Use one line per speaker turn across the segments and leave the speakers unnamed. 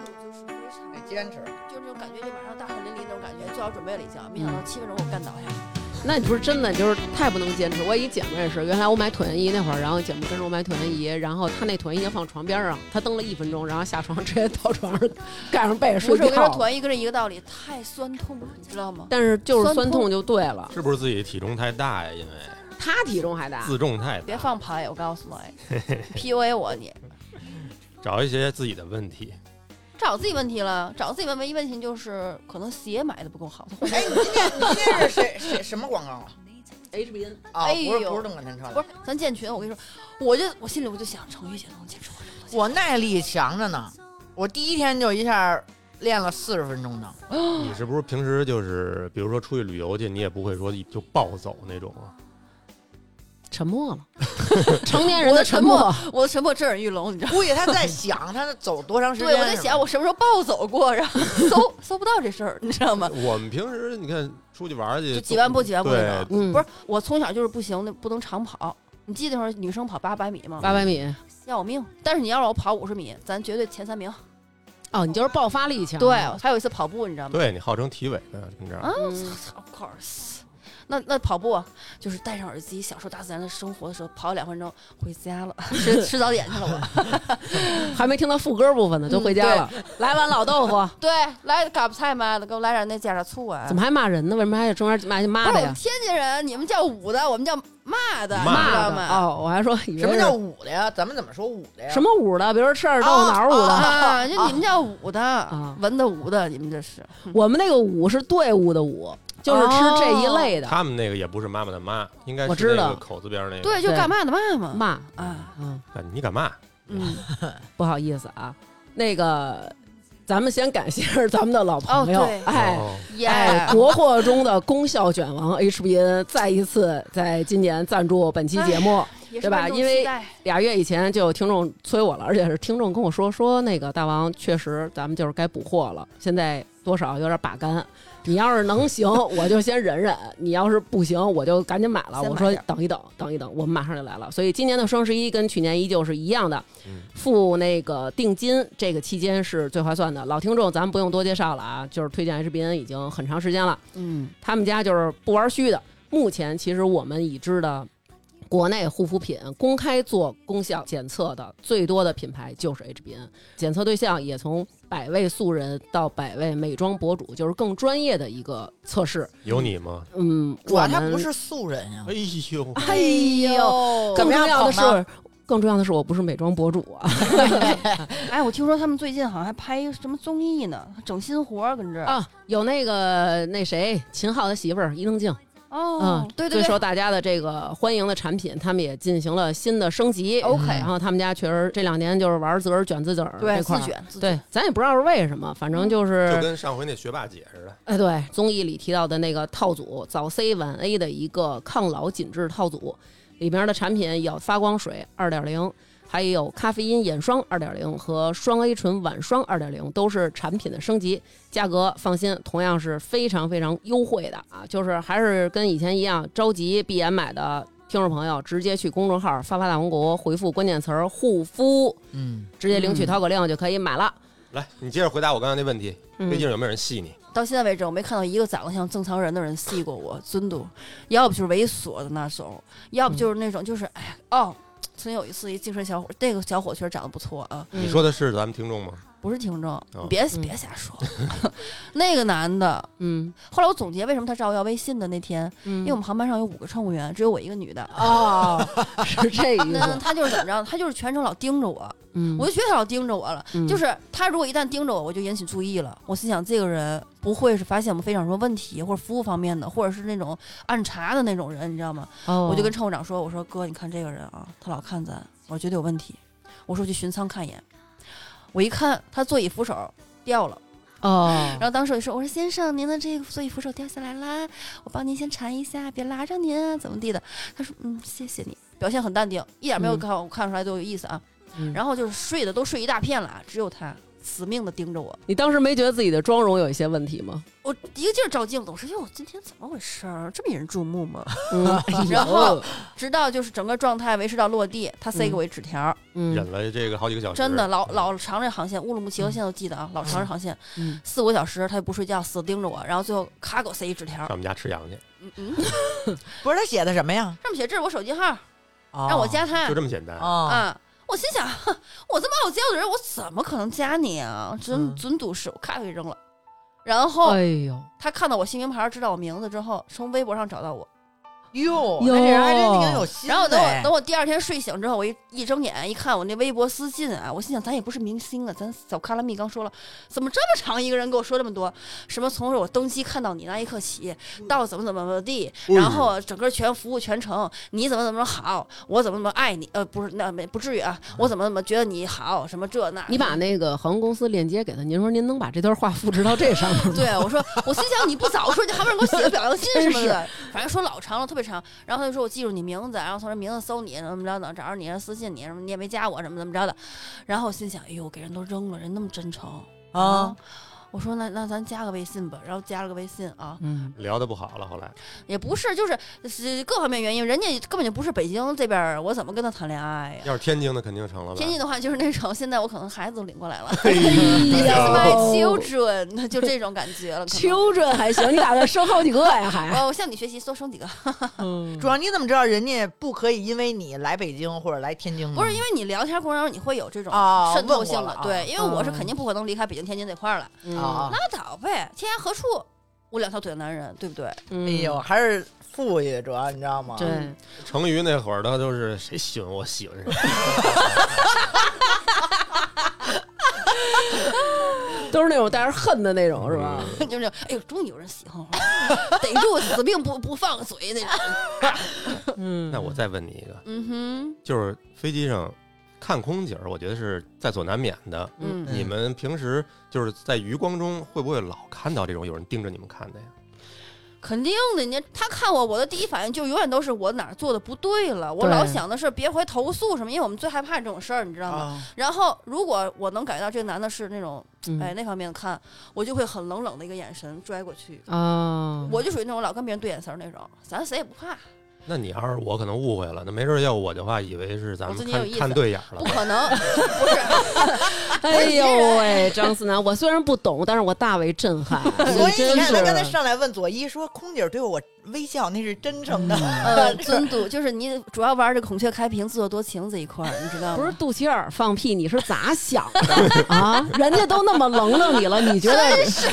一场
得，坚持。
就那种感觉，就晚上大汗淋漓那种感觉。做好准备了已经，没
嗯
想到七分钟给我干倒下。
那你不是真的就是太不能坚持。我一姐妹也是，原来我买椭圆仪那会儿，然后姐妹跟着我买椭圆仪，然后她那椭圆仪放床边上，她蹬了一分钟，然后下床直接到床上 盖上被
不
睡
是，我跟你说，
觉了。
团一跟这一个道理，太酸痛了，你知道吗？
但是就是酸
酸痛
痛就对了，
是不是自己体重太大呀？因为
她体重还大，
自重太大，
别放牌，我告诉你 ，PUA 我你，
找一些自己的问题。
找自己问题了，找自己问唯一问题就是可能鞋买的不够好。
哎，你那你那是谁谁什么广告啊？
HBN
啊，
哎
不是
呦
不是邓肯陈川
不，是，咱建群，我跟你说，我就我心里我就想，程昱姐能坚持我这么多
我耐力强着呢，我第一天就一下练了四十分钟呢。
哦
你是不是平时就是，比如说出去旅游去，你也不会说就暴走那种啊？
沉默了，成 年人的沉默。
久，我的沉默震耳欲聋，你知道吗？
估计他 在想他走多长时间。
对，我在
是吧
想我什么时候暴走过，然后 搜搜不到这事儿，你知道吗？
我们平时你看出去玩儿去，
就几万步几万步那
对
种，
嗯，
不是，我从小就是不行，那不能长跑。你记得那会儿女生跑八百米吗？
八百米
要我命！但是你要让我跑五十米，咱绝对前三名。
哦，你就是爆发力强。
对，还有一次跑步，你知道吗？
对你号称体委的，你知道吗？
啊
嗯
操，of course。那那跑步啊就是戴上耳机，享受大自然的生活的时候，跑两分钟回家 了，吃吃早点去了我。
还没听到副歌部分呢，就回家了。来碗老豆腐，
对，来嘎巴菜妈的，给我来点那加点醋啊！
怎么还骂人呢？为什么还有中间骂骂
不是
的
我们
呀？
天津人，你们叫武的，我们叫骂的，
骂
你知道
的
吗？
哦，我还哦说以为
什么
是
叫舞的呀？咱们怎么说舞的呀？
什么舞的？比如说吃耳豆腐脑儿舞
啊
的，
啊，就你们叫武的
啊，
文的武的，你们这是
我们那个舞是队伍的舞，就是吃这一
哦
类的
他们那个也不是妈妈的妈，应该
我
是
知
那
道
个口字边儿那个。
对，就
对
干嘛的嘛嘛
骂。
啊，
嗯，
啊，你敢骂？
嗯，
不好意思啊，那个咱们先感谢咱们的老朋友
哦对，
哎。
哦
哎
耶，，
国货中的功效卷王 HBN 再一次在今年赞助本期节目，
也是
对吧
万众
因为
期待
俩月以前就有听众催我了，而且是听众跟我说说那个大王确实咱们就是该补货了，现在多少有点把干。你要是能行，我就先忍忍；你要是不行，我就赶紧买了。
先买
我说
点儿
等一等，等一等，我们马上就来了。所以今年的双十一跟去年依旧是一样的，
嗯
付那个定金，这个期间是最划算的。老听众，咱们不用多介绍了啊，就是推荐 HBN 已经很长时间了。
嗯，
他们家就是不玩虚的。目前其实我们已知的国内护肤品公开做功效检测的最多的品牌就是 HBN，检测对象也从百位素人到百位美妆博主，就是更专业的一个测试。
有你吗？
嗯，
主
我
要
们
他不是素人呀
嗯
哎。
哎呦，
呦，
呦
怎
更
么样
重要的
捧
是。更重要的是，我不是美妆博主啊！
哎，我听说他们最近好像还拍一个什么综艺呢，整新活儿跟这儿
啊，有那个那谁，秦昊的媳妇儿伊能静，
哦
嗯，，
对
最
对对
受大家的这个欢迎的产品，他们也进行了新的升级。嗯
，OK
然后他们家确实这两年就是玩自个儿卷自己儿
对，
这块
自
儿，
卷嗯自
对，咱也不知道是为什么，反正就是
就跟上回那学霸姐似的，
哎，对，综艺里提到的那个套组早 C 晚 A 的一个抗老紧致套组，里面的产品有发光水二点零，还有咖啡因眼霜二点零和双 A 醇晚霜二点零，都是产品的升级，价格放心，同样是非常非常优惠的啊！就是还是跟以前一样，着急闭眼买的听众朋友，直接去公众号“发发大王国”回复关键词儿“护肤
嗯，”，
直接领取淘口令就可以买了。
来，你接着回答我刚才那问题，
嗯
微信上有没有人戏你？
到现在为止，我没看到一个长得像正常人的人戏过我，尊嘟，要不就是猥琐的那种，要不就是那种就是哎呀哦，曾经有一次一精神小伙，这个小伙确实长得不错啊，
嗯
你说的是咱们听众吗？
不是听众，你别
嗯
别瞎说。 那个男的，
嗯
后来我总结为什么他找我要微信的那天，
嗯，
因为我们航班上有五个乘务员，只有我一个女的。
哦，是这意
那
思。
他就是怎么着？他就是全程老盯着我，
嗯，
我就觉得他老盯着我了。
嗯
就是他如果一旦盯着我，我就引起注意了。我心想，这个人不会是发现我们非常什么问题，或者服务方面的，或者是那种暗查的那种人，你知道吗？
哦
我就跟乘务长说：“我说哥，你看这个人啊，他老看咱，我说绝对有问题。”我说去巡舱看一眼。我一看他座椅扶手掉了，
哦
然，后当时我就说：“我说先生，您的这个座椅扶手掉下来啦，我帮您先缠一下，别拉着您啊，怎么地的？”他说：“嗯，谢谢你。”表现很淡定，一点没有
嗯
看我看出来多有意思啊。
嗯
然后就是睡的都睡一大片了，只有他死命的盯着我，
你当时没觉得自己的妆容有一些问 题吗？
我一个劲儿照镜子，我说哟，我今天怎么回事儿？这么引人注目吗？
嗯，
然后
有，
直到就是整个状态维持到落地，他塞给我一纸条儿，
忍
嗯，
了这个好几个小时，
真的老老长这航线，乌鲁木齐我现在都记得啊，老长这航线
嗯
四五个小时，他也不睡觉，死盯着我，然后最后咔给我塞一纸条
上
儿，
我们家吃羊去，
嗯嗯，
不是他写的什么呀？
上面写这是我手机号，
哦
让我加他
就这么简单。
哦，
啊。我心想，哼我这么傲娇的人，我怎么可能加你啊？真
嗯哦
真毒是，我咔给扔了。然后
哎呦，
他看到我姓名牌儿，知道我名字之后，从微博上找到我。
哟，
哟
那这人还真挺有心的
然后等
哎。
我等我第二天睡醒之后，我一一睁眼一看我那微博私信啊，我心想咱也不是明星啊，咱小卡拉蜜刚说了，怎么这么长一个人给我说这么多？什么从我登机看到你那一刻起，
嗯
到怎么怎么怎么地，
哎
嗯
然后整个全服务全程，你怎么怎么好，我怎么怎么爱你，呃，不是那没不至于啊，我怎么怎么觉得你好，什么这那，
嗯你把那个航空公司链接给他，您说您能把这段话复制到这上 面吗？
对，我说，我心想你不早说，你还不让给我写个表扬信什么的，反正说老长了，特别长。然后他就说我记住你名字，然后从这名字搜你，怎么着的，找着你，私信你，什么你也没加我，怎么怎么着的。然后我心想，哎呦，给人都扔了，人那么真诚
啊，！
我说那那咱加个微信吧，然后加了个微信啊，
嗯，
聊的不好了，后来
也不是，就是是各方面原因，人家根本就不是北京这边儿，我怎么跟他谈恋爱哎呀？
要是天津的肯定成了吧？
天津的话就是那种，现在我可能孩子都领过来了
哎呀
，my
哦
children，就这种感觉了。可能哦
children 还行，你打算生好几个呀？还，
我我向你学习，多生几个。
嗯
主要你怎么知道人家不可以因为你来北京或者来天津呢？
不是因为你聊天过程中你会有这种
嗯哦
渗透性
问我了
的，
啊
对，因为我是肯定不可能离开北京、天津这块儿了，
嗯
啊
拉倒呗，天涯何处无两条腿的男人，对不 对？
嗯
哎呦，，还是富裕，主要你知道吗？
对，
成语那会儿的就是谁喜欢我喜欢谁，
都是那种带着恨的那种，是吧？
哦
嗯
就是那种，哎呦，终于有人喜欢我了， 逮住死命不不放嘴 那种。
嗯，
那我再问你一个，
嗯
就是飞机上看空姐儿，我觉得是在所难免的。
哼，嗯，
你们平时就是在余光中会不会老看到这种有人盯着你们看的呀？
肯定的，你他看我，我的第一反应就永远都是我哪儿做的不对了，我
对
老想的是别回投诉什么，因为我们最害怕这种事儿，你知道吗？
啊，
然后如果我能感觉到这个男的是那种
嗯
哎那方面看，我就会很冷冷的一个眼神拽过去。
啊，
我就属于那种老跟别人对眼神儿那种，咱谁也不怕，
那你要是我可能误会了，那没事儿要我的话，以为是咱
我最
们
哦近有
看
意思
看对眼儿了
不。可 能，不是，
哎呦喂，张思楠，我虽然不懂，但是我大为 震撼。
所以
真
你看他
是
刚才上来问左一说，空姐对我微笑那是真诚的，
嗯
呃，尊嘟就是你主要玩这孔雀开屏、自作多情这一块儿，你知道吗？
不是肚脐眼儿放屁，你是咋想的 啊？人家都那么棱棱你了，你觉得？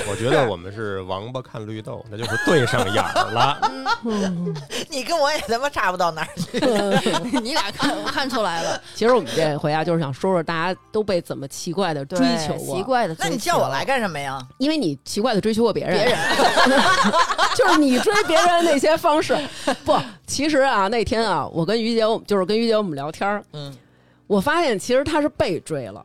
我觉得我们是王八看绿豆，那就是对上眼儿 了。
嗯
你跟我也他妈差不到哪 儿去。
是你俩看，我看出来了，
其实我们这回啊，就是想说说大家都被怎么奇怪的追
对
求过，
奇怪的追
那
求，
你叫我来干什么呀？
因为你奇怪的追求过别人，
别人
就是你追别人那些方 式。不，其实啊，那天啊，我跟于姐，我们就是跟于姐我们聊天儿，
嗯，
我发现其实她是被追了，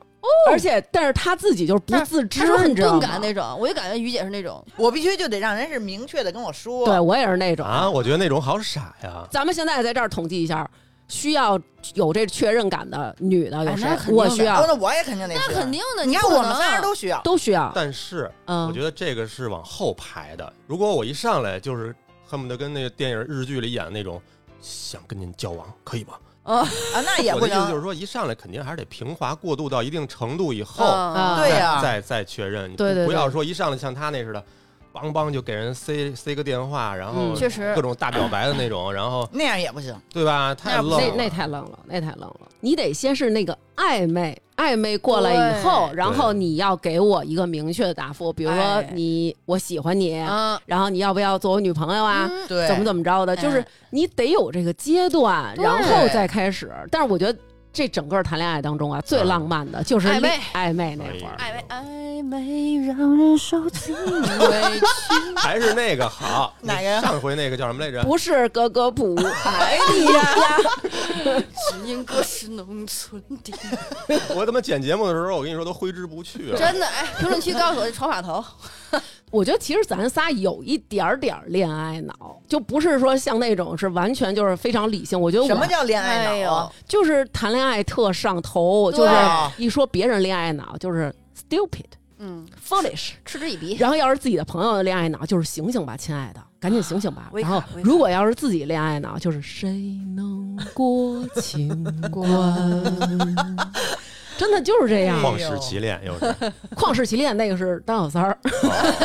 而且但是她自己就是不
哦但是
自
他是
知，
很啊
你知道
钝
吗
感？那种，我就感觉于姐是那种，
我必须就得让人是明确的跟我说。
对我也是那种
啊，我觉得那种好傻呀。
咱们现在在这儿统计一下，需要有这确认感的女的有
哎
谁
那？肯定
我
的
需
哦，
要，
那我也肯定得
那
学。
肯定的，
你看
不可
我们
能啊
仨人都需要。
都需要。
但是
嗯
我，觉得这个是往后排的。如果我一上来就是恨不得跟那个电影日剧里演的那种，想跟您交往，可以吗？
啊，那也
我
不
的意思就
行。
是说，一上来肯定还是得平滑过渡到一定程度以后，
嗯，
啊
对呀、
再再确认。你不
对对对
不要说一上来像他那似的，梆梆就给人塞塞个电话，然后
嗯
确实
各种大表白的那种，然后
那样也不行。
对吧？太
那不
愣
那
了。
那太愣了，那太愣了。你得先是那个暧昧，暧昧过来以后，
对
然后你要给我一个明确的答复，比如说
哎
你我喜欢你，
啊，
然后你要不要做我女朋友啊？
嗯
对，
怎么怎么着的？
哎
就是你得有这个阶段，
对
然后再开始。但是我觉得这整个谈恋爱当中啊，
嗯
最浪漫的就是
暧昧
暧昧那会儿。
哎
暧昧
哎
暧昧哎让人受尽委屈。
还是那个好，
哪个呀
上回那个叫什么来着？
不是格格不入爱你呀，
只因哥是农村 的，
我他妈剪节目的时候，我跟你说都挥之不去了。
真的哎！评论区告诉我这闯码头，
我觉得其实咱仨有一点儿点儿恋爱脑，就不是说像那种是完全就是非常理性。我觉得我
什么叫恋
哎
爱脑
呦
啊？，
就是谈恋爱特上头，就是
对
一说别人恋爱脑就是 stupid
嗯，
foolish。
嗤之以鼻。
然后要是自己的朋友的恋爱脑，就是醒醒吧，亲爱的，赶紧醒醒吧。
维
然
卡
后
维卡
如果要是自己恋爱脑，就是谁能过情 关？真的就是这样
哎，
旷世奇恋又是
旷世奇恋那个是当小三儿。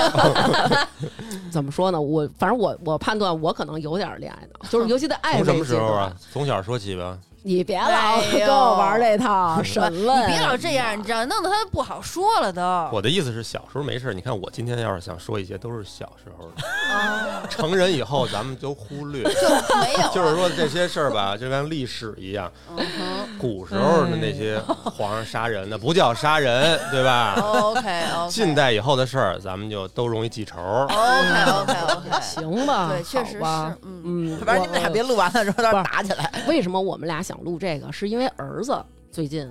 怎么说呢？我反正我我判断我可能有点恋爱脑，就是尤其在爱
从什
这
么
个
时
阶
候
段
啊。？从小说起吧。
你别老
哎呦
跟我玩这套审问，
你别老这 样，你知道，弄得他不好说了都。
我的意思是，小时候没事儿。你看我今天要是想说一些，都是小时候的。
啊
成人以后咱们都忽略，
就没有，
就是说这些事儿吧，就跟历史一样，
嗯哼
古时候的那些皇上杀人的不叫杀人，对
哦
吧？
，OK OK，
近代以后的事儿，咱们就都容易记仇。
OK OK OK，
行吧？
对，确实
好吧
是，嗯，
嗯，
反正你们俩
我
别录完了之后到时候
不
打起来。
为什么我们俩想录这个？是因为儿子最近，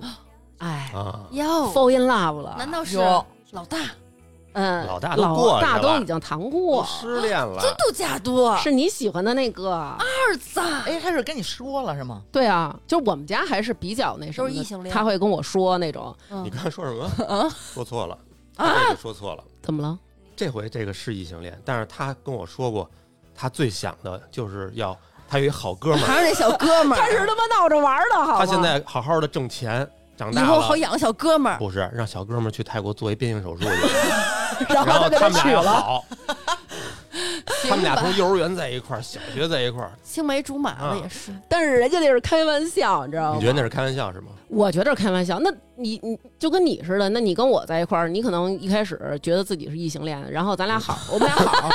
哎
啊，
哟，
，fall in love 了。
难道是
哟
老大
嗯，
老大都
老
过去
大都
了
已经谈
都
过，
失恋了，
真度假多
是你喜欢的那个？
二子啊，
哎，他是跟你说了是吗？
对啊，就我们家还是比较那什么
都
的，
是异性恋
他会跟我说那种
嗯
你刚才说什么？说错了，
啊
这个说错了。
怎么了？
这回这个是异性恋，但是他跟我说过，他最想的就是要他有一好哥们儿，
还是那小哥们儿，
他是他妈闹着玩的，好吗
他现在好好的挣钱，长
以
大
后好
了
养个小哥们儿，
不是让小哥们儿去泰国做一变性手术去，
然
然
后他
后
给
他们
娶
俩要
了，
好，他们俩从幼儿园在一块儿，小学在一块儿，
青梅竹马了
啊
也是，
但是人家那是开玩笑，你知道吗？
你觉得那是开玩笑是吗？
我觉得是开玩笑。那你你就跟你似的，那你跟我在一块儿，你可能一开始觉得自己是异性恋，然后咱俩好，我们俩 好，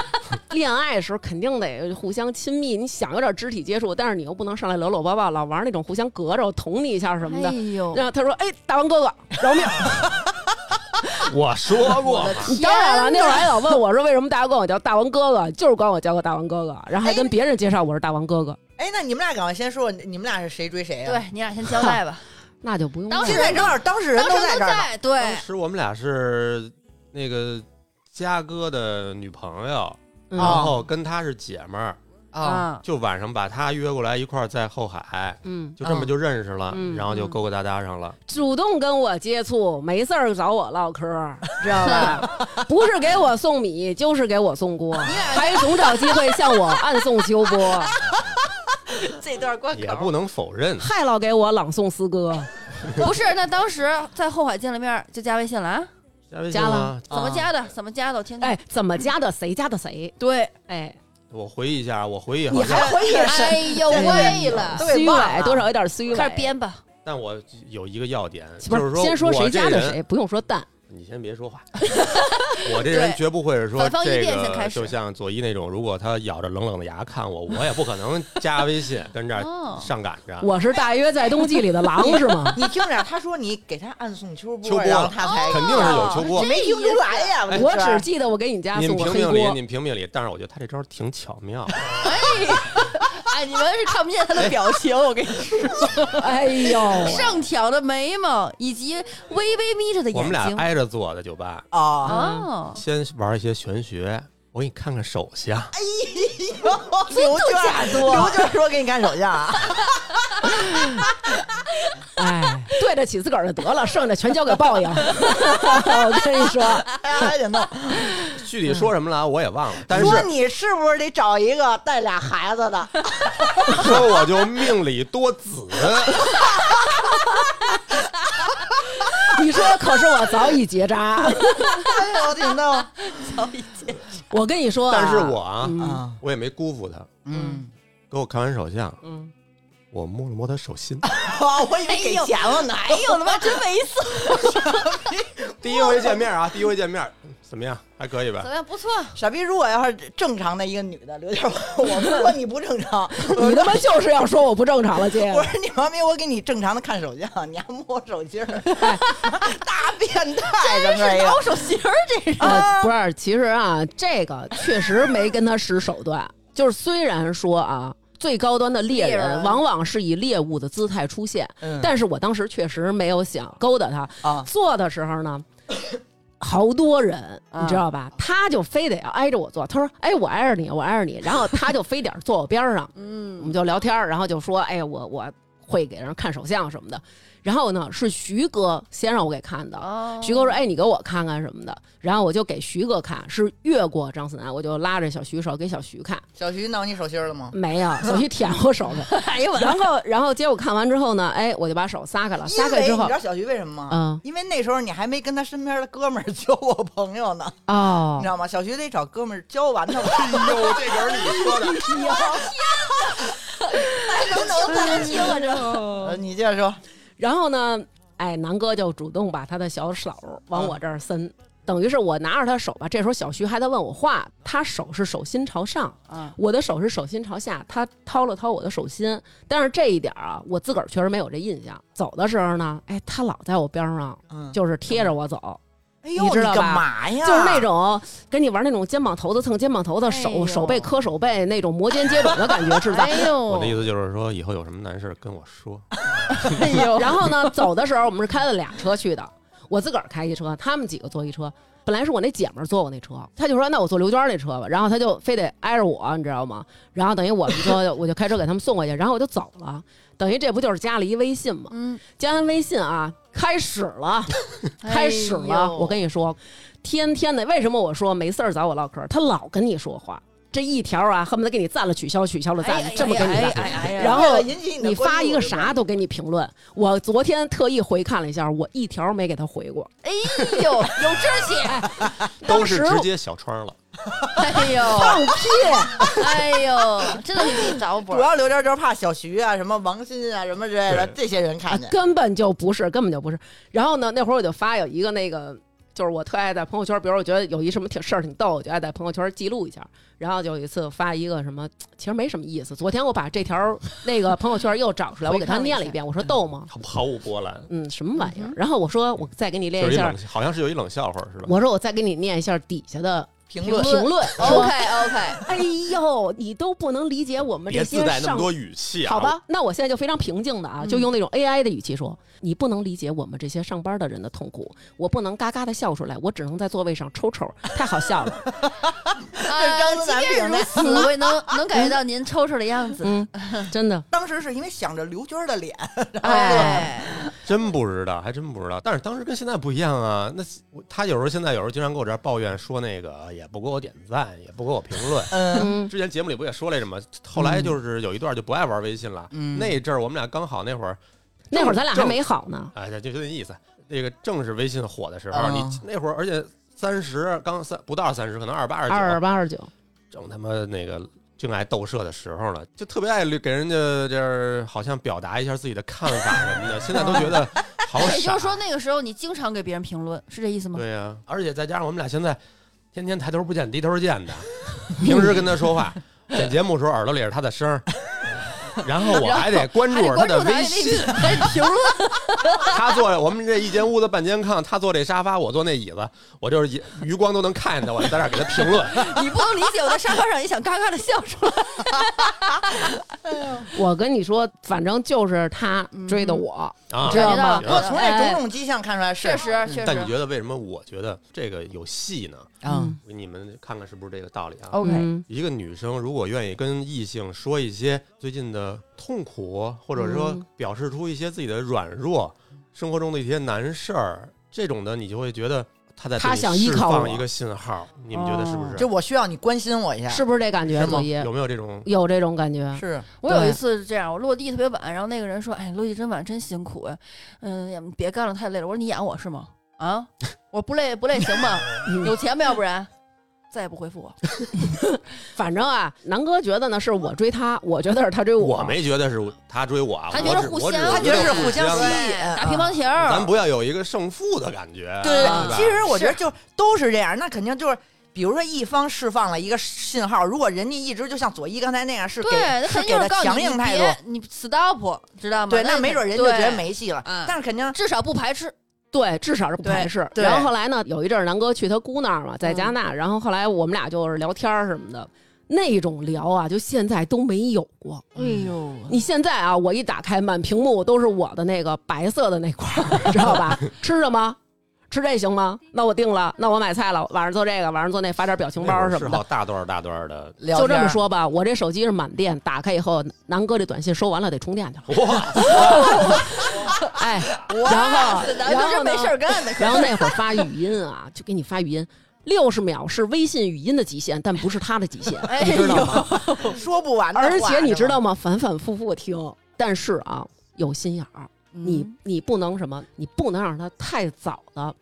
恋爱的时候肯定得互相亲密，你想有点肢体接触，但是你又不能上来搂搂抱抱，老玩那种互相隔着我捅你一下什么的
哎。呦，
然后他说：“哎，大王哥哥，饶命！
我说过嘛，
天
当然了，那会儿
哪
还老问我说为什么大家管我叫大王哥哥，就是管我叫个大王哥哥，然后还跟别人介绍我是大王哥哥，
哎，那你们俩赶快先说，你你们俩是谁追谁啊？，
对你俩先交代 吧，
那就不用
当
问
时
现在正好当事人
当
都
时
在
都
这儿呢。
在，
当
对，
时我们俩是那个嘉哥的女朋友，
嗯
然后跟他是姐们儿，
嗯
啊，
就晚上把他约过来一块儿在后海。
嗯，
就这么就认识了，
嗯
然后就勾勾搭搭上了。
主动跟我接触，没事儿找我唠嗑儿， 知道吧？不是给我送米，就是给我送锅，还总找机会向我暗送秋 波，
这段
嗯
关
也不能否认，
还老给我朗诵诗 歌。
不是，那当时在后海见了面儿就加微信了啊？
加微信
加了
吗？
怎
啊
么加的？怎么加的？我听听。
哎，怎么加的谁加的谁？
对，
哎，
我回忆一下，我回忆
你
好像
还，回忆了
是
哎呦
对
喂了
都，给
虚
忘
伪
了
多少有点虚伪。
开始编吧。
但我有一个要点，
不
就是
是先说
我
谁
这
加的
人
谁，不用说蛋。
你先别说话，我这人
对
绝不会是说
反方一
这
辩先开
个，
始
就像佐伊那种，如果他咬着冷冷的牙看我，我也不可能加微信跟这
哦
儿上赶着。
我是大约在冬季里的 狼是吗？
你听着，他说你给他暗送秋
秋
波，
波
然后他才
哦
肯定是有秋波
你，没听出来呀？
哎
我
这
只记得我给你家
你
送
们
过
评
黑
评理，你
锅。
们评评理。但是我觉得他这招挺巧妙，
哎，你们是看不见他的表情，我跟你说，
哎 呦，
上挑的眉毛以及微微眯着的
我
眼
们俩
睛。
挨着坐的酒吧，
啊，
哦，
先玩一些玄学，我给你看看手相。
哦
刘娟，刘娟说给你看手相啊，
哎，对得起自个儿的得了，剩下的全交给报应。 我跟你说，
还得弄。
具体说什么了我也忘了，但是
说你是不是得找一个带俩孩子的？
说我就命里多子，
你说可是我早已结扎。
哎呦，我挺逗
我跟你说啊、
但是我啊，
嗯
啊，
我也没辜负他，
嗯，
给我看完手相，
嗯，
我摸了摸他手 心，
哦我以为给钱了呢。
哎 呦，他妈真猥琐！
第一回见面啊，第一回见面怎么样？还可以吧
怎？么样？不错，
傻逼，如果要是正常的一个女的，刘娟，我不说你不正常，我
你他妈就是要说我不正常了， 姐。
我说你妈逼，我给你正常的看手相，你还摸我手 心儿，大变态，真是
高手型儿这是。
呃，不是，其实啊，这个确实没跟他使手段。就是虽然说啊，最高端的猎
猎
人
人
往往是以猎物的姿态出现，
嗯
但是我当时确实没有想勾搭他。
啊
做的时候呢，好多人，
啊
你知道吧？他就非得要挨着我坐。他说：“哎，我挨着你，我挨着你。”然后他就非得坐我边儿上，我
嗯
们就聊天儿，然后就说：“哎，我我会给人看手相什么的。”然后呢，是徐哥先让我给看的。
哦
徐哥说：“哎，你给我看看什么的。”然后我就给徐哥看，是越过张思楠，我就拉着小徐手给小徐看。
小徐挠你手心儿了吗？
没有，小徐舔我手的。哎呦，然后然后结果看完之后呢，哎，我就把手撒开了，撒
啊因
开
为
之
你
后
知，道小徐为什么吗？
嗯
因为那时候你还没跟他身边的哥们儿交过朋友呢，你
哦
知，道吗？小徐得找哥们儿交完他，
哎呦，这梗儿你说的，
能能
太听了
哎
这，
呃你接着说，
然后呢，哎，南哥就主动把他的小手往我这儿伸，等于是我拿着他手吧。这时候小徐还在问我话，他手是手心朝上，
啊
我的手是手心朝下。他掏了掏我的手心，但是这一点儿啊，我自个儿确实没有这印象。走的时候呢，哎，他老在我边上，
嗯，
就是贴着我走，
哎呦，
你知道吧
干嘛呀？
就是那种跟你玩那种肩膀头子蹭肩膀头子，
哎呦
手手背磕手背那种摩肩接踵的感觉，制造。
哎呦，
我的意思就是说，以后有什么难事儿跟我 说。
哎呦，
然后呢，走的时候我们是开了俩车去的，我自个儿开一车，他们几个坐一车。本来是我那姐们儿坐我那车，她就说那我坐刘娟儿那车吧，然后她就非得挨着我，你知道吗？然后等于我们就我就开车给他们送过去，然后我就走了。等于这不就是加了一微信吗？
嗯，
加完微信啊，开始了，开始了。
哎呦
我跟你说，天天的，为什么我说没事儿找我唠嗑儿？他老跟你说话，这一条啊，恨不得给你赞了取消，取消了赞，
哎
这么跟你
哎
赞
哎。哎哎呀
然后
为了引起的
你
关
发
注
一个
是吧
啥都给你评论。我昨天特意回看了一下，我一条没给他回过。
哎呦，有志气，
都是
当时
直接小窗了，
哎
放
呦，
屁！
哎呦，真的给自己找补
主。要刘娟就是怕小徐啊、什么王鑫啊、什么之类的
对
这些人看见。
啊根本就不是，根本就不是。然后呢，那会儿我就发有一个那个，就是我特爱在朋友圈，比如我觉得有一什么挺事儿挺逗，我就爱在朋友圈记录一下。然后就有一次发一个什么，其实没什么意思。昨天我把这条那个朋友圈又找出来，我给他念了一遍，我说逗吗？
毫毫无波澜，
嗯，什么玩意儿？然后我说我再给你
就
练
是
一
一
下
冷，，好像是有一冷笑话是吧？
我说我再给你念一下底下的
评
评
论
论，说
OK OK，
哎呦，你都不能理解我们这
别
些
自带那
上
么多语气啊！
好吧，那我现在就非常平静的啊，就用那种 AI 的语气说：“你不能理解我们这些上班的人的痛苦，我不能嘎嘎的笑出来，我只能在座位上抽抽，太好笑了。
呃，
张
即
楠
便
评的
如此，我也能能感觉到您抽抽的样”子。
嗯，真的，
当时是因为想着刘娟的脸，
哎，
真不知道，还真不知道。但是当时跟现在不一样啊。那我他有时候现在有时候经常跟我这儿抱怨说那个也不给我点赞，也不给我评论。
嗯
嗯，
之前节目里不也说来着吗？后来就是有一段就不爱玩微信了。
嗯
那阵儿我们俩刚好那会儿，
那会儿咱俩还
正
没好呢，
哎，就就那意思。那个正是微信火的时候，
啊
你那会儿而且三十刚三不到三十，可能二八二
二
九，
八二九，
正他妈那个正爱斗射的时候了，就特别爱给人家这儿好像表达一下自己的看法什么的。现在都觉得
哦
好傻。
也就是说那个时候你经常给别人评论，是这意思吗？
对呀、而且再加上我们俩现在天天抬头不见低头见 的，平时跟他说话，剪节目的时候耳朵里是他的声 儿，然后我还得关注着他的
哎
微 信，
还得评论，
他坐我们这一间屋子半间炕，他坐这沙发，我坐那椅子，我就是一余光都能看见他，我就在那儿给他评 论。
你不能理解我在沙发上也想嘎嘎的笑出来。
我跟你说，反正就是他追的我，
啊
知道吗
感觉到
我从这种
哎
种迹象看出来是，
确 实确
但你
实
觉得为什么？我觉得这个有戏呢？
嗯，
我给你们看看是不是这个道理啊？
，OK，
嗯
一个女生如果愿意跟异性说一些最近的痛苦，或者说
嗯
表示出一些自己的软弱，生活中的一些难事儿，这种的你就会觉得她在对
她
你
想依
释
靠
放
我
一个信号，你们觉得是不
嗯
是？
就哦我需要你关心我一下，
是不是这感觉？
是吗
左一
有没有这种？
有这种感觉？
是，
我有
对
一次是这样，我落地特别晚，然后那个人说：“哎，落地真晚，真辛苦呀，嗯，也别干了，太累了。”我说：“你演我是吗？啊，我不累不累行 吗？有钱吗？要不然再也不回复我。
反正啊，南哥觉得呢是我追他，我觉得是他追
我没觉得是她追我啊，
她
我
觉得
只
互
我只
相哦
我
他
只
觉得是
是
互相
相
吸
的。
引，
打乒乓球，
咱不要有一个胜负的感觉，
对对
吧
对，嗯其实我觉得就都是这样，那肯定就是。比如说，一方释放了一个信号，如果人家一直就像左一刚才那样，是给
对，那
是
肯
给
定
了
是告诉
强
你
硬
你
态
别
度，
你 stop，知道吗？
对，那
那
没准人就觉得
对
没戏了
嗯。
但是肯定
至少不排斥。
对，至少是不排斥。
对对嗯
然后后来呢，有一阵儿南哥去他姑那儿嘛，在加拿大，然后后来我们俩就是聊天儿什么的，那种聊啊，就现在都没有过。
嗯
哎呦，
你现在啊， 我一打开满屏幕都是我的那个白色的那块儿，知道吧？吃什么？吃这行吗？那我定了，那我买菜了，晚上做这个，晚上做那，发点表情包什
是
么
好
的。
大段儿大段儿的，
聊
就这
天
么
儿，
说吧，我这手机是满电，打开以后，南哥这短信收完了得 充电去了。
哇，
哎，
哇
然后
咱
然
就
后
是
呢
没事儿干的。
然后那会儿发语音啊，就给你发语音，六十秒是微信语音的极限，但不是他的极限，
哎
你知道吗？
说不完的话，
而且你
是
知
吧
道吗？反反复复听，但是啊，有心眼儿，你你不能什么，你不能让他太早的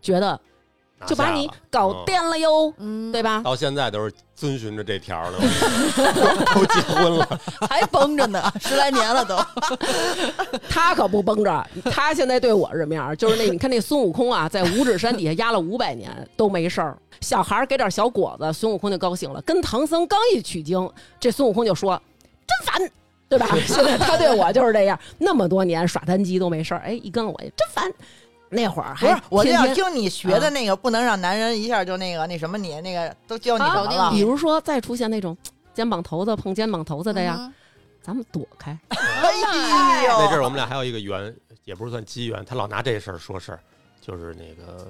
觉得就把你搞
定。
定了哟，
嗯，
对吧？
到现在都是遵循着这条儿的， 都结婚了，
还绷着 呢，十来年了都。
他可不绷着，他现在对我是面儿，就是那你看那孙悟空啊，在五指山底下压了五百年都没事儿，小孩儿给点小果子，孙悟空就高兴了。跟唐僧刚一取经，这孙悟空就说真烦。对吧？ 现在他对我就是这样，那么多年耍单机都没事儿，哎，一跟我真烦。那会儿
不
还
是，我就
天
要
天
听你学的那个，不能让男人一下就那个那什么你那个都教你
啊
什么了
比。如说再出现那种肩膀头子碰肩膀头子的呀，
嗯
咱们躲开。
哎
那阵
呦，
儿我们俩还有一个缘，也不是算机缘，他老拿这事儿说事儿，就是那个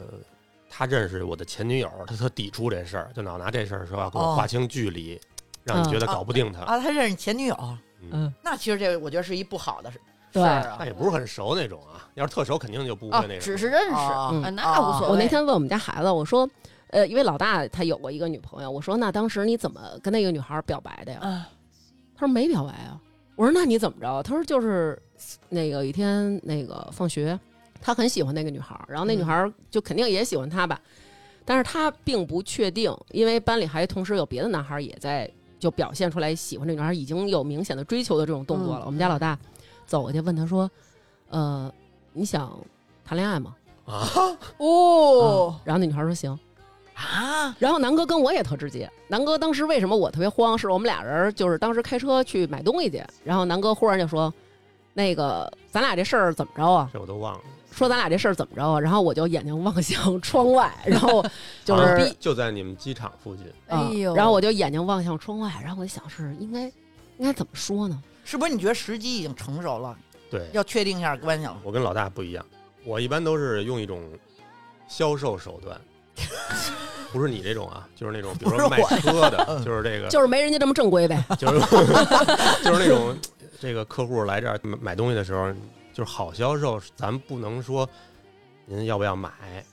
他认识我的前女友，他特抵触这事儿，就老拿这事儿说要跟我划清距离，让你觉得搞不定他。
啊，他认识前女友，
哦
嗯，
那其实这我觉得是一不好的事事
对
儿
那
啊。
也不是很熟那种啊，要是特熟肯定就不会
啊
那，
只
个。
是认识啊，
啊
嗯
那无所谓。
我那天问我们家孩子，我说，呃，因为老大他有过一个女朋友，我说那当时你怎么跟那个女孩表白的呀？
嗯
他说没表白啊。我说那你怎么着？他说就是那个有一天那个放学，他很喜欢那个女孩，然后那女
嗯
孩就肯定也喜欢他吧，但是他并不确定，因为班里还同时有别的男孩也在就表现出来喜欢这女孩，已经有明显的追求的这种动作
嗯
了。我们家老大走过去问他说，呃，你想谈恋爱吗？
啊，
哦，
然后那女孩说行。
啊，
然后南哥跟我也特直接，南哥当时为什么我特别慌？是我们俩人就是当时开车去买东西去，然后南哥忽然就说：“那个咱俩这事儿怎么着啊？
这我都忘了，
说咱俩这事儿怎么着啊？”然后我就眼睛望向窗外，然后就
好像
是
就在你们机场 附近，
哎呦，
嗯然后我就眼睛望向窗外，然后我就想是应该应该怎么说呢？
是不是你觉得时机已经成熟了，
对，
要确定一下关系了？
我跟老大不一样，我一般都是用一种销售手段，不是你这种啊，就是那种比如说
不
卖
是我
车的，
嗯
就是这个，
就是没人家这么正规呗。
就是 就是那种这个客户来这儿买买东西的时候，就是好销售，咱不能说您要不要买，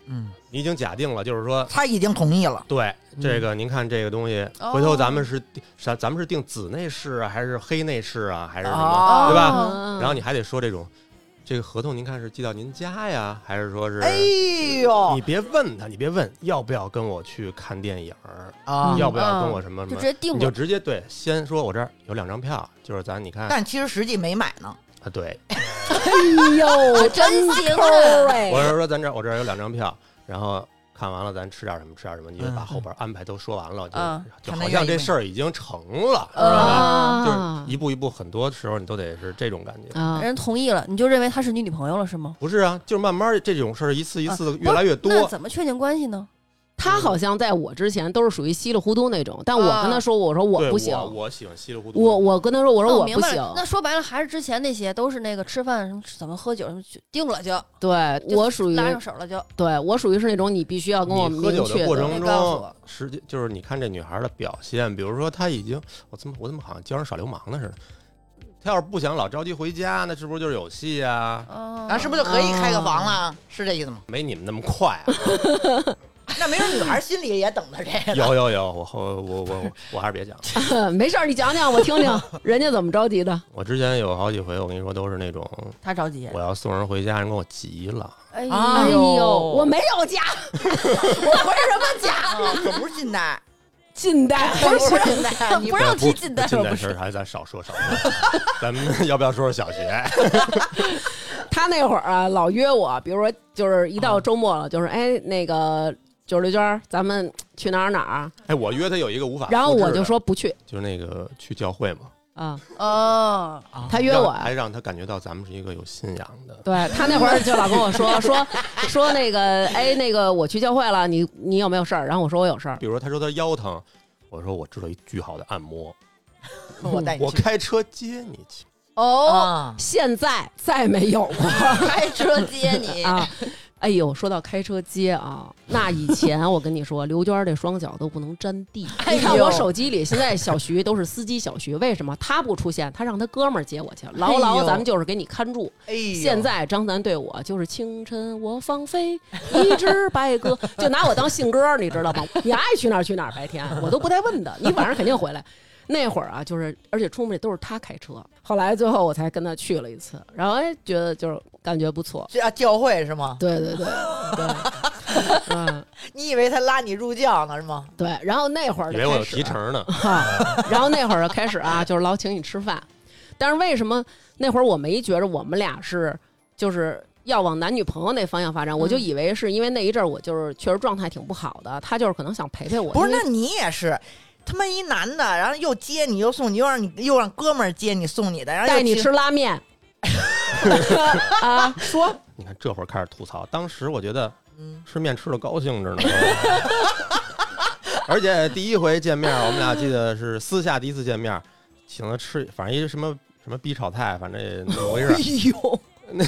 嗯，
你已经假定了，就是说
他已经同意了。
对这个，您看这个东西，
嗯哦
回头咱们是定咱咱们是定紫内饰啊，还是黑内饰啊，还是什么？
哦
啊，
对吧
嗯
然后你还得说这种，这个合同您看是寄到您家呀，还是说是？
哎呦
你，别问他，你别问要不要跟我去看电影儿，
啊
要不要跟我什么什
哦嗯就直
么，
接定
你就
了。
直接对，先说我这儿有两张票，就是咱你看
但其实实际没买呢。
啊，对，
哎 呦，
真
真
行
抠
啊
儿
我
哎！
是说咱这儿我这儿有两张票，然后看完了咱吃点什么吃点什么，你就把后边安排都说完了，
嗯
就
嗯
就
看他
好
愿
像
意
这
没
事儿已经成了，
哦
知
嗯
道吧？
啊
就是一步一步，很多时候你都得是这种感觉。
啊，
人同意了，你就认为她是你女朋友了是吗？
不是啊，就是慢慢这种事儿一次一
啊
次的越
不
来越多
那，怎么确定关系呢？嗯
他好像在我之前都是属于稀里糊涂那种，但我跟他说，我说我
对
不行，
我我喜欢稀里糊涂，
我我跟他说，我
啊那
说
我哦明
不
白
行，
了，那说白了还是之前那些都是那个吃饭什么怎么喝酒什么就定了就
对
就
我属于
拉上手了就
对我属于是那种你必须要跟我
你喝
明
酒
确
的过
你
程
告诉
中
我，
实际就是你看这女孩的表现，比如说她已经，我怎么我怎么好像教人耍流氓呢似的。她要是不想老着急回家，那是不是就是有戏啊？
嗯，
咱是不是就可以开个房了？是这意思吗？
没你们那么快、啊。
那没准女孩心里也等着这个。
有有有，我后我我我我还是别讲了。
没事儿，你讲讲我听听，人家怎么着急的？
我之前有好几回，我跟你说都是那种
他着急？
我要送人回家，人跟我急了，
哎
啊
呀，
哎呦，
呦
我没有家，
啊 可不是近代，
近代
不是近代，你
哎不让
不
提近代，
近代事儿还是咱少说少说。咱们要不要说说小学？
他那会儿啊，老约我，比如说就是一
啊
到周末了，就是哎那个九六娟儿，咱们去哪儿哪儿啊？
哎，我约他有一个无法，
然后我就，说不去
就是那个去教会嘛，
啊，
哦，
他约我啊
让还让他感觉到咱们是一个有信仰的。
对他那会儿就老跟 我说说说那个哎那个我去教会了，你你有没有事儿？然后我说我有事儿，
比如说他说他腰疼，我说我知道一巨好的按摩，
我带你
我
去
开车接你去。
哦，
啊！
现在再没有过
开车接你
啊。哎呦，说到开车接啊，那以前我跟 你说，刘娟这双脚都不能沾地。
哎
你看
呦
我手机里现在小徐都是司机小徐，为什么他不出现？他让他哥们儿接我去，牢
哎
牢
呦
咱们就是给你看住。
哎呦，
现在张楠对我就是清晨我放飞一只 白鸽，就拿我当信鸽儿，你知道吗？你爱去哪儿去哪儿，白天我都不带问的，你晚上肯定 回来。那会儿啊，就是而且出门也都是他开车，后来最后我才跟他去了一次，然后哎觉得就是感觉不 错，
这啊教会是吗？
对对对对，嗯
你以为他拉你入教呢是吗？
对，然后那会儿
以
就
为我有
开始
提成呢。
哈，然后那会儿就开始 啊，就是老请你吃饭。但是为什么那会儿我没觉着我们俩是就是要往男女朋友那方向发展？我就以为是因为那一阵儿我就是确实状态挺不好的，他就是可能想陪陪我。
不是，
因为
那你也是。他妈一男的，然后又接你又送你，又让你又让哥们儿接你送你的，然后又
带你
亲
吃拉 面啊，说
你看这会儿开始吐槽，当时我觉得
嗯
吃面吃的高兴着呢。 而且第一回见面，我们俩记得是私下第一次见面，请他吃，反正一什么什么逼炒菜，反正也怎么回
哎
事，
呦，
那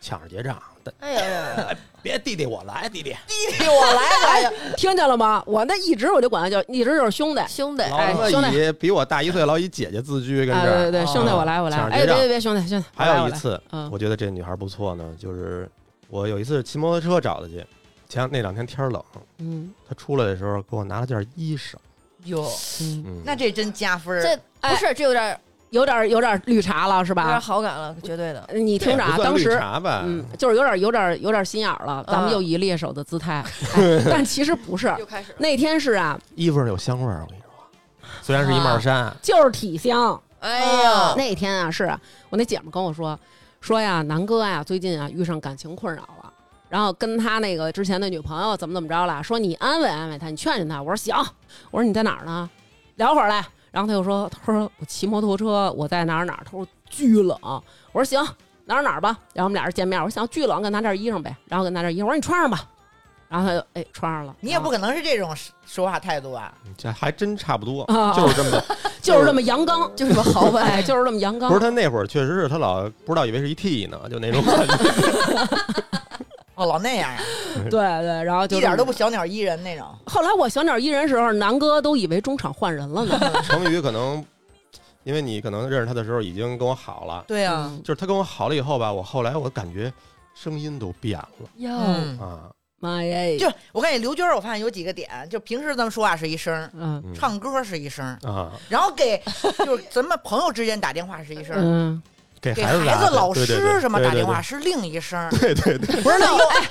抢着结账，但
哎呀呀，
别弟弟我来，弟弟
给我来来，
听见了吗？我那一直我就管他叫，一直就是兄弟。
兄弟，
老
哎
他
兄
妈
弟
以比我大一岁，老以姐姐自居跟
啊，
这
对对
儿。
对，
啊
兄弟我来我来，
抢着
哎别
结账
别别，兄弟兄弟，
还
我来
有
我
一
来，
次，
嗯
我觉得这女孩不错呢，就是我有一次骑摩托车找她去，前那两天天儿冷，
嗯
她出来的时候给我拿了件衣裳，
哟，
嗯，
嗯，
那这真加分儿。
这不是这有点儿
有点儿有点儿绿茶了是
有点儿
吧？
好感了，绝对的。
你听着
这也
啊，
哎不算
当时
绿茶吧，
嗯，就是有点有点有点心眼儿了，咱们
啊
又一猎手的姿态，哎但其实不是。
又开始了，
那天是啊，
衣服上有香味儿，我跟你说，虽然是
啊
一帽衫，
就是体香。
哎呀，
那天啊，是啊我那姐们跟我说，说呀，南哥呀，最近啊遇上感情困扰了，然后跟他那个之前的女朋友怎么怎么着了，说你安慰安慰他，你劝劝他。我说行，我说你在哪儿呢？聊会儿来。然后他又说，他说我骑摩托车，我在哪儿哪儿。他说巨冷。我说行，哪儿哪儿吧。然后我们俩人见面，我说行，巨冷，给拿件衣裳呗。然后给拿件衣裳，我说你穿上吧。然后他就哎穿上了。
你也不
然
可能是这种说话态度啊吧？
这还真差不多，
哦
啊
就是这 么。
后就是这么阳刚，就是这么豪 迈，就是这么阳刚。
不是他那会儿确实是他老不知道以为是一 T 呢，就那种感觉。
哦，老那 样啊，
对对，然后就
一点
这么
都不小鸟依人那种。
后来我小鸟依人时候，南哥都以为中场换人了呢。
成语可能，因为你可能认识他的时候已经跟我好了，
对啊，
嗯
就是他跟我好了以后吧，我后来我感觉声音都变了
哦
哟，
嗯，
啊，
妈耶！
就我感觉刘娟儿，我发现有几个点，就平时咱们说话是一声儿，
嗯
嗯
唱歌是一声儿，
啊，
然后 给就是咱们朋友之间打电话是一声儿，
嗯，
给
给
孩子打
子、老
对对对
师什么
对
打
对
电
对
话是另一声儿。
对对对，
不是那哎，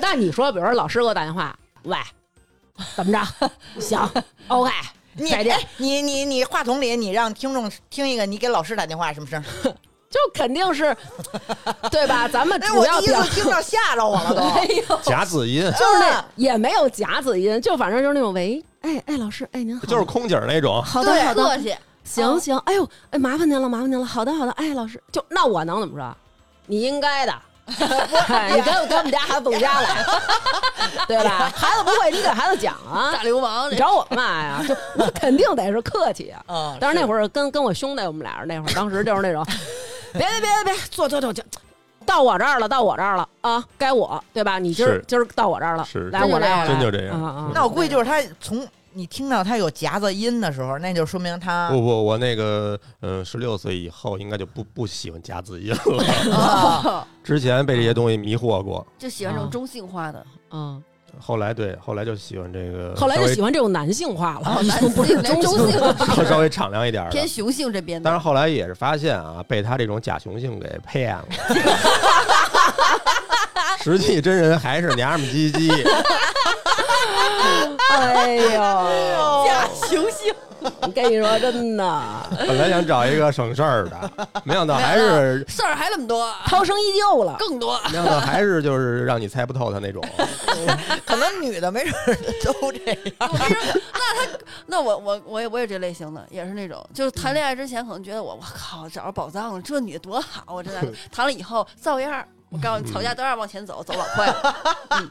那你说，比如说老师给我打电话，喂，怎 么着？行，OK，
你
再见
哎，你你你话筒里你让听众听一个，你给老师打电话什么 声儿？
就肯定是，对 吧？咱们
哎，
主
我
要
第一
表
次听到吓着我了都。
哎呦，
假子音
就是那
嗯
也没有假子音，就反正就是那种喂，哎哎，老师，哎您好，
就是空姐儿那种，
好的
对，
好的，
客气，
行行，哎呦，哎，麻烦您了，麻烦您了。好的，好的，哎，老师，就那我能怎么说？你应该 的，哎你给我给我们家孩子总家来， 对吧？孩子不会，你给孩子讲啊
大，流氓
你
这
找我干嘛呀？就我肯定得是客气啊。
嗯，
但是那
儿
会儿跟跟我兄弟，我们俩人那会儿，当时就是那 种，别别别别别，坐坐坐坐，到我这儿了，到我这儿了啊，该我对吧？你今儿
是
今儿到我这儿了
是，
来
真就
我
这
来
样
我来，
真就这样
嗯
啊啊
那我估计就是他从你听到他有夹子音的时候，那就说明
啊
他
不不，我那个呃，十六岁以后应该就不不喜欢夹子音了，
啊
之前被这些东西迷惑过，
就喜欢这
啊
种中性化的，
嗯，
后来对，后来就喜欢这个，
后来就喜
欢
欢这种男性化了，
啊，男性连中性都不
稍微
是
稍微敞亮一点儿
偏
的。
雄性这边
但是
的，
后来也是发现啊，被他这种假雄性给骗了。 实际真人还是娘们唧唧，
哎呦，
假
雄性！我跟你说，真的，
本来想找一个省事儿的，没想到还是
事儿还那么多，
涛声依旧了。
更多。
没想到还是就是让你猜不透他那种。
可能女的没准儿都这样。
我跟你说，那他那我我我也我也这类型的，也是那种，就是谈恋爱之前可能觉得我我靠找着宝藏了，这女的多好啊，这那的谈了以后照样儿，我告诉你，吵架照样往前走，走老 快了。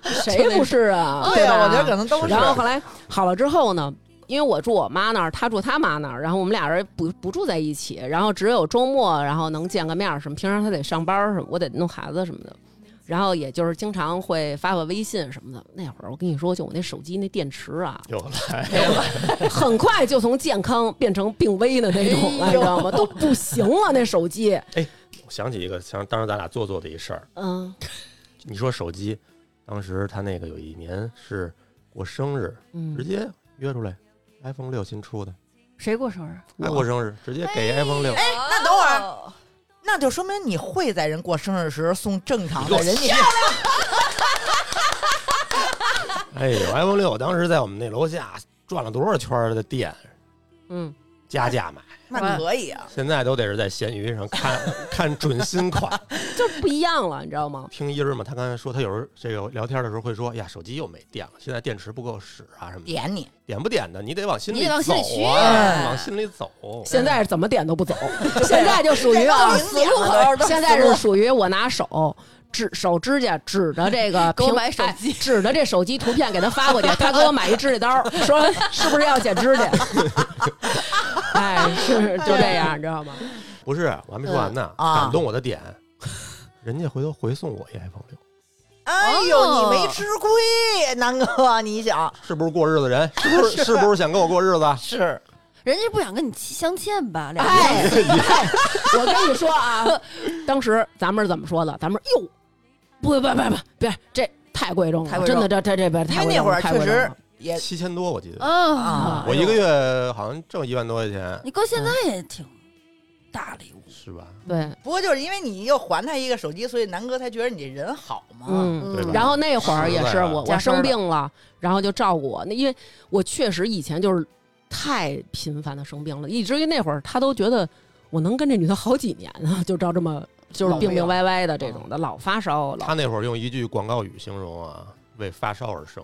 谁不是啊？
对
吧？
啊，我觉得可能都是。
然后后来好了之后呢，因为我住我妈那儿，她住她妈那儿，然后我们俩人不不住在一起，然后只有周末，然后能见个面儿什么。平常她得上班儿什么，我得弄孩子什么的。然后也就是经常会发发微信什么的。那会儿我跟你说，就我那手机那电池啊，
又来
很快就从健康变成病危的那种了，你知道吗？都不行了，那手机。
我想起一个，想当时咱俩做做的一事儿。
嗯
你说手机，当时他那个有一年是过生日，直
嗯，
接约出来，iPhone 六新出的，
谁过生日？
哎，过生日直接给 iPhone 六，
哎那等会儿那就说明你会在人过生日时送正常的人家
哎有 iPhone 六，当时在我们那楼下转了多少圈儿的店，
嗯，
加价买，
那可以啊。
现在都得是在闲鱼上看看准新款，
就不一样了，你知 道吗？
听音儿嘛。他刚才说他有时候这个聊天的时候会说，哎呀，手机又没电了，现在电池不够使啊什么的，
点你，
点不点的，你得往心
你
里
得往
走
心里去
啊，
哎
往心里走。
现在怎么点都 不走，现在就属于啊，
这都是零点了都
现在是属于我拿手指手指甲指着 这个
给我
屏
买手
哎
机
指着这手机图片给他发过去，他给我买一指 甲刀，说是不是要剪指甲？ 哎，是就这样，你知 道吗？
不是，我还没说完呢，
嗯啊
感动我的点，人家回头回送我一 iPhone 六，
哎呦，你没吃亏，南哥，你
哦
想
是不是过日子人？是不是是不是想跟我过日子？
是
人家不想跟你相见吧？俩人
哎，哎 我跟你说啊，当时咱们是怎么说的？咱们说哟，不不不不，别这太贵重
太
了，
贵
真
重
的这这这边
因
太
为
贵
那
重
会
了，
儿
太
确
贵重
实
了。
也
七千多我记得，
啊，
啊，
我一个月好像挣一万多块钱，
你搁现在也挺大礼物。
是吧？
对，
不过就是因为你又还他一个手机，所以南哥才觉得你这人好嘛。
嗯。
对吧
然后那会儿也
实
是
在啊
我
加分
我生
了
病了，然后就照顾我。那因为我确实以前就是太频繁的生病了，以至于那会儿他都觉得我能跟这女的好几年啊，就照这么就是
老
病病
病
歪歪的这种的，老发烧，老
他那会儿用一句广告语形容啊，为发烧而生。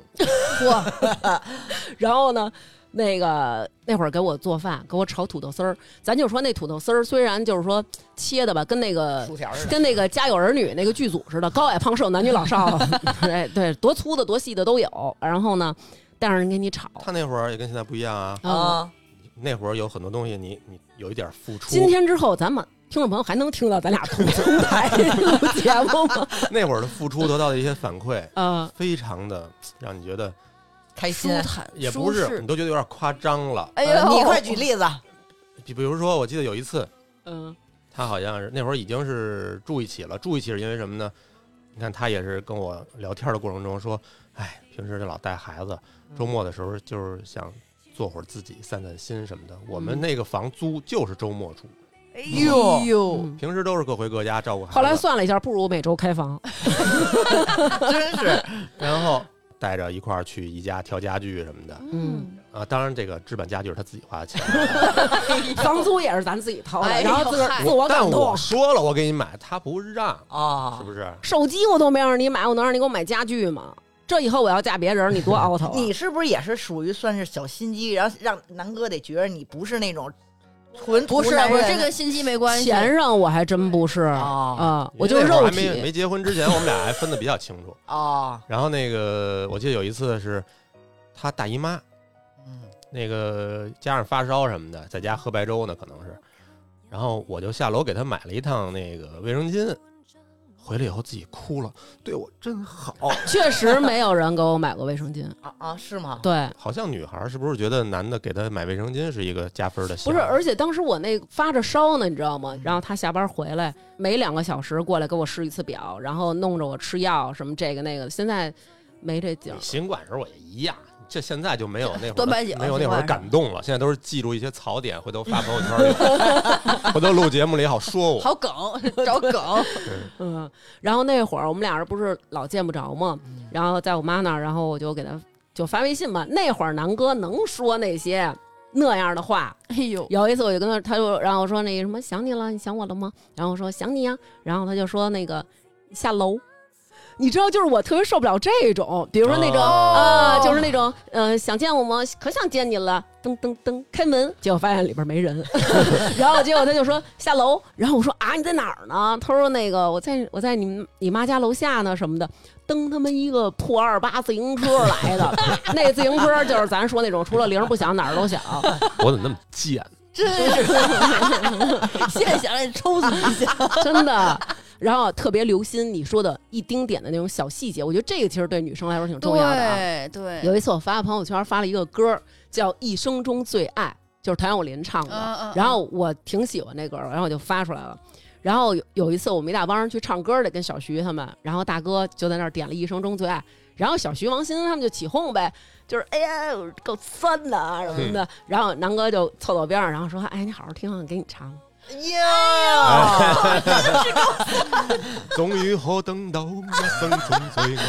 然后呢，那个那会儿给我做饭，给我炒土豆丝儿。咱就说那土豆丝儿，虽然就是说切的吧，跟那个
薯条似的，
跟那个《家有儿女》那个剧组似的，高矮胖瘦、男女老少， 哎，对，多粗的多细的都有。然后呢，但是人给你炒。
他那会儿也跟现在不一样啊，
哦
啊，
啊，
那会儿有很多东西你你有一点付出。
今天之后，咱们听众朋友还能听到咱俩同同台录节目 吗？
那会儿的付出得到的一些反馈，
啊，
非常的让你觉得
开心。
舒坦
也不
舒
是，
适
你都觉得有点夸张了。
哎
呃
呦，
你快举例子，
比比如说，我记得有一次，
嗯
他好像是那会儿已经是住一起了，住一起是因为什么呢？你看他也是跟我聊天的过程中说，哎，平时就老带孩子，
嗯
周末的时候就是想做会儿自己散散心什么
嗯
的。我们那个房租就是周末住，
哎
哎
呦，
呦，
嗯。
平时都是各回各家照顾孩子。
后来算了一下，不如每周 开房。
哎
真是
然后带着一块儿去宜家挑家具什么的
嗯，
啊。当然，这个置办家具是他自己花的钱，
房租也是咱自己掏的，
哎呦
然后自个儿
嗨
自 我
但
感动
我。说了我给你买，他不让，
啊
是，不是？
手机我都没让你买，我能让你给我买家具吗？这以后我要嫁别人，你多 out 啊！
你是不是也是属于算是小心机，然后让南哥得觉得你不是那种纯
不是
图男
不是，
人
这跟心机没关系。哦
钱上我还真不是啊、
啊
我就
那会儿
肉
还没
体
没结婚之前，我们俩还分的比较清楚。
啊，
然后那个我记得有一次是他大姨妈，
嗯，
那个加上发烧什么的，在家喝白粥呢，可能是。然后我就下楼给他买了一趟那个卫生巾，回来以后自己哭了，对我真好。
确实没有人给我买过卫 生巾。
啊啊，是吗？
对，
好像女孩是不是觉得男的给她买卫生巾是一个加分的行
不
为？
是，而且当时我那发着烧呢，你知道吗？然后他下班回来，每两个小时过来给我试一次表，然后弄着我吃药什么这个那个的。现在没这劲儿
你，新管时候我也一样，这现在就没有 那会儿
端白酒
的没有那会
是
儿
吧
感动了，现在都是记住一些槽点，回头发朋友 圈里，回头录节目里好说我。
好梗，找梗。
嗯。然后那会儿我们俩人不是老见不着吗？然后在我妈那儿，然后我就给他就发微信吧。那会儿南哥能说那些那样的话，
哎呦，
有一次我就跟他，他就让我说那个什么想你了，你想我了吗？然后我说想你呀，然后他就说那个你下楼。你知道，就是我特别受不了这种，比如说那种啊、
哦
就是那种，呃，想见我吗？可想见你了，噔噔噔，开门，结果发现里边没 人，然后结果他就说下楼，然后我说啊，你在哪儿呢？他说那个我在我在你们你妈家楼下呢什么的，蹬他妈一个破二八自行车来 的，那自行车就是咱说那种除了铃儿不响哪儿都 响，
我怎么那么贱？
真是，现在想让你抽死一下。
真的。然后特别留心你说的一丁点的那种小细节，我觉得这个其实对女生来说挺 重要的啊。
对对，
有一次我发朋友圈发了一个歌儿叫《一生中最爱》，就是谭咏麟唱的，
嗯嗯
然后我挺喜欢那歌儿，然后我就发出来了。然后有有一次我们一大帮人去唱歌儿的，跟小徐他们，然后大哥就在那儿点了一生中最爱，然后小徐、王鑫他们就起哄呗，就是哎呀够酸的啊什么
嗯
的。然后南哥就凑到边上，然后说：“哎，你好好听，我给你唱。
哎
哦
哟，
哎
终于可等到一生中最爱。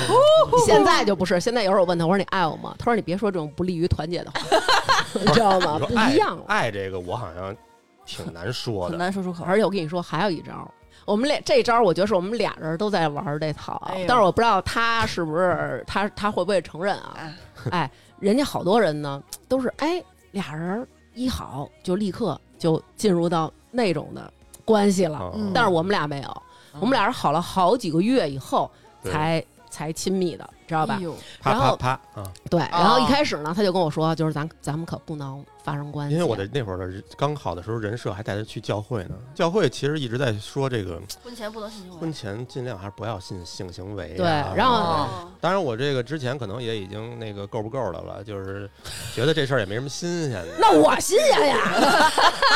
现在就不是，现在有时候我问他，我说你爱我吗？他说你别说这种不利于团结的话， 你知道 吗？
你
不
说爱
一样了。
爱这个我好像挺难说
很
的，
难说出口。
而且我跟你说，还有一招，我们俩这招，我觉得是我们俩人都在玩这套啊
哎呦，
但是我不知道他是不是他他会不会承认啊？哎，人家好多人呢都是哎俩人一好就立刻就进入到那种的关系了，
嗯
但是我们俩没有，嗯
嗯
我们俩人好了好几个月以后才才亲密的，知道吧
哎？呦哦
啪
然
啪
后
啪啊！
对，然后一开始呢，他就跟我说，就是咱咱们可不能发生关系，啊
因为我的那会儿的刚好的时候，人设还带他去教会呢。教会其实一直在说这个
婚前不能性行为
婚。前尽量还是不要性性行为、
对
啊。
然后
对
哦
当然我这个之前可能也已经那个够不够的了，就是觉得这事儿也没什么新鲜的。
那我新鲜呀。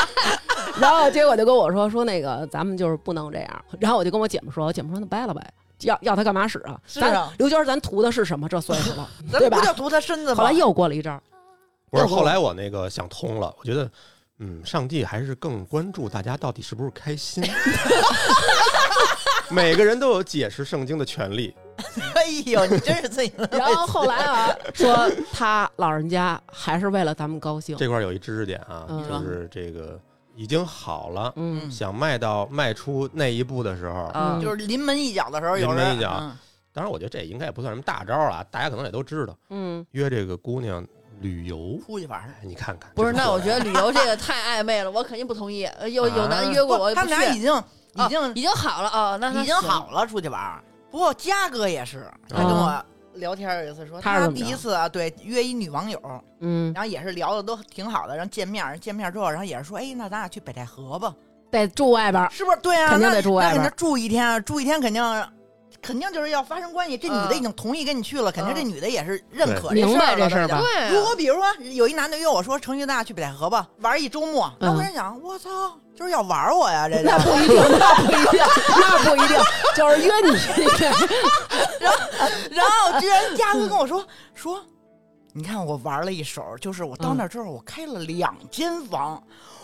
然后结果就跟我说说那个咱们就是不能这样。然后我就跟我姐们说，我姐们说那掰了呗，要要他干嘛使啊？
是啊
咱刘娟，咱图的是什么？这算什么？
咱
对
不
吧
就图他身子吗？
后来又过了一阵儿，
不是，
那我
后来我那个想通了，我觉得，嗯，上帝还是更关注大家到底是不是开心。 每个人都有解释圣经的权利，
哎呦，你真是自己。
然后后来啊，说他老人家还是为了咱们高兴。
这块儿有一知识点啊，
嗯
就是这个已经好了，
嗯，
想迈到迈出那一步的时候，
啊，
嗯
就是临门一脚的时候，有
临门
人
一脚
嗯
当然我觉得这应该也不算什么大招啊，大家可能也都知道，
嗯，
约这个姑娘旅游，
出去玩
哎，你看看，
不是，
这就
那我
来
觉得旅游这个太暧昧了，我肯定不同意。呃有有男约
不
过我，
他们俩
俩
已经已经
哦已经好了啊，那那
已经
行
好了，出去玩儿。不过嘉哥也是，他跟我聊天儿有一次说，
哦他是
他
怎么
第
着
一次啊，对，约一女网友，
嗯，
然后也是聊的都挺好的，然后见面儿，见面儿之后，然后也是说，哎，那咱俩去北戴河吧，
得住外边儿。
是不是？对啊，
肯定
那
得住外
那肯
边
定住一天啊，住一天肯定。肯定就是要发生关系，这女的
嗯
已经同意跟你去了，肯定
嗯
这女的也是认可
明白
这
这事儿吧
了
对，
如果比如说有一男的约我说程序大去北戴河吧，玩一周末，那
嗯
我心想，我操，就是要玩我呀， 这
那
个。
不一定，那不一定， 那不一定，就是约你，
然后居然嘉哥跟我说 说，你看我玩了一手，就是我到那儿之后我开了两间房，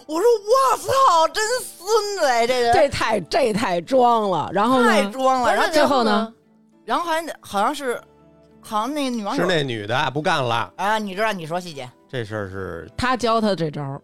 我说我操，真孙子哎，这人
这太这太装了。然后
太
呢？
装了。然后
最后呢？
然后还好像是好像那个女网
是
友
那女的不干了，
啊，你知道你说细节，
这事儿是
他教他这招儿，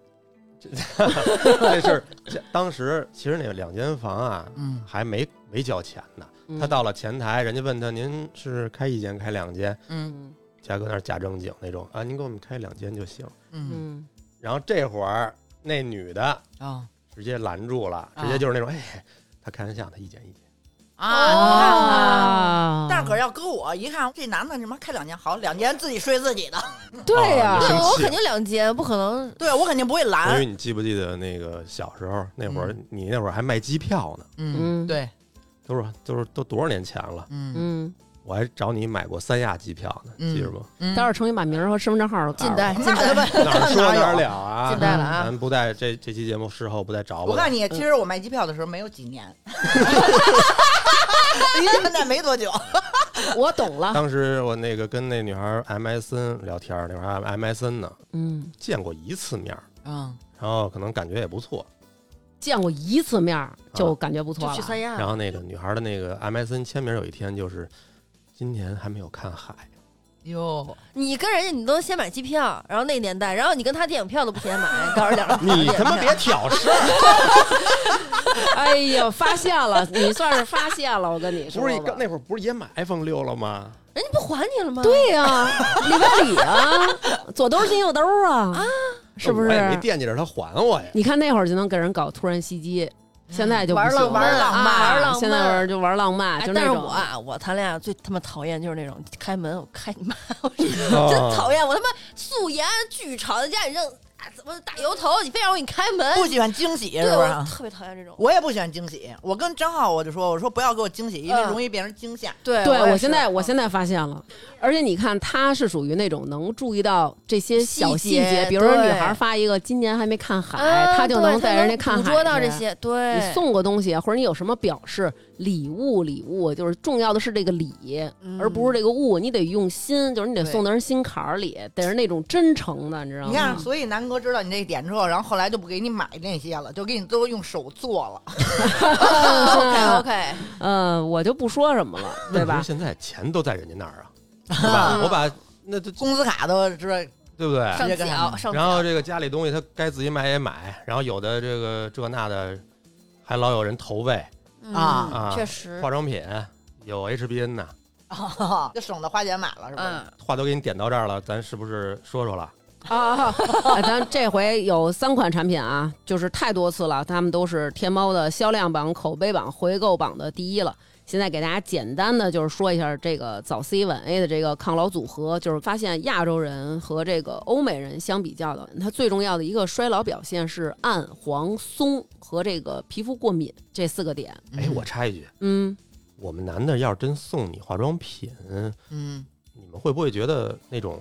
这事儿， 当时其实那两间房啊
嗯
还没没交钱呢，
嗯
他到了前台，人家问他您是开一间开两间，
嗯
嘉哥那儿假正经那种啊，您给我们开两间就行。
嗯
嗯，
然后这会儿那女的
啊
直接拦住了，直接就是那种哎，他开玩笑，他一间一间。
啊！
但是可是要搁我一看，这男的你妈开两间，好，两间自己睡自己的，
对呀、
哦
对，
生
我
气
肯定两间，不可能。
对我肯定不会
所
拦
以。你记不记得那个小时候那会儿，
嗯
你那会儿还卖机票呢？
嗯
对，
都是都是都多少年前了，
嗯
嗯，
我还找你买过三亚机票呢，
嗯
记着吗？
嗯
待会儿重新把名儿和身份证号儿告诉
近
我
代，近
那
代，
呗，
哪儿说哪
哪
儿
有
了啊
近？代了啊！
咱不带这这期节目事后不带找
我告诉
的。
你，其实我卖机票的时候没有几 年，离现在没多久。
我懂了。
当时我那个跟那女孩 MSN 聊天儿，那会儿还 MSN 呢，
嗯，
见过一次面儿，
嗯，
然后可能感觉也不错。
见过一次面儿就感觉不错
就
了。
去三亚
然，后那个女孩的那个 MSN 签名有一天就是今年还没有看海，
哟，
你跟人家你都先买机票，然后那年代，然后你跟他电影票都不先 买，到时候两人
你他妈别挑事儿，
哎呀，发现了，你算是发现了，我跟你说
不是
吧
那会儿不是也买 iPhone 六了吗？
人家不还你了吗？，
对呀、 里边里啊，左兜进右兜啊，啊，是不是
我？也没惦记着他还我呀。
你看那会儿就能给人搞突然袭击，现在就不
玩
行
浪漫
了啊
玩浪漫
现在玩就玩浪漫，
哎
就
但
那
是
种。
我啊，我谈恋爱最他妈讨厌就是那种 开门我开你妈，我
哦
真讨厌，我他妈素颜巨长，家里扔。哎怎么大油头，你非让我给你开门，
不喜欢惊喜是
嗯对
不
我
是？
特别讨厌这种。
我也不喜欢惊喜，我跟张浩我就说，我说不要给我惊喜，因为
嗯
容易变成惊吓。
对
对
我也
现
是嗯
在我现在发现了，而且你看，他是属于那种能注意到这些小
细
细
节
节，比如说
对
女孩发一个今年还没看海，
啊
他就
对
能带人家看
捕
海。
捉到这。些，对，
你送个东西，或者你有什么表示，礼物，礼物就是重要的是这个礼，
嗯
而不是这个物，你得用心，就是你得
对
送到人心坎儿里，得是那种真诚的，
嗯
你知道吗？
你看，所以南哥知道你这一点之后，然后后来就不给你买那些了，就给你都用手做了。
啊
OK OK，
啊
嗯，我就不说什么了，对
问
吧
题是？现在钱都在人家那儿啊，对吧？我把那都
工资卡都知道，
对不对？
上
接
脚
干
上脚，
然后这个家里东西他该自己买也买，然后有的这个这那的，还老有人投喂
嗯
啊
确实
化，妆品，有 HBN 呐、
就省得花钱买了，是吧？
嗯，
话都给你点到这儿了，咱是不是说说了？
啊， 哎咱这回有三款产品啊，就是太多次了，他们都是天猫的销量榜、口碑榜、回购榜的第一了。现在给大家简单的就是说一下这个早 C 晚 A 的这个抗老组合，就是发现亚洲人和这个欧美人相比较的，它最重要的一个衰老表现是暗黄松和这个皮肤过敏这四个点。
哎，我插一句，
嗯，
我们男的要是真送你化妆品，
嗯，
你们会不会觉得那种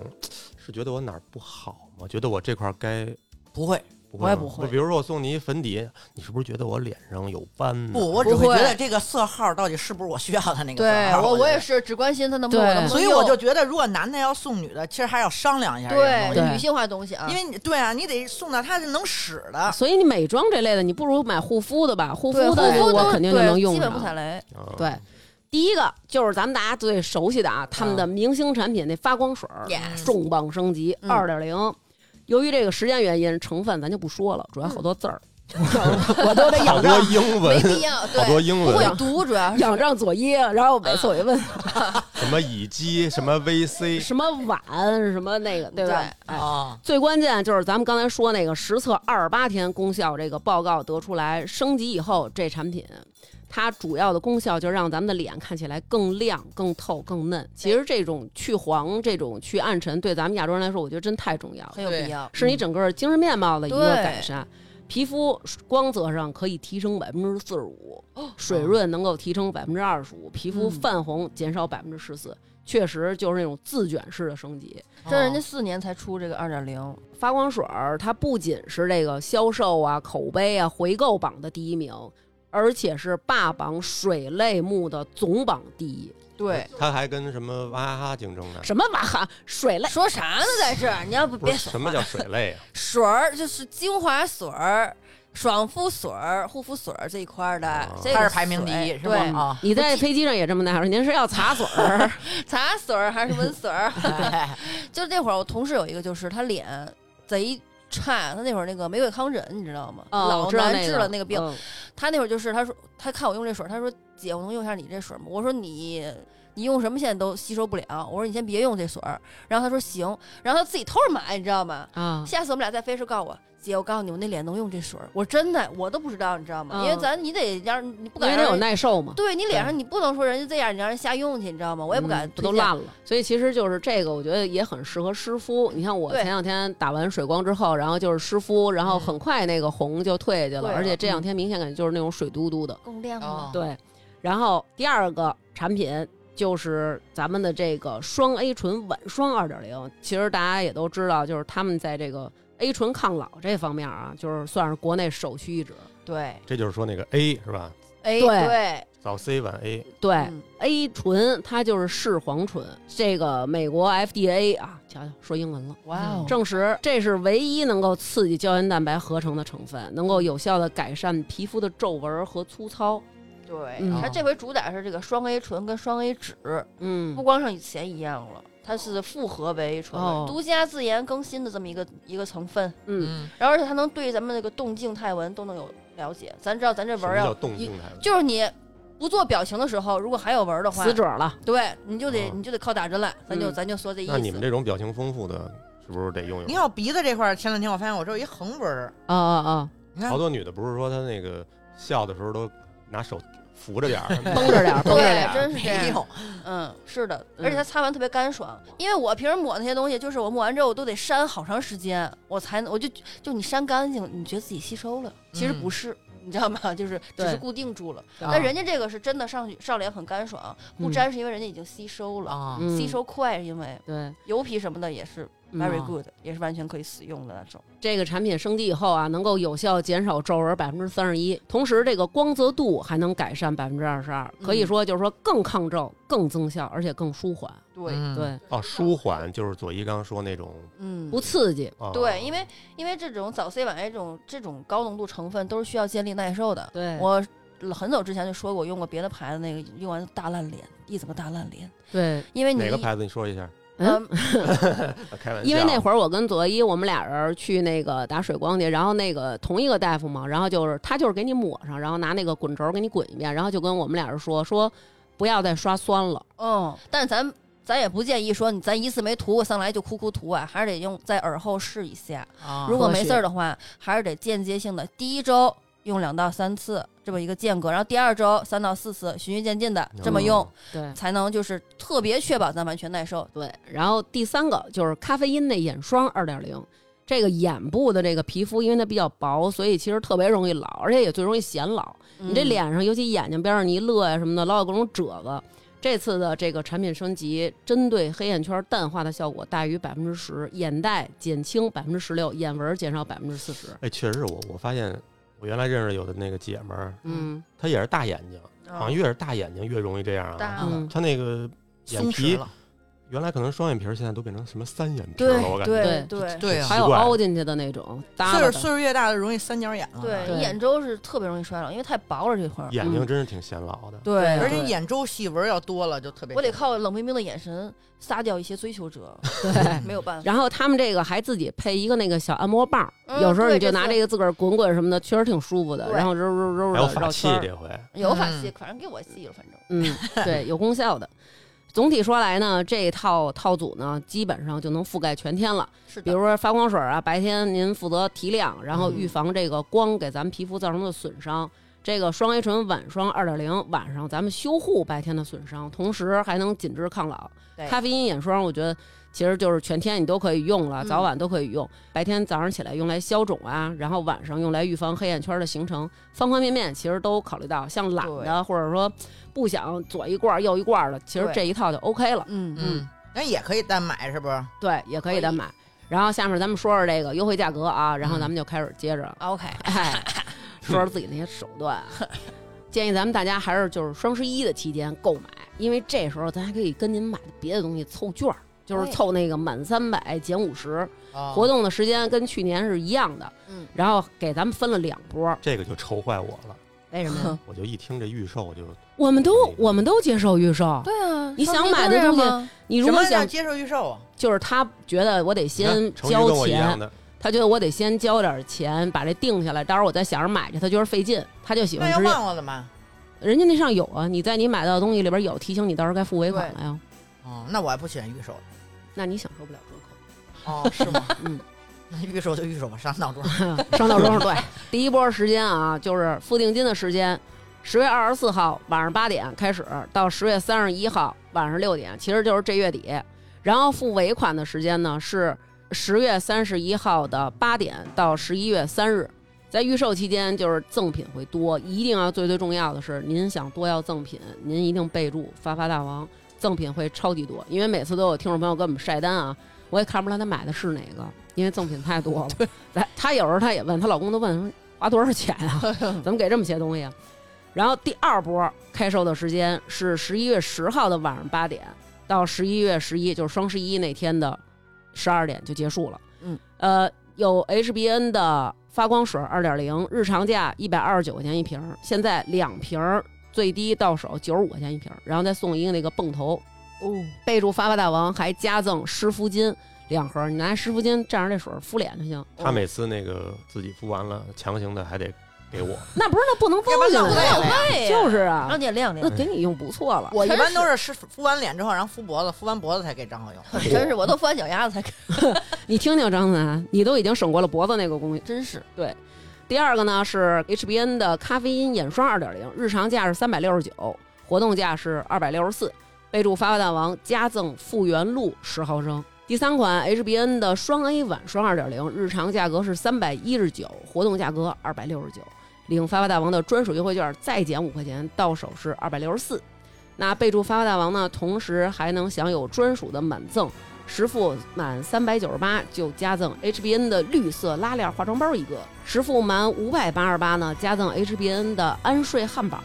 是觉得我哪儿不好吗？觉得我这块儿该
不会，
不
我也
吗
不会
比如说我送你一粉底，你是不是觉得我脸上有斑呢？啊
不，我只会
不会
觉得这个色号到底是不是我需要的那个色
对
号。
我我也
觉
是只关心他能不能
对
能
得，
不
所
能
以
用，
我就觉得，如果男的要送女的，其实还要商量一下这个东西。
对
对
女性化的东西啊，
因为你对啊，你得送到他是能使的。
所以你美妆这类的，你不如买护肤的吧，护肤
对护
的
肤
我
都
肯定就
对
能用
基
上。
本不踩 雷，
啊
对，第一个就是咱们大家最熟悉的啊，他们的明星产品那发光水儿
Yes
重磅升级
嗯
二点零。由于这个时间原因，成分咱就不说了，主要好多字儿，
我都得
好
咬
多
着。
英
没
文，
必要，
好多
对，
英
不会啊
文，
读主要是
仰仗左一。然后每次我就问
什么乙基，什么 VC，
什么碗，什么那个，对吧？哎
啊，
最关键就是咱们刚才说那个实测二十八天功效这个报告得出来，升级以后这产品，它主要的功效就是让咱们的脸看起来更亮、更透、更嫩。其实这种去黄、这种去暗沉，对咱们亚洲人来说，我觉得真太重要了，
很
嗯
有必要，
是你整个精神面貌的一个
对
改善。皮肤光泽上可以提升百分之四十五，水润能够提升百分之二十五，皮肤
哦嗯
泛红减少百分之十四，确实就是那种自卷式的升级。
这
哦
人家四年才出这个二点零，
发光水儿，它不仅是这个销售啊、口碑啊、回购榜的第一名，而且是霸榜水类目的总榜第一。
对，
他还跟什么娃哈哈竞争呢？
什么玩意儿？水 类？
说啥呢在这儿？你要不
不
别
是什么叫水类啊？
水儿就是精华水儿、爽肤水儿、护肤水儿这一块儿的
哦，
这个
他是排名第一，
水
是
对
吧？啊，
你在飞机上也这么大说？您是要茶水儿？
茶水儿还是温水儿？
哎
就是那会儿我同事有一个，就是他脸贼差，他那会儿那个玫瑰康枕，你知道吗？
哦
老
我知道
难
那
治了那 个病。
嗯
他那会儿就是他说他看我用这水儿，他说姐我能用一下你这水儿吗？我说你。你用什么现在都吸收不了，我说你先别用这水儿，然后他说行，然后他自己偷着买，你知道吗？
啊，
下次我们俩再飞时候告诉我，姐，我告诉你，我那脸能用这水儿，我真的我都不知道，你知道吗？
嗯
因为咱你得让你不
因为
敢
它
让
有
人，
耐受嘛。
对你脸上你不能说人家这样，你让人瞎用去，你知道吗？我也不敢
嗯
推
不
荐，
都烂了。所以其实就是这个，我觉得也很适合湿敷。你看我
对
前两天打完水光之后，然后就是湿敷，然后很快那个红就嗯退下去了，
对
嗯
了
而且这两天明显感觉就是那种水嘟嘟的。
更亮
哦
了。
对，然后第二个产品就是咱们的这个双 A 醇晚霜二点零。其实大家也都知道，就是他们在这个 A 醇抗老这方面啊，就是算是国内首屈一指。
对，
这就是说那个 A 是吧？
哎，
对
对，
早 C 晚 A，
对、
嗯
A 醇它就是视黄醇，这个美国 FDA 啊，瞧瞧说英文了。
哇
哦
证实这是唯一能够刺激胶原蛋白合成的成分，能够有效的改善皮肤的皱纹和粗糙。
对
嗯，
它这回主打是这个双 A 醇跟双 A 酯，
嗯
不，光像以前一样了。它是复合维 A 醇了，
哦
独家自研更新的这么一个一个成分，
嗯，
嗯
然后而且它能对咱们那个动静态纹都能有了解。咱知道咱这
什
纹
么
儿
叫
要
动
一
静态纹？
就是你不做表情的时候，如果还有纹儿的话，
死褶了。
对，你就得、
嗯
你就得靠打针来，咱就、
嗯
咱就说这意思。
那你们这种表情丰富的，是不是得用
你
用？
看我鼻子这块儿，前两天我发现我这有一横纹儿，
哦
啊啊啊！
你看
好多女的不是说她那个笑的时候都拿手扶着点 儿，
绷着点儿，绷着点
对，
儿。
真是这
没
样。
有，
嗯，是的，
嗯
而且它擦完特别干爽，因为我平时抹那些东西，就是我抹完之后我都得扇好长时间，我才能我就就你扇干净，你觉得自己吸收了，其实不是。你知道吗？ 就是只是
嗯对
固定住了，
啊
但人家这个是真的上去上脸很干爽，不
嗯
粘是因为人家已经吸收了，
啊，
嗯
吸收快，因为
对
油皮什么的也是
嗯
very good，、也是完全可以使用的那种。
这个产品升级以后啊，能够有效减少皱纹百分之三十一，同时这个光泽度还能改善百分之二十二，可
嗯
以说就是说更抗皱、更增效，而且更舒缓。
对，
嗯，
对，
哦，舒缓就是左一刚说那种，
嗯，
不刺激。
啊、
对，因为因为这种早 C 晚 A 这种这种高浓度成分都是需要建立耐受的。
对，
我很早之前就说过，用过别的牌子那个，用完大烂脸，一整个大烂脸，
对，
因为你
哪个牌子你说一下？啊呃
嗯，
开玩笑，
因为那会儿我跟佐伊，我们俩人去那个打水光去，然后那个同一个大夫嘛，然后就是他就是给你抹上，然后拿那个滚轴给你滚一遍，然后就跟我们俩人说说不要再刷酸了。
嗯，但是咱咱也不建议说你咱一次没涂过，上来就哭哭涂啊，还是得用在耳后试一下。
啊
如果
科
没
学
事儿的话，还是得间接性的，第一周用两到三次这么一个间隔，然后第二周三到四次，循序渐进的这么用，
对，
才能就是特别确保咱完全耐受。
对，然后第三个就是咖啡因的眼霜二点零，这个眼部的这个皮肤，因为它比较薄，所以其实特别容易老，而且也最容易显老。你这
嗯
脸上，尤其眼睛边上，你一乐呀、什么的，老有各种褶子。这次的这个产品升级，针对黑眼圈淡化的效果大于百分之十，眼袋减轻百分之十六，眼纹减少百分之四十。
哎，确实是我我发现我原来认识有的那个姐们儿，
嗯，
她也是大眼睛，
哦
好像
嗯
越是大眼睛越容易这样
大
啊。
了
嗯
她那个眼
松弛
皮
了，
原来可能双眼皮儿，现在都变成什么三眼皮儿了，
对
我感觉。
对
对
对
对啊
还有
奇怪
凹进去的那种，耷
岁数
拉的
岁数越大的容易三角眼了，
对，
对
眼周是特别容易衰老，因为太薄了这块儿。
嗯眼睛真是挺显老的。
嗯对
而且眼周细纹要多了就特别，
我得靠冷冰冰的眼神杀掉一些追求 者，
对。
没有办法。
然后他们这个还自己配一个那个小按摩棒，
嗯
有时候
对
你
这
就拿
次
这个自个儿滚滚什么的，确实挺舒服的。
对
然后揉揉揉
还
揉的
有法
绕
器
圈儿，
这回，
有法系，
嗯
反正给我系了，反正
嗯， 对，有功效的。总体说来呢，这套套组呢，基本上就能覆盖全天了。
是的。
比如说发光水啊，白天您负责提亮，然后
嗯
预防这个光给咱们皮肤造成的损伤。这个双 A 醇晚霜二点零，晚上咱们修护白天的损伤，同时还能紧致抗老
对。
咖啡因眼霜，我觉得其实就是全天你都可以用了，
嗯
早晚都可以用。白天早上起来用来消肿啊，然后晚上用来预防黑眼圈的形成，方方面面其实都考虑到。像懒的或者说不想左一罐儿右一罐儿的，其实
对
这一套就 OK 了。
嗯
嗯，那也可以单买是不是？
对，也可
可
以单
以
买。然后下面咱们说说这个优惠价格啊，然后咱们就开始 接着，
，OK，
哎，说说自己那些手段啊。建议咱们大家还是就是双十一的期间购买，因为这时候咱还可以跟您买的别的东西凑券儿，就是
对
凑那个满三百减五十，
啊
活动的时间跟去年是一样的。
嗯，
然后给咱们分了两波，
这个就愁坏我了。
为什么呀？
我就一听这预售，我就
我们都我们都接受预售，
对啊，
你
双
想
十一
买
都
的
这样
东西
吗
你如
什
果
么叫
想，
接受预售啊？
就是他觉得我得
你
先
嗯看成语
交
跟我一
钱，
样的，
他觉得我得先交点钱把这定下来，到时候我再想着买去，他觉得费劲，他就喜
那
欢
要
直接。
忘了怎么办？
人家那上有啊，你在你买到的东西里边有提醒你，到时候该付尾款了呀。
哦，那我还不喜欢预售。
那你享受不了折
哦，是 吗？
嗯，
那预售就预售吧，上闹钟。
扣。上到桌上对， 第一波时间啊，就是付定金的时间，十月二十四号晚上八点开始，到十月三十一号晚上六点，其实就是这月底。然后付尾款的时间呢是十月三十一号的八点到十一月三日。在预售期间，就是赠品会多，一定要最最重要的是，您想多要赠品，您一定备注“发发大王”，赠品会超级多。因为每次都有听众朋友跟我们晒单啊，我也看不出来他买的是哪个，因为赠品太多了。来，她有时候她也问，她老公都问说花多少钱啊？怎么给这么些东西啊？然后第二波开售的时间是十一月十号的晚上八点到十一月十一，就是双十一那天的十二点就结束了。
嗯，
呃，有 HBN 的发光水二点零，日常价一百二十九块钱一瓶儿，现在两瓶儿最低到手九十五块钱一瓶儿，然后再送一个那个泵头，
哦，
备注发发大王，还加赠湿敷巾两盒儿，你拿湿敷巾蘸着这水儿敷脸就行。
他每次那个自己敷完了，强行的还得给我。
那不是那不能
要不
风
然
景
浪费了呀
就是
让
啊，
你也亮
那
亮，
给你用不错了。
我一般都是是敷完脸之后，然后敷脖子，敷完脖子才给张好友。
真是我都翻脚丫子才，
你听听张楠，你都已经省过了脖子那个工，
真是
对。第二个呢是 HBN 的咖啡因眼霜二点零，日常价是三百六十九，活动价是二百六十四，备注“发发大王”加赠复原露十毫升。第三款 HBN 的双 A 晚霜二点零，日常价格是三百一十九，活动价格二百六十九，领发发大王的专属优惠券，再减五块钱，到手是二百六十四。那备注发发大王呢，同时还能享有专属的满赠，实付满三百九十八就加赠 HBN 的绿色拉链化妆包一个，实付满五百八十八呢加赠 HBN 的安睡汉堡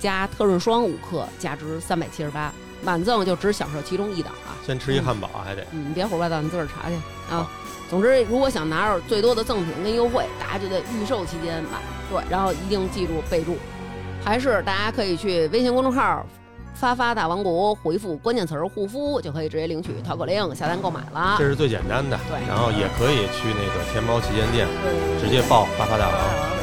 加特润霜五克，价值三百七十八，满赠就只享受其中一档啊。
先吃一汉堡还得
嗯，你别胡说八道，你自个儿查去啊。总之，如果想拿着最多的赠品跟优惠，大家就在预售期间买。对，然后一定记住备注。还是大家可以去微信公众号“发发大王国”回复关键词儿“护肤”，就可以直接领取淘口令下单购买了
这。是最简单的
对，
然后也可以去那个钱包旗舰店直接报发发大
嗯
王。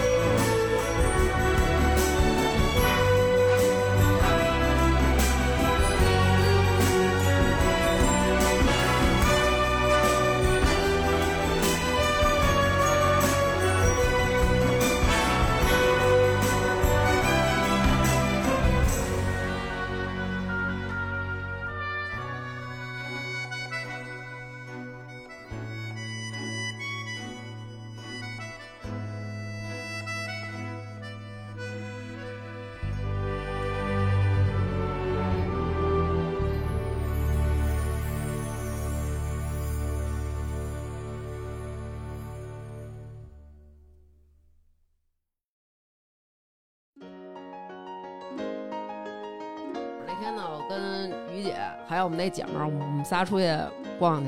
那天呢，我跟于姐还有我们那姐们儿，我们仨出去逛去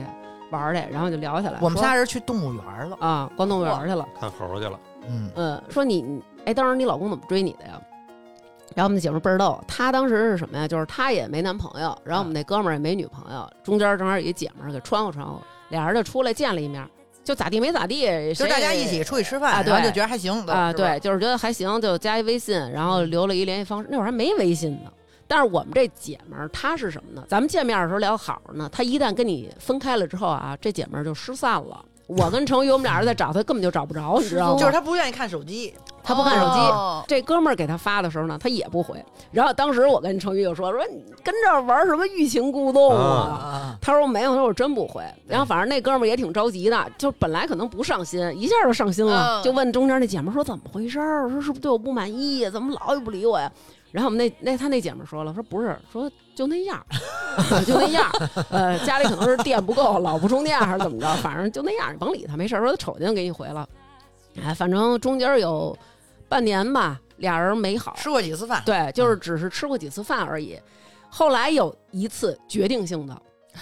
玩儿去，然后就聊起来。
我们仨
说
人去动物园了，
啊，逛动物园儿去了。
看猴去了，
嗯，
嗯，说你，你哎，当时你老公怎么追你的呀？然后我们那姐们儿倍儿逗，她当时是什么呀？就是她也没男朋友，然后我们那哥们儿也没女朋友，中间正好有一姐们儿给穿和穿和，俩人就出来见了一面，就咋地没咋地，
就是
谁
大
也
家一起出去吃
啊
饭，
对
然后就觉得还行
啊，
是吧嗯
对，就是觉得还行，就加一微信，然后留了一联系方式。那会儿还没微信呢。但是我们这姐们儿她是什么呢？咱们见面的时候聊好呢，她一旦跟你分开了之后啊，这姐们儿就失散了。我跟程宇，我们俩人在找她，根本就找不着，你知道吗？
就是他不愿意看手机，
她不看手机，
哦
这哥们儿给他发的时候呢，他也不回。然后当时我跟程宇就说：“说你跟这儿玩什么欲擒故纵啊？”
啊，
他说：“没有，他说我真不回。”然后反正那哥们儿也挺着急的，就本来可能不上心，一下就上心了，
嗯
就问中间那姐们儿说：“怎么回事儿？说是不是对我不满意啊呀？怎么老也不理我呀？”然后我们那那他那姐们儿说了：“说不是，说就那样儿， 就那样儿。呃，家里可能是电不够，老不充电还是怎么着，反正就那样儿，你甭理他，没事儿。说他瞅见就给你回了，哎，反正中间有半年吧，俩人没好，
吃过几次饭，
对，就是只是吃过几次饭而已。后来有一次决定性的，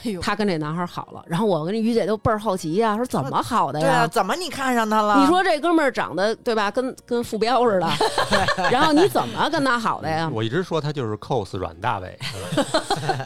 哎呦，
她跟这男孩好了，然后我跟于姐就倍儿好奇呀、说怎么好的
对啊，
呀？
怎么你看上他了？
你说这哥们儿长得对吧，跟跟副标似的，然后你怎么跟他好的 呀？
我一直说他就是 cos 阮 大伟，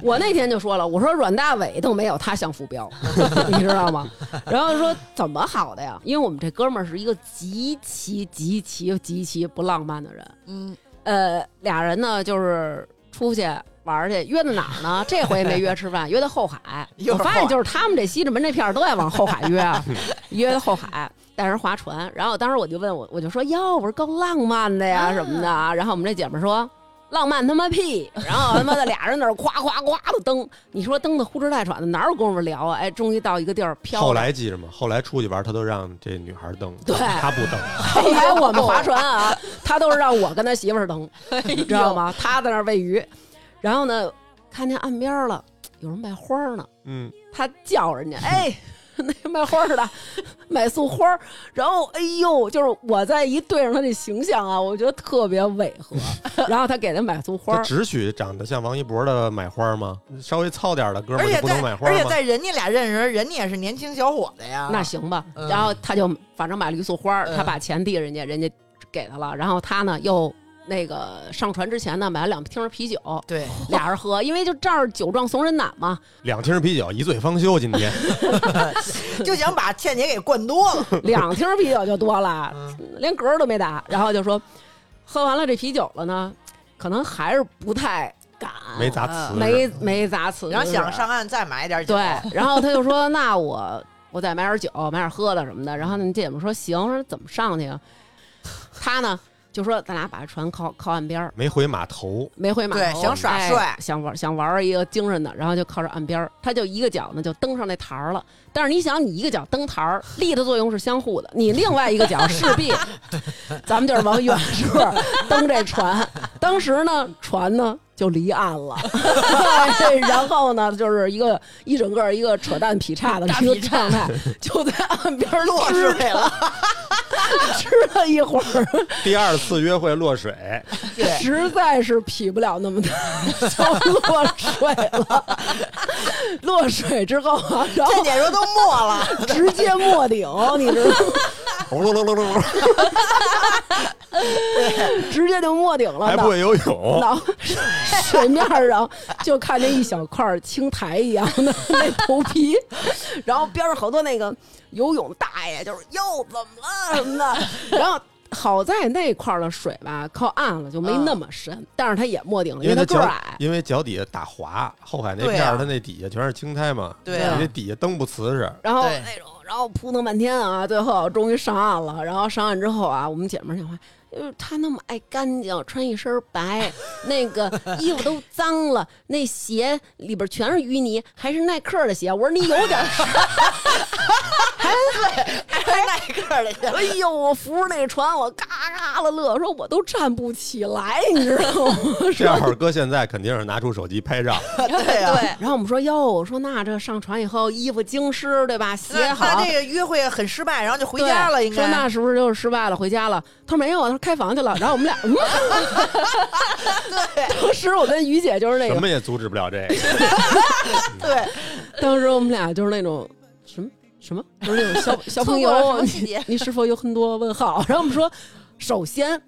我那天就说了，我说阮大伟都没有他像副标， 你知道吗？然后说怎么好的呀？因为我们这哥们儿是一个极其极其极其不浪漫的人，
嗯，
呃，俩人呢就是出去玩儿去，约在哪儿呢？ 这回没约吃饭，约在后海。
又
我
是
发
后
现
海
就是他们这西直门这片儿都爱往后海 约啊，约在后海带人划船。然后当时我就问我，我就说哟，我说够浪漫的呀
啊
什么的啊。然后我们这姐们儿说。浪漫他妈屁！然后他妈的俩人在那儿夸夸夸的蹬，你说蹬的呼哧带喘的，哪有功夫聊啊？哎，终于到一个地儿飘了。
后来记着吗？后来出去玩，他都让这女孩蹬，
对
他不 蹬。
哎
后来我们划船啊，他都是让我跟他媳妇儿蹬，
哎
你知道吗？他在那儿喂鱼，然后呢，看见岸边儿了，有人卖花儿呢，
嗯，
他叫人家，哎。 那个卖花儿的买束花儿，然后哎呦，就是我在一对上他这形象啊，我觉得特别违 和。然后他给他买束花
他
儿，
只许长得像王一博的买花吗？稍微糙点儿的哥们
而
儿
且
就不
在
能买花
而且
吗？
在人家俩认识，人家也是年轻小伙子呀，
那行吧。
嗯
然后他就反正买了一束花儿，
嗯
他把钱递人家，人家给他了。然后他呢又那个上船之前呢买了两听啤酒，
对，
俩人喝，因为就这儿酒壮怂人胆 嘛。
两听啤酒，一醉方休。今天
就想把倩姐给灌多了，嗯
两听啤酒就多了，连嗝儿都没打，然后就说喝完了这啤酒了呢，可能还是不太敢，
没砸瓷实，
没没砸瓷实，
然后想上岸再买点酒，
对，然后他就说那我我再买点酒，买点喝的什么的。然后那姐们说行，说怎么上去啊？他呢就说咱俩把船靠靠岸边儿，
没回码头，
没回码头，
对想耍
哎
帅
想玩想玩一个精神的，然后就靠着岸边儿，他就一个脚呢就蹬上那台儿了。但是你想，你一个脚蹬台儿，力的作用是相互的，你另外一个脚势 必，咱们就是往远处蹬这船。当时呢，船呢就离岸了， 然后呢就是一个一整个一个扯淡劈叉的
大
一个
劈叉
状态，就在岸边儿
落
支
水了，
吃了一会儿，
第二次约会落水，
对，
实在是劈不了那么大， 就落水了。 落水之后啊，然
这
后
姐说都没了，
直接没顶，你知道 吗？
轰隆隆隆 隆隆，
直接就没顶了。
还不会哦游泳，
到水面上就看见一小块儿青苔一样的 那头皮，然后边上好多那个游泳大爷就是哟怎么了什么的， 然后。好在那块儿的水吧靠岸了，就没那么深，但是他也没顶了，
因
因为他
为他
个儿
脚
矮，
因为脚底下打滑，后海那
对
片
啊
儿它那底下全是青苔嘛，
对啊
你那底下蹬不瓷实，
然后
对
那种，然后扑腾半天啊，最后终于上岸了。然后上岸之后啊，我们姐们儿讲话，就是她那么爱干净，穿一身白，那个衣服都脏了，那鞋里边全是淤泥，还是耐克的鞋。我说你有点事儿，
还耐克的 去。
哎呦，我扶着那船，我嘎嘎的乐，说我都站不起来，你知道吗？
这要是搁现在肯定是拿出手机拍照，
对啊，
对，
然后我们说哟，我说那这上船以后衣服精湿对吧？鞋
那
好，
那这个约会很失败，然后就回
对
家了，应
说
该
那是不是就是失败了，回家了？他说没有，啊他说开房去了。然后我们俩， 嗯，当时我跟于姐就是那
什
个，
么也阻止不了这个。
对，
当时我们俩就是那种什么什么，就是那种小小朋
错过了什
友，
么细
你
节
你是否有很多问号？然后我们说，首先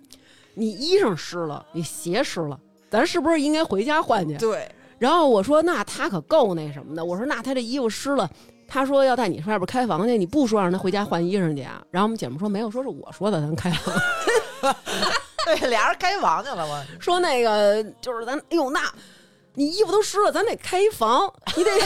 你衣裳湿了，你鞋湿了。咱是不是应该回家换去？
对，
然后我说那他可够那什么的，我说那他这衣服湿了，他说要带你上外边开房去，你不说让他回家换衣裳去啊？然后我们姐们说没有，说是我说的，咱开房。
对，俩人开房去了嘛，
说那个就是咱，哎呦那。你衣服都湿了，咱得开房，你得 你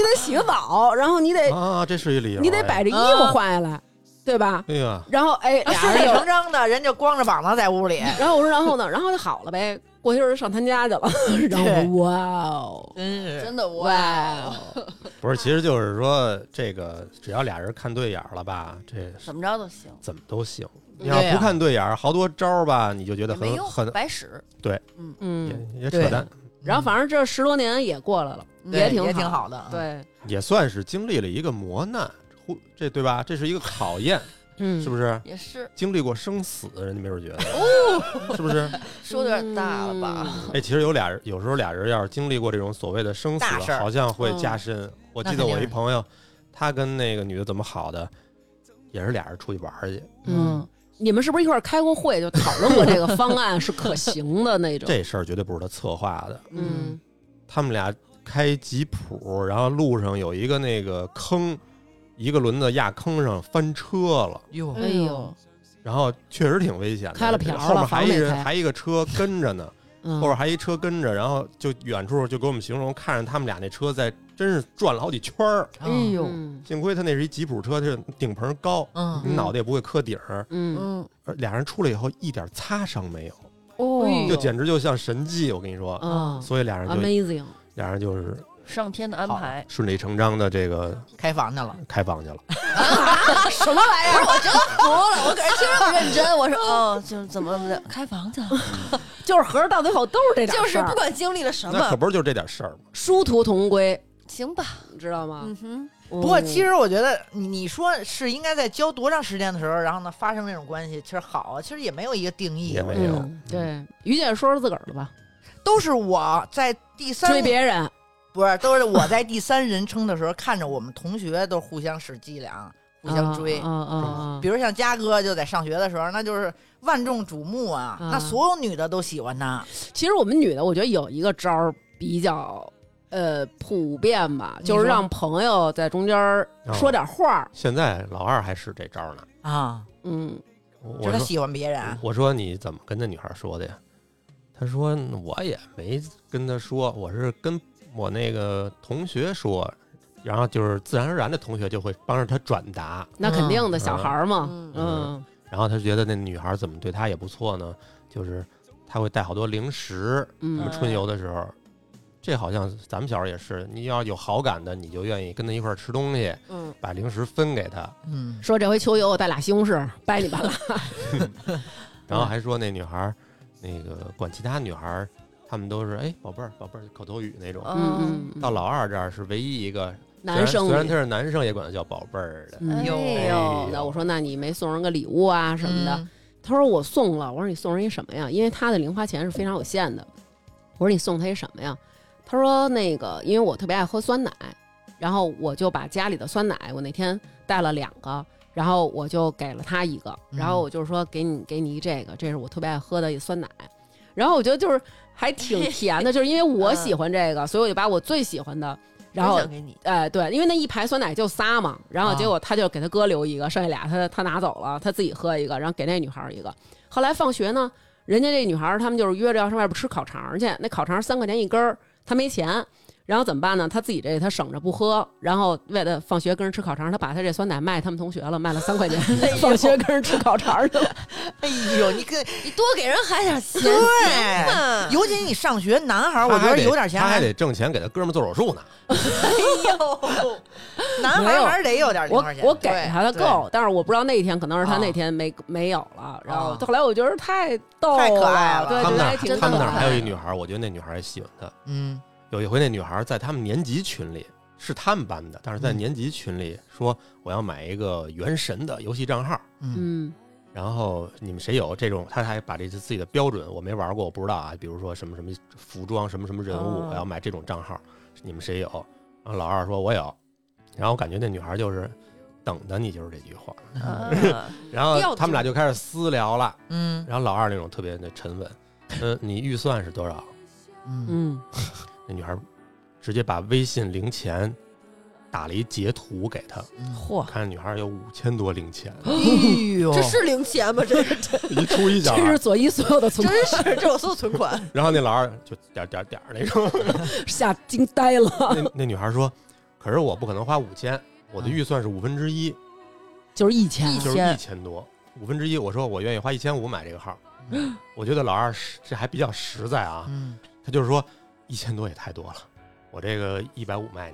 得洗个澡，然后你得、
啊，这是一理由。
你得把这衣服换下来，对吧？
哎呀，
然后哎，俩
顺
人
理
就，
成章的，人家光着膀子在屋里，
然后我说然后呢，然后就好了呗。过一会儿就上他家去了， 然
对
后哇哦
真是
真的我
哇哦，
不是，其实就是说，这个只要俩人看对眼儿了吧，这
怎么着都行，
怎么都行。
对
你
呀
要不看对眼儿，好多招儿吧，你就觉得
也没
很
用，
很
白使。
嗯。
也也
对
扯淡，
然后反正这十多年也过来了，
嗯
对
挺
也
好
挺好的，，
对，
也算是经历了一个磨难，互这对吧？这是一个 考验，
嗯
是不是？
也是
经历过生死，人家没准觉得，
哦
是不是？
说的有点大了吧？
哎，其实有俩人，有时候俩人要是经历过这种所谓的生
大事
死，
儿嗯
好像会加深。我记
那
得
肯定
我一
是
朋友，他跟那个女的怎么好的，也是俩人出去玩儿去，
嗯，你们是不是一块儿开过会，就讨论过这个方案是可行的那种？
这事儿绝对不是他策划的。
嗯，
他们俩开吉普，然后路上有一个那个坑，一个轮子压坑上翻车了，
哟
哎呦，
然后确实挺危险的。
开了瓢了
后面还
房
一
没开
人还一个车跟着呢，
嗯
后边还一车跟着，然后就远处就给我们形容，看着他们俩那车在真是转了好几圈儿。
哎
呦
嗯
幸亏他那是一吉普车，它是顶棚高，
嗯，
你脑袋也不会磕顶儿。
嗯，
嗯，
而俩人出来以后一点擦伤没有，
哦
就简直就像神迹。我跟你说，
啊
哦所以俩人就
，amazing，
俩人就是
上天的安
好
排。
顺理成章的这个
开房去
哦
了，
开房去了。
什么玩意儿？我真服了，我可哎是听着不认真。我说哦，就是怎么了开房去了？
就是合着到最后都是这点
就是
事儿
不管经历了什
那可
么，
不是就这点事儿吗？
殊途同归，
行吧。
你知道吗哦
嗯？哼，
不
不过其实我觉得你你说是应该在交多长时间的时候，然后呢发生这种关系，其实好啊，其实也没有一个定义
也，没有
嗯对，于姐说说自个儿的吧，
都是我在第三
追别人，
不是都是我在第三人称的时候看着我们同学都互相使伎俩，互相追。
啊啊啊
比如像嘉哥就在上学的时候，那就是万众瞩目啊，
啊
那所有女的都喜欢他。
其实我们女的，我觉得有一个招儿比较呃普遍吧，
你说
就是让朋友在中间儿
哦
说点话儿。
现在老二还使这招儿呢。
啊，
嗯，
就
我
他
说
喜欢别人，
我说你怎么跟那女孩说的呀？他说我也没跟她说，我是跟我那个同学说，然后就是自然而然的同学就会帮着她转达。
那肯定的，
嗯
小孩儿嘛，
嗯
嗯，
然后他觉得那女孩怎么对他也不错呢，就是他会带好多零食，我
嗯
们春游的时候。这好像咱们小时候也是，你要有好感的，你就愿意跟他一块儿吃东西，
嗯，
把零食分给他。
嗯，
说这回秋游我带俩西红柿，掰你吧啦。
然后还说那女孩儿，那个管其他女孩儿，她们都是哎宝贝儿宝贝儿口头语那种。
嗯，
嗯
到老二这儿是唯一一个虽
男
然
生
虽然他是男生，也管他叫宝贝儿的。
嗯
哎呦
哎
呦
那我说那你没送人个礼物啊什么的？
嗯
他说我送了。我说你送人一什么呀？因为他的零花钱是非常有限的。我说你送他一什么呀？他说那个，因为我特别爱喝酸奶，然后我就把家里的酸奶，我那天带了两个，然后我就给了他一个，
嗯
然后我就说给你给你一这个，这是我特别爱喝的一酸奶。然后我觉得就是还挺甜的，就是因为我喜欢这个，所以我就把我最喜欢的，然后
分享给你，
哎，对，因为那一排酸奶就仨嘛，然后
啊
结果他就给他哥留一个，剩下俩他他拿走了，他自己喝一个，然后给那女孩儿一个。后来放学呢，人家这女孩儿他们就是约着要上外边吃烤肠儿去，那烤肠儿三块钱一根儿，他没钱，然后怎么办呢？他自己这他省着不喝，然后为了放学跟人吃烤肠儿，他把他这酸奶卖他们同学了，卖了三 块钱，放学跟人吃烤肠儿去了。
哎呦，你跟
嗯
你多给人还点钱
对，
嗯
尤其你上学，男孩儿，
他
我觉
还
得
得
有点钱
他还得挣钱给他哥们儿做手术呢。
男孩
没有
儿还是得有点零
我
花钱。
我给
对
他的
对
够，但是我不知道那一天可能是他
啊
那天没、没有了，然后
啊
后来我觉得太逗
太可爱了
对，
他
觉
们
得
那
还
儿
挺
他们
可
那儿
爱
还有一女孩儿，我觉得那女孩儿也喜欢他。
嗯
有一回那女孩儿在他们年级群里是他们班的，但是在
嗯
年级群里说我要买一个《原神》的游戏账号，
嗯
嗯
然后你们谁有这种？他还把这自己的标准，我没玩过，我不知道啊。比如说什么什么服装，什么什么人物，
哦
我要买这种账号，你们谁有？然后老二说我有，然后我感觉那女孩就是等的你就是这句话，
啊
然
吊着
后他们俩就开始私聊了。
嗯
然后老二那种特别的沉稳，嗯，你预算是多少？
嗯，
嗯，
那女孩直接把微信零钱打了一截图给他，
嚯
我，看女孩有五千多 零钱，
哎呦
这是零钱吗？ 这是
一初一小
这是
孩，
左一所有的存款
真是这是我所有存款，
然后那老二就点点点那种。
吓惊呆了，
那那女孩说：“可是我不可能花五千，我的预算是五分之一，
就是一千啊
一
就是
千
一千多，五分之一。”我说：“我愿意花一千五买这个号。” 我觉得老二是这还比较实在啊，
嗯
他就是说一千多也太多了，我这个一百五卖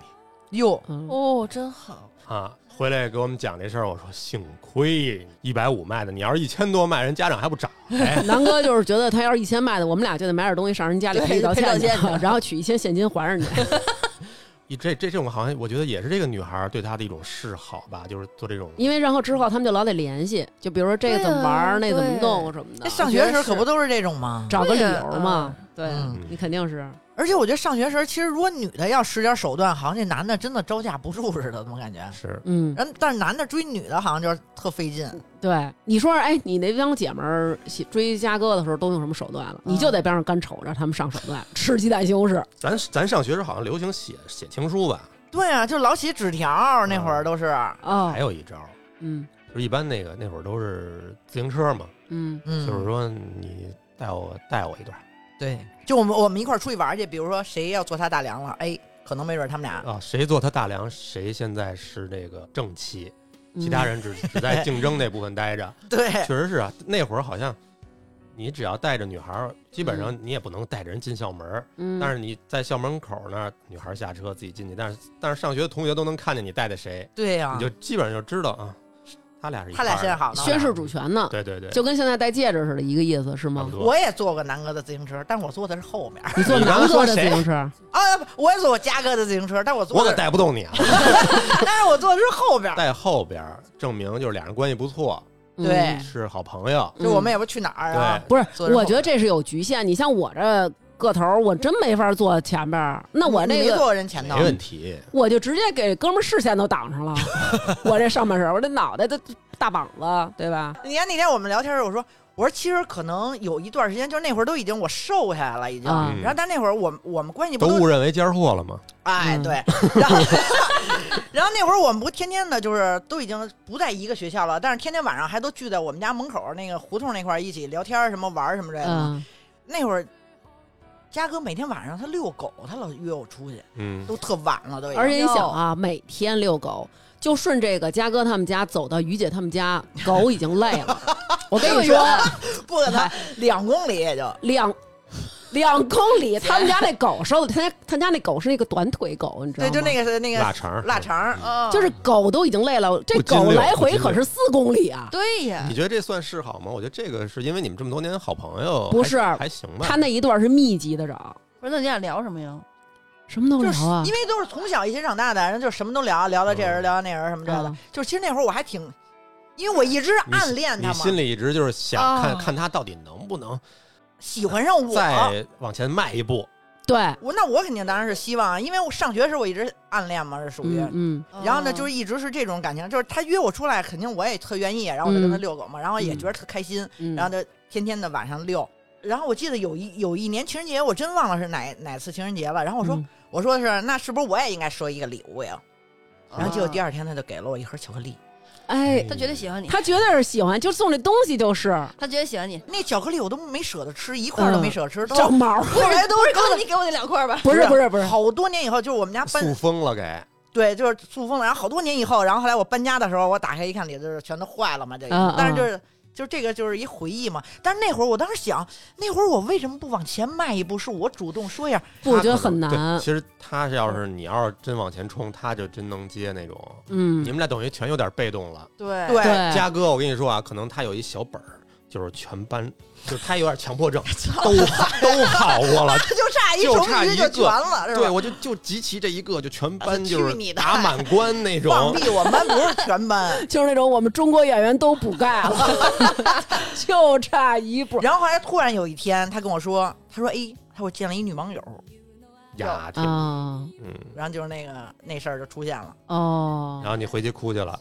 你
哟，
嗯。
哦，真好，
啊。回来给我们讲这事儿，我说幸亏一百五卖的，你要是一千多卖，人家长还不找哎来
南哥就是觉得他要是一千卖的，我们俩就得买点东西上人家里赔礼道歉去
对赔礼道歉，去
然后取一千现金还人家。
一这这这种好像我觉得也是这个女孩对他的一种示好吧，就是做这种。
因为然后之后他们就老得联系，就比如说这个怎么玩儿，
对
那
啊
怎么弄什么的
那，上学时候可不都是这种吗？
找个理由嘛。对啊
嗯
你肯定是
而且我觉得上学时候，其实如果女的要使点手段，好像这男的真的招架不住似的，怎么感觉？
是
嗯，
然后，但是男的追女的好像就是特费劲，
对。你说说，哎，你那帮姐们儿喜追嘉哥的时候都用什么手段了？你就在边上干瞅着他们上手 段，吃鸡蛋西红柿。
咱咱上学时候好像流行写写情书吧，
对啊，就老写纸条儿那会儿都是，
哦
啊
还，有一招，
嗯
就是一般那个那会儿都是自行车嘛，
嗯
嗯，
就是说你带我带我一段
对，就我们我们一块儿出去玩儿去，比如说谁要坐他大梁了，哎，可能没准儿他们俩
啊，谁做他大梁，谁现在是这个正妻，
嗯，
其他人只只在 竞争那部分待着。
对，
确实是啊，那会儿好像你只要带着女孩儿，基本
嗯
上你也不能带着人进校门儿，
嗯，
但是你在校门口那儿，女孩儿下车自己进去，但是但是上学的同学都能看见你带的谁，
对呀、
你就基本上就知道啊，他俩是一
啊他俩
块儿
现在
的
好呢。
宣誓主权呢，
对对对，
就跟现在戴戒指似的，一个意思是
差
吗
不？多。
我也坐过南哥的自行车，但我坐的是后面儿。
你坐
你刚
南
才
哥
说
的自
谁
行车，
啊，不我也坐过嘉哥的自行车，但我
我
坐
可
的，
带不动你啊，
但是我坐的是后边儿。
带后边儿证明就是俩人关系不错，
对
嗯
是好朋友。
就我们也不去哪儿啊
嗯对，
不是
坐着，后
我觉得这是有局限。你像我这个头儿，我真没法坐前边儿，那我
你
这
没坐
个
过人前头
没，问题，
我就直接给哥们儿视线都 挡上了，我这上半身，我这脑袋的大膀子，对吧？
你看那天我们聊天儿的时候，我说我说其实可能有一段时间，就是那会儿都已经我瘦下来了，已经。
啊
嗯
然后但那会儿我们我们关系不
都
都
误认为尖儿货了吗？
哎
嗯
对，然后 然后那会儿我们不天天的就是都已经不在一个学校了，但是天天晚上还都聚在我们家门口那个胡同那块儿一起聊天儿什么玩儿什么之类的。
嗯，
那会儿。嘉哥每天晚上他遛狗，他老约我出去，
嗯，
都特晚了，都已经
而且你想啊，每天遛狗，就顺这个嘉哥他们家走到于姐他们家，狗已经累 了。我跟你说，
不哎可 能，两公里也就
两两公里，他们家那狗瘦的，他家他家那狗是那个短腿狗，你知
对，
道吗？
就那个是那个
腊肠儿嗯
腊肠儿，嗯
啊
就是狗都已经累了，这
不禁
狗
遛
来
不
回
禁
可
遛
是四公里啊。
对呀
你，觉得这算示好吗？我觉得这个是因为你们这么多年好朋友，
不
还
是
还行吧？
他那一段是密集的找，
不是那你俩聊什么呀？
什么都
就
聊
是
啊
因。为都是从小一起长大的，人就什么都聊，聊到这人，
嗯
聊到那人什么之类的
嗯。
就是其实那会儿我还挺，因为我一直
你
暗恋他
你
嘛，
心里一直就是想看、
啊
看他到底能不能
喜欢上我。
再往前迈一步。
对，
我那我肯定当然是希望，啊因为我上学时候我一直暗恋嘛，是属于。
嗯嗯
哦
然后呢，就是
是
一直是这种感情，就是他约我出来，肯定我也特愿意，然后我就跟他遛狗嘛，然后也觉得特开心，
嗯，
然后就天天的晚上遛。然后我记得有一有一年情人节，我真忘了是哪哪次情人节了。然后我说、
嗯
我说是那是不是我也应该收一个礼物呀？然
哦
后结果第二天他就给了我一盒巧克力，
嗯
哎，
他绝对喜欢你，
他绝对是喜欢，就送这东西就是
他绝对喜欢你。
那巧克力我都没舍得吃，一块儿都没舍得吃，都
嗯长毛儿，
后来都是
刚才你给我那两块吧？
不是不是不是，
好多年以后，就是我们家搬
塑封了给，
对，就是塑封了。然后好多年以后，然后后来我搬家的时候，我打开一看，里头就是全都坏了嘛，这
嗯
个
嗯。
但是就是就是这个就是一回忆嘛。但是那会儿我当时想，那会儿我为什么不往前迈一步？是我主动说一下，
不，我觉得
他可
很
能
难
对，其实他是要是你要是真往前冲，他就真能接那种。
嗯
你，们俩等于全有点被动了。
对
对，
对，。
嘉哥，我跟你说啊，可能他有一小本儿，就是全班， 就是他有点强迫症，都都好过 了，
就差一
就
手
差
指
一
就
个
全了，是
对，
吧？
我就就集齐这一个，就全班
啊
就
去你
是
的
打满关那
放
种。
屁！我们班不是全班
就是那种我们中国演员都补钙了， 就差一步。
然后后来突然有一天，他跟我说，他说：“哎，他说我见了一女网友。
呀，挺
啊
嗯。”
然后就是那个那事儿就出现了，
哦
然，后你回去哭去了，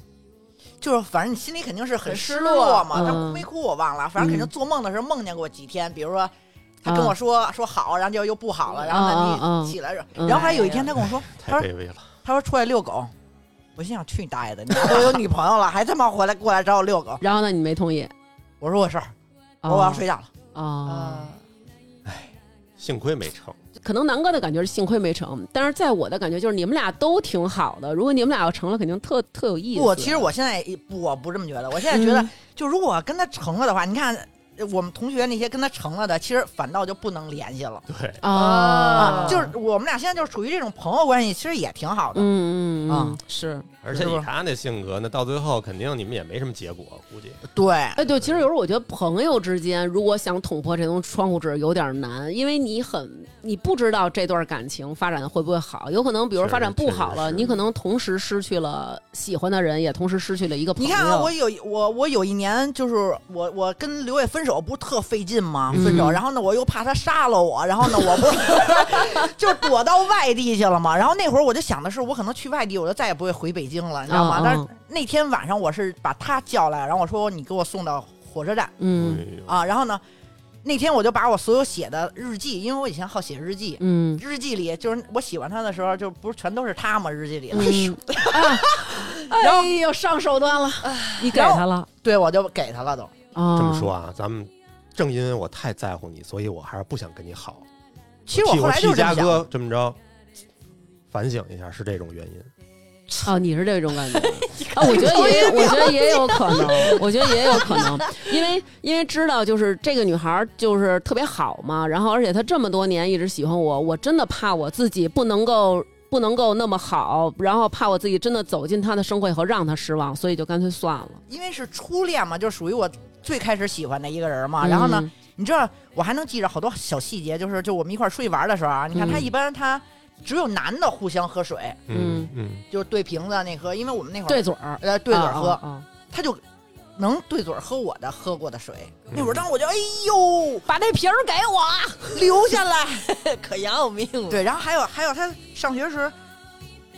就是反正你心里肯定是很
很失
失落嘛，但
落嗯
哭没哭我忘了，反正肯定
嗯
做梦的时候梦见过几天，比如说他跟我说、说好，然后就又不好了，然后
嗯嗯
呢
嗯
你起来着，
嗯
然后还有一天他跟我说，
太
他说
卑微了。
他说出来遛狗，我心想去你大爷的，你都有女朋友了，还他妈回来过来找我遛狗，
然后呢？你没同意？
我说我是，我
哦
我要睡嗯觉了，
哦，
啊，
幸亏没成，
可能南哥的感觉是幸亏没成，但是在我的感觉就是你们俩都挺好的。如果你们俩要成了，肯定特特有意思。
不，
啊
其实我现在也不我不这么觉得，我现在觉得
嗯
就如果跟他成了的话，你看呃我们同学那些跟他成了的，其实反倒就不能联系了。
对，
啊
啊，
就是我们俩现在就属于这种朋友关系，其实也挺好的。
嗯嗯嗯嗯
啊，
是。
而且
是
以
吧
他那性格，那到最后肯定你们也没什么结果，估计。
对，
哎，对，其实有时候我觉得朋友之间如果想捅破这层窗户纸有点难，因为你很你不知道这段感情发展会不会好，有可能比如
确实
发展不
确实
好了，
是
你可能同时失去了喜欢的人，也同时失去了一个朋
你
友。哦
看啊，我有一我我有一年就是我我跟刘烨分手不是特费劲吗？分手，
嗯
然后呢我又怕他杀了我，然后呢我不 是就躲到外地去了嘛。然后那会儿我就想的是，我可能去外地，我就再也不啊会回北京了，你知道吗
嗯？嗯
但是那天晚上我是把他叫来，然后我说你给我送到火车站
嗯
哎呦
啊，然后呢那天我就把我所有写的日记，因为我以前好写日记。
嗯
日记里就是我喜欢他的时候，就不是全都是他吗？日记 里，
嗯，啊哎呦，上手段了，你给他了
对我就给他了都。
啊？
这么说啊，咱们正因为我太在乎你，所以我还是不想跟你好。
其实我
替
后来就
替
是这
嘉
么想的
哥这么着反省一下，是这种原因。
哦，你是这种 感觉啊？我觉得也，有，我觉得也有可能，我觉得也有可能，因为因为知道就是这个女孩儿就是特别好嘛，然后而且她这么多年一直喜欢我，我真的怕我自己不能够不能够那么好，然后怕我自己真的走进她的生活以后让她失望，所以就干脆算了。
因为是初恋嘛，就属于我最开始喜欢的一个人嘛。然后呢，
嗯，
你知道我还能记着好多小细节，就是就我们一块儿出去玩的时候啊，你看他
嗯
一般他只有男的互相喝水，
嗯
嗯，
就是对瓶子那喝，因为我们那会儿
对嘴儿，
呃对嘴
啊
喝，
啊啊
他就能对嘴喝我的喝过的水。
嗯
那会儿当时我就哎呦
把那瓶儿给我，
留下来，
可要命了。
对，然后还有还有他上学时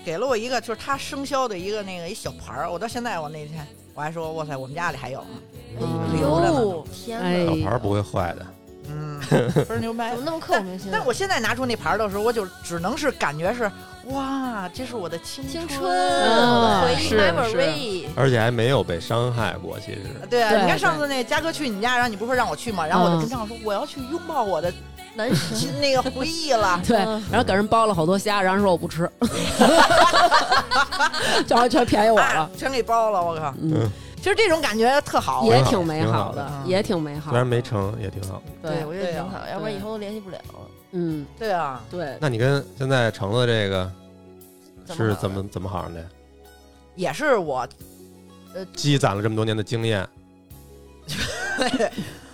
给了我一个就是他生肖的一个那个一小牌儿，我到现在我那天我还说哇塞，我们家里还有呢，
嗯
留
着呢
哦哎天哪，
哎
怎
小牌儿不会坏的，
嗯，倍儿牛掰
么。那么刻骨铭心啊？
但我现在拿出那牌儿的时候，我就只能是感觉是哇，这是我的青
青春
啊
回忆
是
memory，
而且还没有被伤害过。其实
对啊，嗯
对，
你看上次那嘉哥去你家，然后你不是说让我去吗？然后我就跟张浩说我要去拥抱我的
男神。
那个回忆了
对，
嗯
然后给人包了好多虾，然后说我不吃， 然后全便宜我
啊
了，，
全给包了，我靠！
嗯，
其实这种感觉特好，
也
挺好
挺美
挺好
好的
的，嗯
也挺美好
虽
的
然，没成也挺好。
对，我觉得
对
挺
啊
好，要不然以后都联系不了。
嗯，
对啊，
对，
那你跟现在成了这个
怎么
是
好
怎么怎么好上的？
也是我，
积攒了这么多年的经验，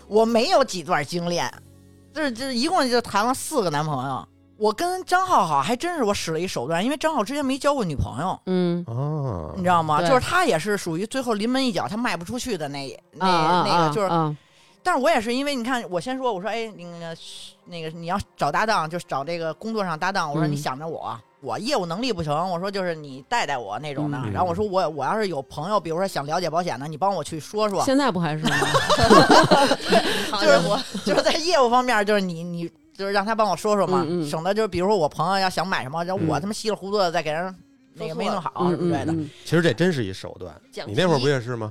我没有几段经历，就是就是一共就谈了四个男朋友。我跟张浩好还真是我使了一手段，因为张浩之前没交过女朋友，
嗯
哦，
你知道吗？
对
就是他也是属于最后临门一脚，他迈不出去的那那、
啊
那个，就是
啊
但是我也是因为你看，我先说，我说哎，那个那个你要找搭档，就是找这个工作上搭档。我说
嗯
你想着我，我业务能力不行，我说就是你带带我那种的。
嗯
然后我说我我要是有朋友，比如说想了解保险的，你帮我去说说
啊，。现在不还是吗？
好
就是
家伙，
就是在业务方面，就是你你就是让他帮我说说嘛，
嗯嗯
省得就是比如说我朋友要想买什么，然后我他妈稀里糊涂的再给人那个没弄 好
嗯
之类的，
嗯嗯
其实这真是一手段。
讲
你那会儿
义
不也是吗？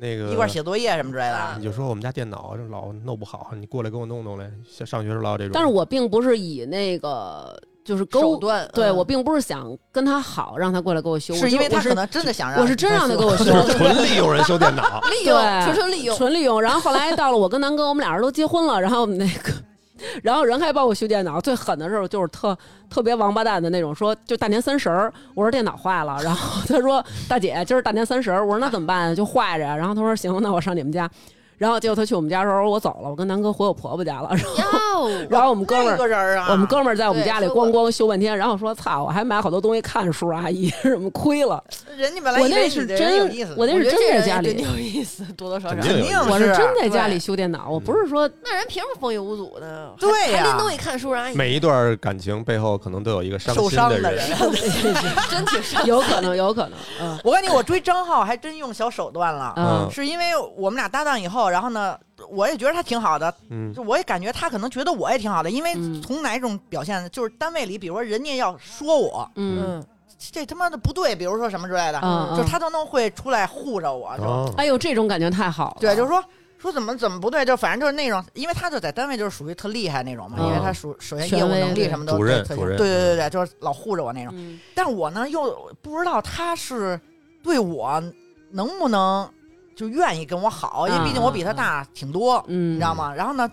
那个
一块儿写作业什么之类的
啊。
你就说我们家电脑老弄不好，你过来给我弄弄来。像上学时候老有这种，
但是我并不是以那个就是
手
勾，
段，
对
嗯
我并不是想跟他好，让他过来给我修，我
是因为
就
他
我
可
是
能真的想让
我是真让他给 我修
就，是纯利用人修电脑
利用，
对
纯纯利用，
纯利用。然后后来到了我跟南哥，我们俩人都结婚了，然后我们那个， 然后人还帮我修电脑。最狠的时候就是特特别王八蛋的那种，说就大年三十儿，我说电脑坏了，然后他说大姐今儿大年三十儿，我说那怎么办呀？就坏着呀。然后他说行，那我上你们家。然后结果他去我们家的时候，我走了，我跟南哥回我婆婆家了。 然后
哟，
然后我们哥们
那
儿。
个人啊，
我们哥们儿在我们
对
家里
说过
咣咣修半天，然后说：“操，我还买好多东西看叔阿姨什么亏了。
人家本来
我
以
那
为
是
你这人
真
有意思，
我那
我
是
觉得
真
这
在
人
家
也
里
真有意思，多多少少
肯定。
肯
有
定
意思
我是
是
真在家
对
里修电脑，我
嗯
不是说
那人凭什么风雨无阻呢？还
对 呀
还拎东西看书让
每一段感情背后可能都有一个伤
受
心
伤的
人，
人。
真挺 伤。
有可能，有可能，嗯
我告诉你，我追张浩还真用小手段了，
嗯
嗯
是因为我们俩搭档以后，然后呢，我也觉得他挺好的，
嗯
就我也感觉他可能觉得我也挺好的，因为
嗯
从哪种表现呢，就是单位里，比如说人家要说我
嗯
嗯，
这他妈的不对，比如说什么之类的，
嗯
就是他都能会出来护着我，就、
哦，
哎呦，这种感觉太好了。
对，就是说。说怎么怎么不对，就反正就是那种，因为他就在单位就是属于特厉害那种嘛，
嗯
因为他属首先
权
业务
威
能力
对
什么都
主任
特
主任嗯
对对对对，就是老护着我那种。
嗯
但我呢又不知道他是对我能不能就愿意跟我好，因为毕竟我比他大挺多，
嗯，
你知道吗？然后呢，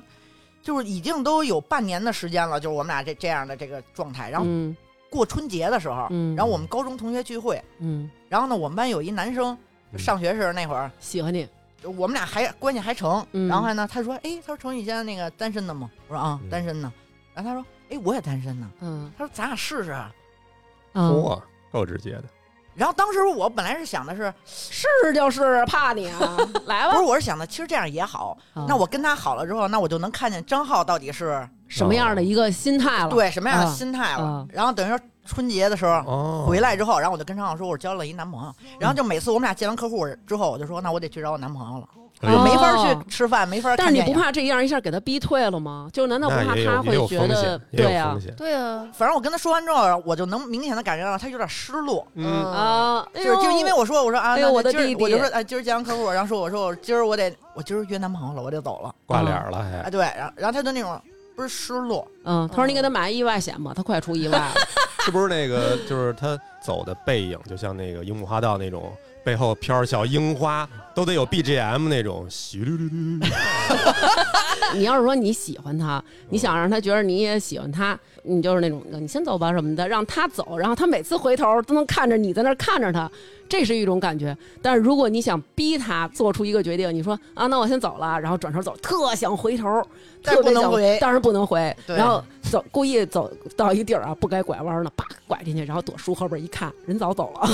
就是已经都有半年的时间了，就是我们俩这这样的这个状态。然后
嗯
过春节的时候，
嗯
然后我们高中同学聚会，
嗯，
然后呢，我们班有一男生
嗯
上学时候那会儿，
喜欢你，
我们俩还关系还成，
嗯
然后呢，他说，哎，他说程宇现在那个单身的吗？我说啊，
嗯
单身呢。然后他说，哎，我也单身呢。
嗯
他说咱俩试试啊。
啊，
嚯，够直接的，
然后当时我本来是想的是，
啊是就是怕你 啊，来
不是，
吧。
我是想的，其实这样也好。
啊
那我跟他好了之后，那我就能看见张浩到底是
什么样的一个心态
嗯
了？
对什么样的
啊
心态了
啊。
然后等于说春节的时候
哦，
回来之后，然后我就跟张浩说，我交了一男朋友。
嗯
然后就每次我们俩见完客户之后，我就说，那我得去找我男朋友了，
哎
我
呦
哦
没法去吃饭，没法
但
看
是你
电
不
影。
怕这样一下给他逼退了吗？就难道不怕
那也
他
有也
会
有
觉
风
得
险，也有
对啊
风险，
对啊，
反正我跟他说完之后，我就能明显的感觉到他有点失落，
嗯，
啊？哎
就
呦
是就因为我说我说啊，
哎呦
那
我的
今儿
弟弟
我就说哎，今儿见完客户，然后说我说我今儿我得我今儿约男朋友了，我得走了。
挂脸了
哎，
还，
对，然后然后他就那种不是失落，
嗯，他说你给他买意外险吧，他快出意外了。
是不是那个就是他走的背影，就像那个樱木花道那种背后飘着小樱花，都得有 BGM 那种，嘘噜 噜噜噜
你要是说你喜欢他，你想让他觉得你也喜欢他，你就是那种你先走吧什么的，让他走，然后他每次回头都能看着你在那儿看着他，这是一种感觉。但是如果你想逼他做出一个决定，你说啊，那我先走了，然后转头走，特想回头，
但
特
是
别
不能
想
回
当然不能回，
对
然后走故意走到一地儿啊，不该拐弯呢，叭拐进去，然后躲树后边一看，人早走了。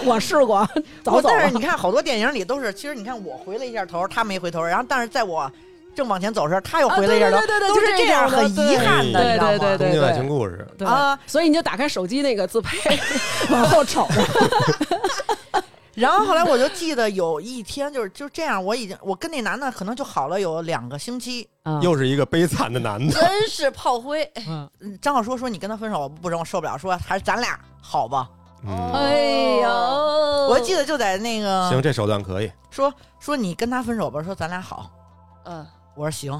我试过，早
不
走
但是
了
你。看好多电影里都是，其实你看我回了一下头，他没回头，然后但是在我正往前走的时候，他又回了一下头，
啊对对对对
都
就是这
这
样的
很遗憾的，你
对
知道吗？
对
东京爱情故事，
对
啊
所以你就打开手机那个自拍，往后瞅 着，
然后后来我就记得有一天就是就这样，我已经我跟那男的可能就好了有两个星期。
啊
又是一个悲惨的男的，
真是炮 灰。
嗯
嗯张浩说说你跟他分手，我不成，我受不了，说还是咱俩好
哦
吧。
嗯，
哎呦，
我记得就在那个
行，这手段可以，
说说你跟他分手吧，说咱俩好。
嗯，
我说行，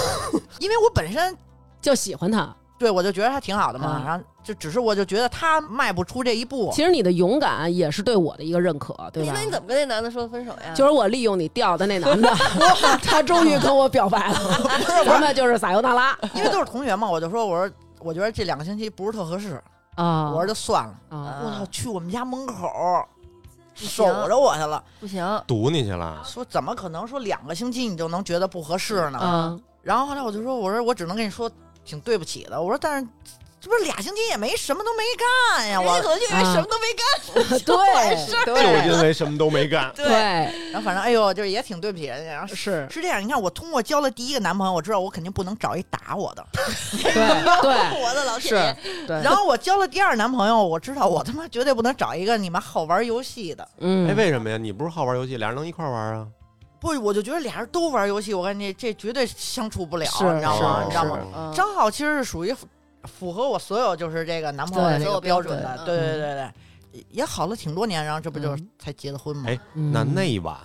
因为我本身
就喜欢他。
对我就觉得他挺好的嘛，
嗯
然后就只是我就觉得他迈不出这一步，
其实你的勇敢也是对我的一个认可，对
那
吧
那？你怎么跟那男的说分手呀？
就是我利用你钓的那 男的， 他终于跟我表白了，咱们就是撒由那拉
因为都是同学嘛，我就说我说我觉得这两个星期不是特合适，
啊！
我说就算了。
啊，
我操，
啊
去我们家门口守着我去了，
不行，
堵你去了，
说怎么可能说两个星期你就能觉得不合适
嗯
呢？
啊，
然后后来我就说，我说我只能跟你说，挺对不起的。我说，但是这不是俩星期也没什么都没干呀，
人家
哎
我
可。能就因为什么都没干，，
对
就
嗯对
因为什么都没干
对，嗯
然后反正哎呦，就是也挺对不起人家。然后是
是，
是这样，你看我通过交了第一个男朋友，我知道我肯定不能找一打我的。
对 对
我的老
是
天爷，，
对，
然后我交了第二男朋友，我知道我他妈绝对不能找一个你们好玩游戏的。
嗯，
哎，为什么呀？你不是好玩游戏，俩人能一块玩啊？
不，我就觉得俩人都玩游戏，我感觉这绝对相处不了，
是
你知道吗？
是
你知道吗？
是
嗯
张浩其实是属于符符合我所有就是这个男朋友的
对
这个标准的，
所有标准
对
嗯
对对对，也也好了挺多年，然后这不就是
嗯
才结的婚吗？
哎
嗯
那那晚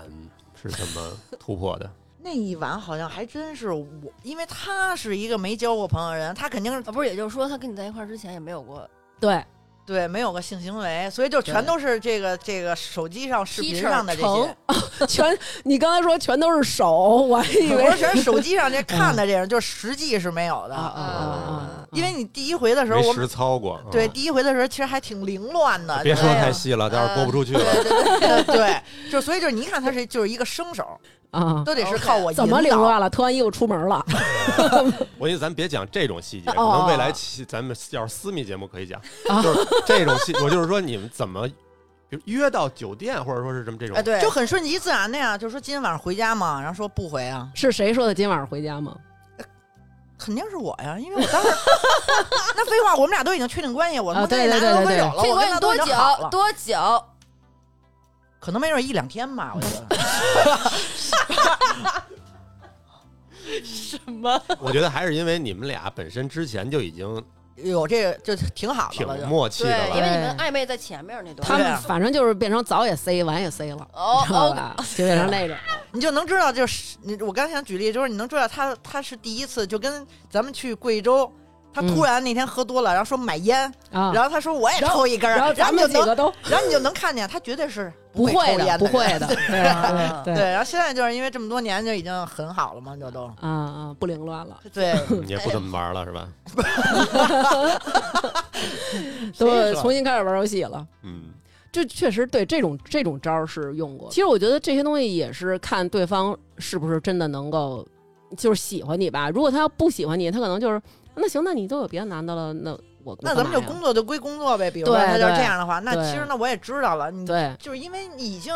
是怎么突 破的？
那一晚好像还真是我，因为他是一个没交过朋友的人，他肯定是
啊，不是，也就是说，他跟你在一块儿之前也没有过
对
对没有个性行为，所以就全
对
都是这个这个手机上视频
Teacher
上的这
成
些，
全，你刚才说全都是手，我还以
我
为
说全是手机
嗯
上这看的这种，就是实际是没有
啊啊
的。
啊，
因为你第一回的时候，
没
我
实操过，
对
嗯
第一回的时候其实还挺凌乱的，
别
就
说
是
太细了，待
呃
会儿播不出去了。
对对对对，就所以就是你一看他是就是一个生手，
啊，
都得是靠我
怎么啊
引
凌
导
乱了？脱完衣服出门了，
我以为咱别讲这种细节，
哦
可能未来期咱们要是私密节目可以讲，
啊
就是这种细，我就是说你们怎么，比如约到酒店或者说是什么这种
哎，，对，
就很顺其自然的呀，就说今天晚上回家嘛，然后说不回啊，
是谁说的今晚上回家吗？
肯定是我呀，因为我 当时那废话，我们俩都已经确定关系，我他
啊
妈跟
对
那
对
男的
对
都分手
对
了，
这
我
关
跟
系
他
多
都已经好
久？
了，
多久？
可能没准一两天吧，我觉得
我觉得还是因为你们俩本身之前就已经
有这个就挺好的
挺
了，就
默契的
对，因为
了，
你们
哎
暧昧在前面那段。
他们反正就是变成早也塞，晚也塞了，
哦
知道
哦
吧？就变成那种，
你就能知道，就是你我刚想举例，就是你能知道他他是第一次，就跟咱们去贵州。他突然那天喝多了，然后说买烟，
啊，
然后他说我也
嗯然后
抽一根儿，
然后
然
咱
后你
们
就
几
能
个都
然后你就能看见他绝对是
不会
抽
的，
烟
不
人
会 的，对啊 对
对，然后现在就是因为这么多年就已经很好了嘛，这 都
啊啊，不凌乱了，
对，
嗯也不怎么玩了是吧？
都
谁说
重新开始玩游戏了。
嗯，
这确实对这种这种招儿是用过。其实我觉得这些东西也是看对方是不是真的能够就是喜欢你吧。如果他要不喜欢你，他可能就是那行，那你都有别的男的了，那我
那咱们就
我
工
干哎嘛呀
作就归工作呗。比如说
对
他就是
对
这样的话，那
对
其实那我也知道了，你
对
就是因为你已经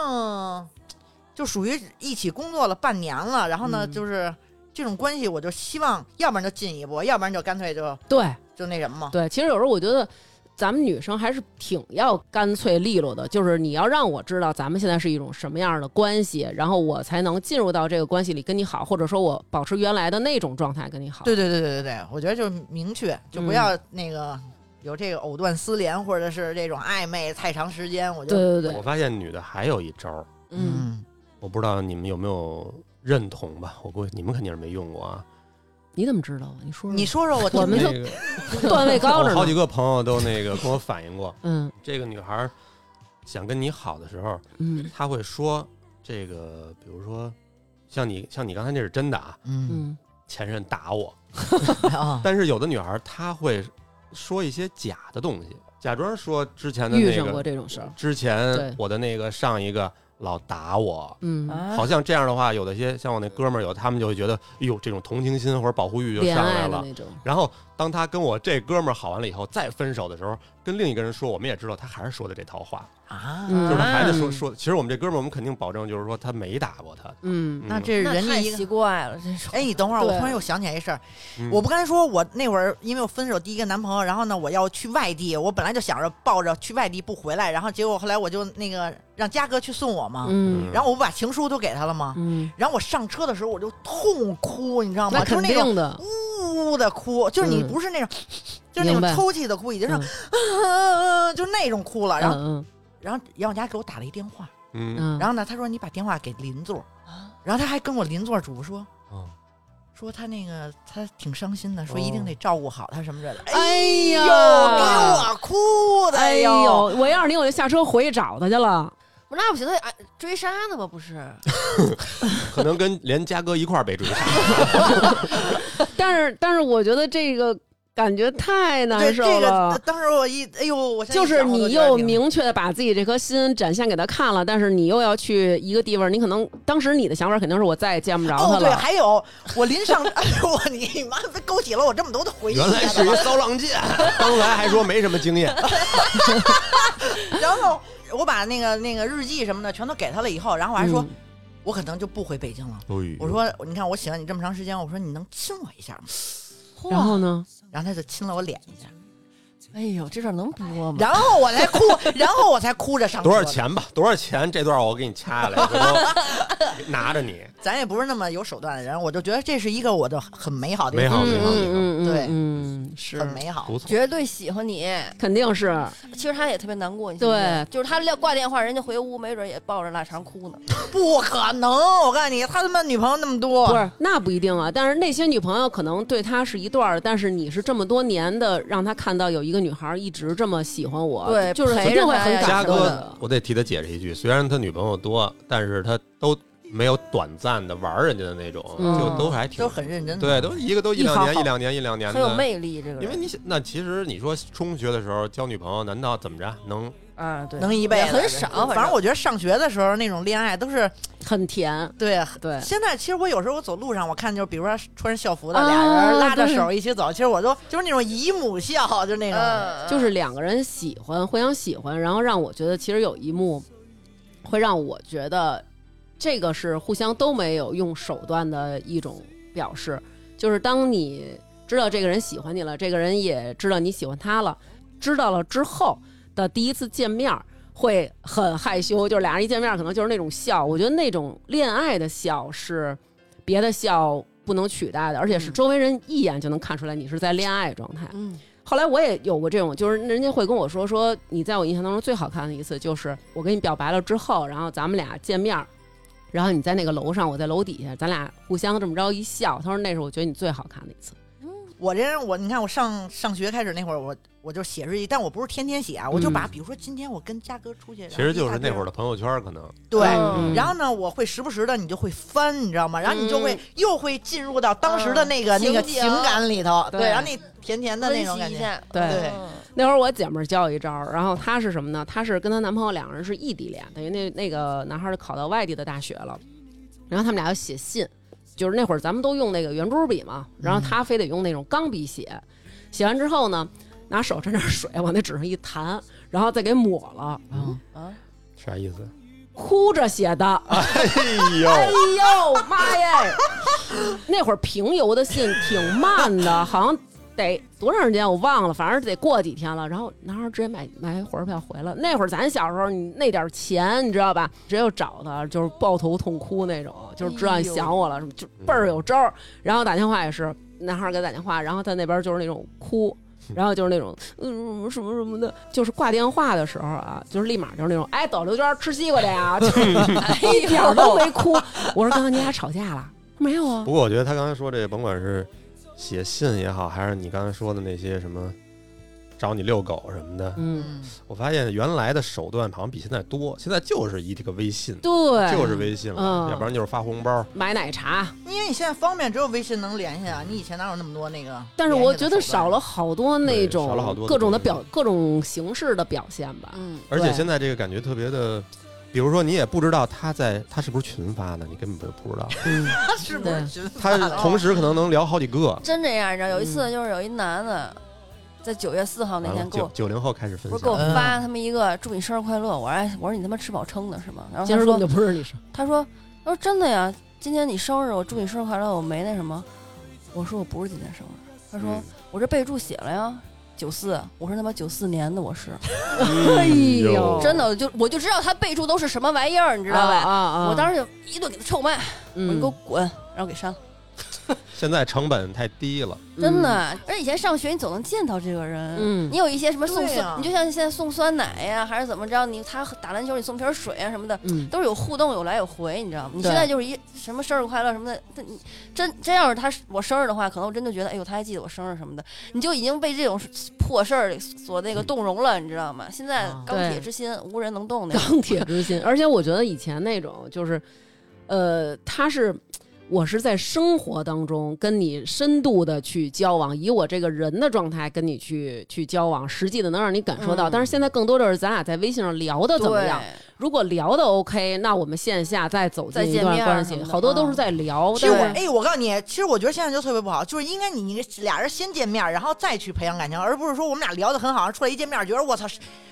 就属于一起工作了半年了，然后呢，
嗯
就是这种关系，我就希望要不然就进一步，要不然就干脆就
对
就那什么嘛。
对。其实有时候我觉得咱们女生还是挺要干脆利落的，就是你要让我知道咱们现在是一种什么样的关系，然后我才能进入到这个关系里跟你好，或者说我保持原来的那种状态跟你好。
对对对对对对，我觉得就是明确，就不
嗯
要那个有这个藕断丝连，或者是这种暧昧太长时间，我就
对对对
我
对，
发现女的还有一招儿，
嗯，
我不知道你们有没有认同吧？我估计你们肯定是没用过啊。
你怎么知道啊？你说
你说说我听
我们
听
就说
那个
段位高
我
着
好几
呢。
个朋友都那个跟我反映过，
嗯
这个女孩儿想跟你好的时候，
嗯
她会说这个，比如说像你像你刚才那是真的啊，
嗯
嗯，
前任打我。
啊，
但是有的女孩儿她会说一些假的东西，假装说之前的
遇
那
上过
个，
这种事儿。
之
对
前我的那个上一个老打我。
嗯，
啊
好像这样的话，有的些像我那哥们儿，有的他们就会觉得，哎呦，这种同情心或者保护欲就
恋
上
爱的
来了。
那种，
然后当他跟我这哥们儿好完了以后，再分手的时候，跟另一个人说，我们也知道他还是说的这套话，
啊，
嗯
就是还是说
嗯
说。其实我们这哥们儿，我们肯定保证就是说他没打过他。
嗯，
那
嗯
这是
那
人家
太
一个
奇怪了，这种。
哎，你等会儿，我
对
突然又想起来一事儿。
嗯
我不刚才说，我那会儿因为我分手第一个男朋友，然后呢，我要去外地，我本来就想着抱着去外地不回来，然后结果后来我就那个让嘉哥去送我嘛，
嗯
然后我不把情书都给他了吗？
嗯，
然后我上车的时候我就痛哭，你知道吗？
那
啊就是
肯
那种
定的，
呜呜的哭，就是你
嗯
不是那种，就是那
明
种
白
抽泣的哭，已经是、
嗯
啊，就是那种哭了。然后，
嗯
然后杨小佳给我打了一电话，
嗯
嗯，啊
然后呢，他说你把电话给邻座，然后他还跟我邻座主说，
嗯
说他那个他挺伤心的，说一定得照顾好他什么之类的。
哎
呦，
呀
给我哭的
哎
呦！
我要是你，我就下车回去找他去了。
不那不行，他哎追杀呢吧？不是，
可能跟连嘉哥一块儿被追杀。
但是，但是我觉得这个感觉太难
对
受
这
了
个，。呃当时我一哎呦，我现在
就
一
是
想我都
你
觉得
又
挺
明确的把自己这颗心展现给他看了，但是你又要去一个地方，你可能当时你的想法肯定是我再也见不着
哦
他
对，
了。
还有我临上， 哎呦我你妈勾起了我这么多的回忆啊。
原来是一骚浪贱，刚才还说没什么经验，
然后我把那个那个日记什么的全都给他了以后，然后我还说，
嗯
我可能就不回北京了。我
我
说，你看我喜欢你这么长时间，我说你能亲我一下吗？
嗯然后呢？
然后他就亲了我脸一下，
哎呦，这事儿能播
嗯
吗？
然后我才哭，然后我才哭着上车。
多少？钱吧？多少钱？这段我给你掐下来，回头拿着你。
咱也不是那么有手段的人，我就觉得这是一个我的很美好的
美
一
好
个
嗯
回忆
嗯嗯嗯，
对
嗯是
很美好
不。错，
绝对喜欢你。
肯定是
其实他也特别难过，你信不信
对
就是他撂挂电话，人家回屋没准也抱着腊肠哭呢。
不可能，我告诉你，他他妈女朋友那么多，
不是那不一定啊。但是那些女朋友可能对他是一段儿，但是你是这么多年的让他看到有一个女孩儿一直这么喜欢我，
对
就是肯
陪着
定会
他
很
呀
嘉
感动
什么
哥
的，。
我得替他解释一句，虽然他女朋友多，但是他都没有短暂的玩人家的那种，
嗯
就都还挺
都很认真的。
对，都一个都一
一
两
好
年
好
一两年一两年
很有
的。
魅力，这个
因为
人
你想，那其实你说中学的时候交女朋友，难道怎么着能
啊，对，
能一辈
也
子
很少
反
反
正
正
我觉得上学的时候那种恋爱都是
很甜。
对
对
现在其实我有时候我走路上，我看就是比如说穿着校服的
啊
俩人拉着
对
手一起走，其实我都就是那种姨母笑，就是那种。
嗯，
就是两个人喜欢，互相喜欢，然后让我觉得其实有一幕会让我觉得这个是互相都没有用手段的一种表示，就是当你知道这个人喜欢你了，这个人也知道你喜欢他了，知道了之后的第一次见面儿会很害羞，就是俩人一见面儿可能就是那种笑，我觉得那种恋爱的笑是别的笑。不能取代的，而且是周围人一眼就能看出来你是在恋爱状态。
嗯，
后来我也有过这种，就是人家会跟我说说，你在我印象当中最好看的一次就是我跟你表白了之后，然后咱们俩见面儿，然后你在那个楼上，我在楼底下，咱俩互相这么着一笑。他说那是我觉得你最好看的一次。
我这人我你看我上上学开始那会儿，我我就写日记，但我不是天天写啊，我就把
嗯
比如说今天我跟嘉哥出去，
其实就是那会
的
儿的朋友圈，可能
对。
嗯
然后呢，我会时不时的，你就会翻，你知道吗？然后你就会又会进入到当时的那
啊
个
嗯
那个
情
情
景
感里头，对，
对
然后那甜甜的那
温
种感
习一
觉，
下，
嗯对
对
嗯
那会儿我姐们儿教我一招儿，然后她是什么呢？她是跟她男朋友两个人是异地恋，等于那那个男孩儿就考到外地的大学了，然后他们俩要写信，就是那会儿咱们都用那个圆珠笔嘛，然后她非得用那种钢笔写，写完之后呢，拿手沾点水往那纸上一弹，然后再给抹了，
啊，
啥意思？
哭着写的。
哎呦
哎，呦妈耶！ 那会儿平邮的信挺慢的，好像得多长时间我忘了，反正得过几天了。然后男孩直接买买火车票回来。那会儿咱小时候，你那点儿钱你知道吧？直接就找他，就是抱头痛哭那种，就是知道你想我了，什么就倍儿有招儿。然后打电话也是，男孩给他打电话，然后他那边就是那种哭。然后就是那种，嗯，什么什么的，就是挂电话的时候啊，就是立马就是那种，哎，走，刘娟吃西瓜去 啊，就是一点儿都没哭。我说刚刚你俩吵架了？没有啊
不，过我觉得他刚才说这，甭管是写信也好，还是你刚才说的那些什么找你遛狗什么的，
嗯，
嗯，
我发现原来的手段好像比现在多。现在就是一这个微信，
对，
就是微信了，
嗯
要不然就是发红包。
买奶茶。
因为你现在方便，只有微信能联系啊，你以前哪有那么多那个？
但是我觉得少了。好多那
对
种
少了好多
各种的
那种
表各种形式的表现吧。
嗯，
而且
对
现在这个感觉特别的，比如说你也不知道他在他是不是群发的，你根本就不 知道。
嗯，
他 是不是
对
群发
他
的
同时可能能聊好几个。
真这样，你知道？有一次就是有一男的，在九月四号那
完了
天给
九
我。
九零后开始分
不是给
享
我，发他们一个祝你生日快乐，我说哎，我说你他妈吃饱撑的是吗？然后
今
他
儿根本就
说
不是你说，
他说他说真的呀，今天你生日，我祝你生日快乐，我没那什么，我说我不是今天生日，他说
嗯
我这备注写了呀，九四，我说他妈九四年的我是，
哎呦，
真的，我就我就知道他备注都是什么玩意儿，你知道
啊
吧？
啊啊！
我当时就一顿给他臭骂，我
嗯
说你给我滚，然后给删了。
现在成本太低了，
真的。而以前上学你总能见到这个人，
嗯
你有一些什么送
对
酸，
呀
你就像现在送酸奶呀、还是怎么着，你他打篮球你送瓶水啊什么的，
嗯，
都是有互动，有来有回，你知道吗？你
对
现在就是一什么生日快乐什么的，他你真真要是他我生日的话，可能我真就觉得，哎呦，他还记得我生日什么的，你就已经被这种破事儿所那个动容了，你知道吗？现在
啊
钢
对
铁之心无人能动那种。
钢铁之心。而且我觉得以前那种就是，呃，他是。我是在生活当中跟你深度的去交往，以我这个人的状态跟你去去交往，实际的能让你感受到。
嗯
但是现在更多的是咱俩在微信上聊的怎么样？如果聊的 OK，那我们线下再走
再
进一
见
段
面
关
儿什
系，
么的嗯
好多都是在聊。
其实我
但是
哎，我告诉你，其实我觉得现在就特别不好，就是应该你你俩人先见面，然后再去培养感情，而不是说我们俩聊得很好，出来一见面觉得我操，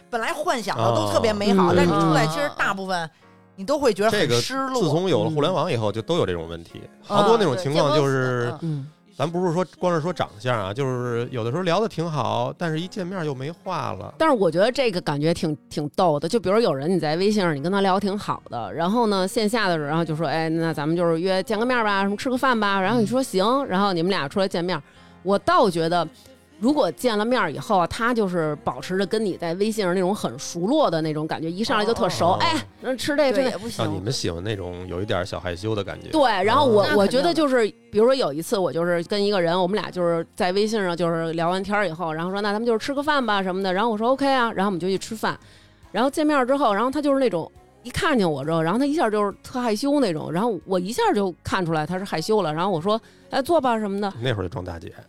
本来幻想的都特别美好，
哦
但是你出来
嗯
其实大部分你都会觉得
这个
很失
自
落。
从有了互联网以后，就都有这种问题。
啊
好多那种情况就是，
嗯，
咱不是说光是说长相啊，就是有的时候聊得挺好，但是一见面又没话了。
但是我觉得这个感觉挺挺逗的。就比如有人你在微信上你跟他聊挺好的，然后呢线下的时候，然后就说，哎，那咱们就是约见个面吧，什么吃个饭吧。然后你说行，然后你们俩出来见面，我倒觉得。如果见了面以后啊，他就是保持着跟你在微信上那种很熟络的那种感觉，一上来就特熟，
哦哦哦
哎，那吃这个吃
对
那
也不
像你
行，
们喜欢那种有一点小害羞的感觉，
对，然后我、
那肯
我觉
定
得
的
就是，比如说有一次我就是跟一个人，我们俩就是在微信上就是聊完天儿以后，然后说那咱们就是吃个饭吧什么的，然后我说 OK 啊，然后我们就去吃饭，然后见面之后，然后他就是那种一看见我之后，然后他一下就是特害羞那种，然后我一下就看出来他是害羞了，然后我说来坐吧什么的，
那会儿就装大姐，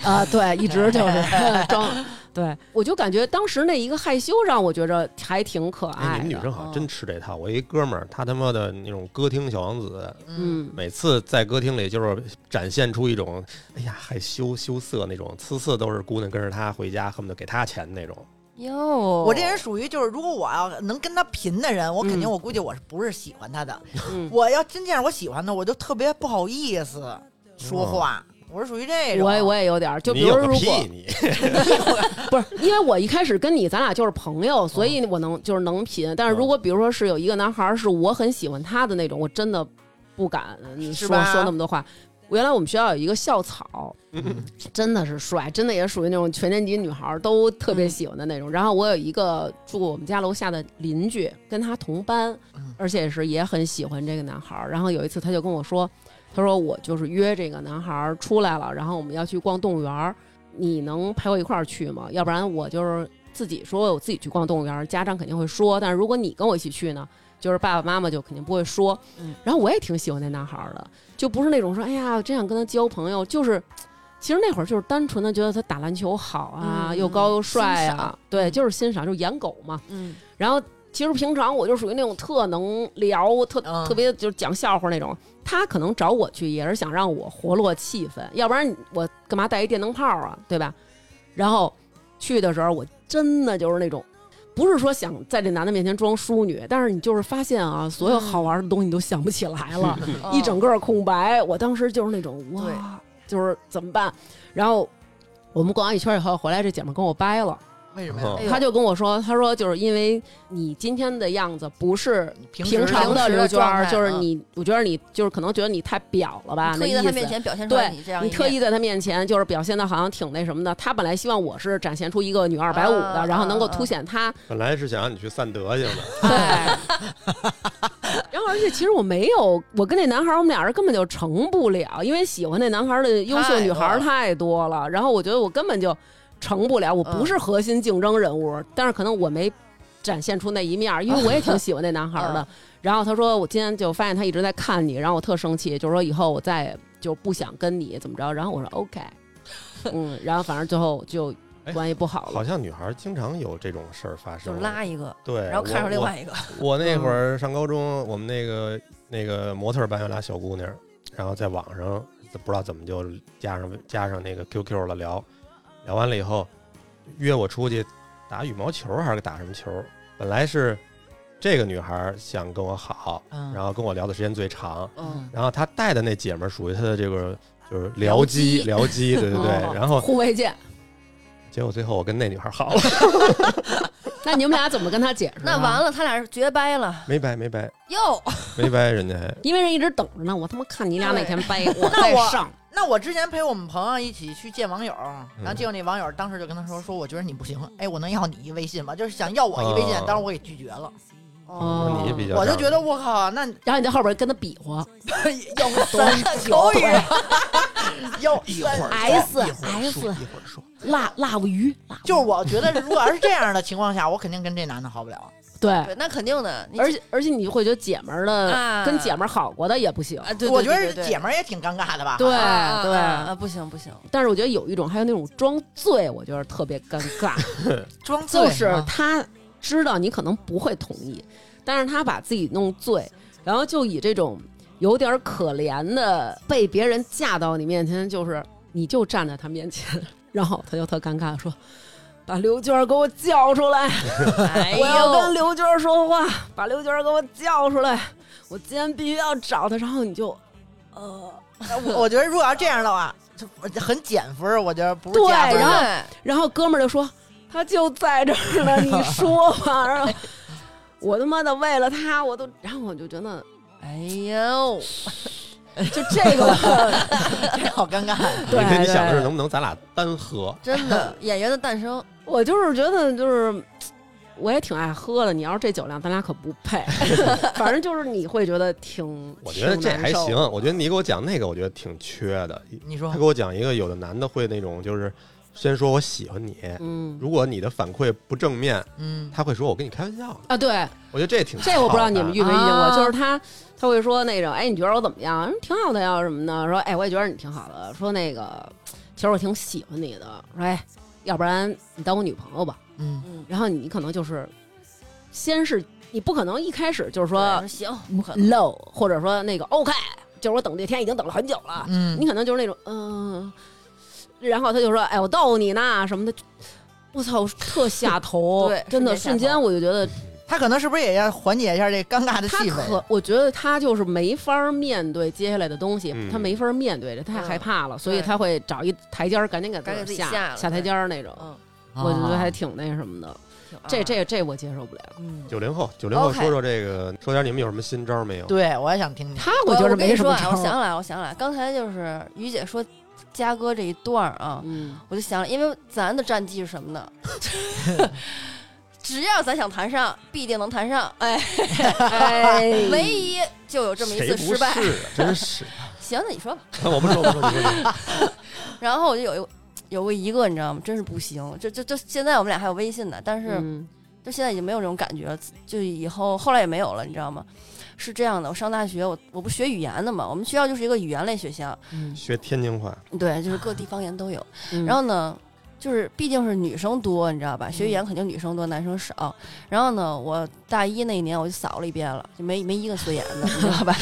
啊，对，一直就是 装，对我就感觉当时那一个害羞让我觉着还挺可爱
哎，
的，
你们女生好像真吃这套。我一哥们儿，他他妈的那种歌厅小王子，
嗯，
嗯，
每次在歌厅里就是展现出一种哎呀害羞羞涩那种，次次都是姑娘跟着他回家，恨不得给他钱那种。
哟，
我
哦
我
这人属于就是，如果我要能跟他贫的人，我肯定
嗯
我估计我是不是喜欢他的。
嗯
我要真见着我喜欢的，我就特别不好意思说话。
哦
我是属于这种，
我也我也有点儿，就比
你
如
有
如
个
果
屁你！
不是， 因为我一开始跟你，咱俩就是朋友，所以我能就是能贫。但是如果比如说是有一个男孩儿是我很喜欢他的那种，我真的不敢你
是
说
吧
说那么多话。原来我们学校有一个校草，
嗯
真的是帅，真的也属于那种全年级女孩儿都特
嗯
别喜欢的那种。然后我有一个住我们家楼下的邻居，跟他同班
嗯，
而且是也很喜欢这个男孩儿。然后有一次他就跟我说，他说我就是约这个男孩儿出来了，然后我们要去逛动物园儿，你能陪我一块儿去吗？要不然我就是自己说我自己去逛动物园儿，家长肯定会说，但是如果你跟我一起去呢？就是爸爸妈妈就肯定不会说，
嗯
然后我也挺喜欢那男孩儿的，就不是那种说哎呀真想跟他交朋友，就是其实那会儿就是单纯的觉得他打篮球好啊，
嗯
又高又帅
欣
啊，对，就是欣赏，就是养狗嘛。
嗯，
然后其实平常我就属于那种特能聊、特、
嗯
特别就是讲笑话那种。他可能找我去也是想让我活络气氛，要不然我干嘛带一电灯泡啊，对吧？然后去的时候，我真的就是那种。不是说想在这男的面前装淑女，但是你就是发现啊，所有
嗯
好玩的东西你都想不起来了，
嗯
一整个空白。我当时就是那种
对
哇，就是怎么办？然后我们逛完一圈以后回来，这姐们儿跟我掰了，
为什么呀
哎？
呦
她就跟我说，她说就是因为你今天的样子不是
平时
平常
的
的刘娟
状
儿，
态
就是
嗯
你，我觉得你就是可能觉得你太表了
哦
吧，
特
那
啊意
意
在他
思。
面前表现出
对
来你这样一
你
面，
特意在她面前就是表现的好像挺那什么的，她本来希望我是展现出一个女二百五的，
啊
然后能够
啊啊
凸显她。
本来是想让你去散德行的，
对， 然后而且其实我没有，我跟那男孩儿我们俩人根本就成不了，因为喜欢那男孩儿的优秀女孩儿太多了。然后我觉得我根本就成不了，我不是核心竞争人
嗯
物，但是可能我没展现出那一面儿，因为我也挺喜欢那男孩儿的。然后他说我今天就发现他一直在看你，然后我特生气，就是说以后我再也就不想跟你怎么着。然后我说 OK，嗯，然后反正最后就
哎
关系不好了
好。像女孩经常有这种事儿发
就
生。
拉一个，
对，
然后看
我
上另外一嗯个，
我那会儿上高中，我们那个那个模特班有俩小姑娘，然后在网上不知道怎么就加上加上那个 QQ 了聊，聊完了以后约我出去打羽毛球还是打什么球？本来是这个女孩想跟我好，
嗯
然后跟我聊的时间最长，
嗯，
然后她带的那姐们儿属于她的这个就是僚机僚机，哎 对对对，
哦
然后
互为见，
结果最后我跟那女孩好了，
那你们俩怎么跟他解释、
那
嗯
完，了，他俩是绝掰了
没掰没掰
哟。
没掰，人家还
因为人一直等着呢。我他妈看你俩哪天掰，我
那
再
我
上。
那我之前陪我们朋友一起去见网友，
嗯
然后结果那网友当时就跟他说：“说我觉得你不行，哎，我能要你一微信吗？”就是想要我一微信，
哦
当时我给拒绝了。
哦
你比较
我就
这
觉
样
得我靠，那
然后你在后边跟他比划，
要不三
啊
口语， 要一会儿
S
说
S
一会儿说，
辣辣不鱼，辣 不
就是我觉得，如果要是这样的情况下，我肯定跟这男的好不了。
对，
对，那肯定的，你
而且而且你会觉得姐们儿的
啊
跟姐们儿好过的也不行，
啊，对，
我
对
觉
对
得
对
姐们儿也挺尴尬的吧？
对
啊啊啊啊
对。
啊，不行不行，
但是我觉得有一种还有那种装醉，我觉得特别尴尬，
装醉
就是
啊
嘛
他知道你可能不会同意，但是他把自己弄醉，然后就以这种有点可怜的被别人架到你面前，就是你就站在他面前， 然后他就特尴尬地说。把刘娟儿给我叫出来！
哎
我要跟
呦，
刘娟儿说话，把刘娟儿给我叫出来！我今天必须要找她。然后你就，呃，
我觉得如果要这样的话，就很减分儿。我觉得不是
对
加分儿。
然后
呃对
然后哥们儿就说：“他就在这儿呢，你说吧。”然后我他妈的为了他，我都，然后我就觉得
哎呦，
就这个，
这好尴尬。
你
对
跟你想的是
对，
能不能咱俩单喝？
真的，演员的诞生，
我就是觉得就是。我也挺爱喝的，你要是这酒量，咱俩可不 配。反正就是你会觉得挺，
我觉得
挺
这
难
还
受
行，我觉得你给我讲那个，我觉得挺缺的。
你说
他给我讲一个，有的男的会那种，就是先说我喜欢你，
嗯
如果你的反馈不正面，
嗯，
他会说我跟你开玩笑呢。
啊，对，
我觉得这也挺
这我不知道
操蛋
你们遇没遇见过，
啊
就是他他会说那种，哎，你觉得我怎么样？嗯挺好的呀，什么的。说，哎，我也觉得你挺好的。说那个，其实我挺喜欢你的。说，哎，要不然你当我女朋友吧。
嗯，
嗯，
然后你可能就是，先是你不可能一开始就是说
对行，不可能，
low，或者说那个 OK，就是我等这天已经等了很久了。
嗯
你可能就是那种嗯、然后他就说，哎，我逗你呢什么的。我操，特下头，
对
真的瞬
瞬间下
间
头
我就觉得
他可能是不是也要缓解一下这尴尬的
他
气
可
氛？，
我觉得他就是没法儿面对接下来的东西，
嗯
他没法儿面对着，他太害怕了，所以
嗯对
他会找一台阶儿，赶紧给
赶紧
自
自
己
己
下
下了
台阶儿那种。
嗯，
我觉得还
啊
挺那什么的，
挺啊
这，这这我接受不了。
嗯，
九零后，九零后
OK
说说这个，说点你们有什么新招没有？
对，我也想听听。
他我觉得
跟你
没什
说
么
嗯啊，我
招
想
儿。
起来，我想起来，刚才就是于姐说嘉哥这一段儿啊，
嗯，
我就想了，因为咱的战绩是什么呢？ 只要咱想谈上，必定能谈上。哎，
哎，
唯一就有这么一
谁
次
不是
失败。
啊真 是。
行，那你说吧。
我不说，我不说，你说你说。
然后我就有一有过一个，你知道吗？真是不行。就就就现在我们俩还有微信呢，但是
嗯
就现在已经没有这种感觉了，就以后后来也没有了，你知道吗？是这样的，我上大学，我我不学语言的嘛，我们学校就是一个语言类学校，
嗯
学天津话，
对，就是各地方言都有。
嗯
然后呢，就是毕竟是女生多，你知道吧？学语言肯定女生多，男生少。然后呢，我大一那一年我就扫了一遍了，就没没一个学演的，你知道吧？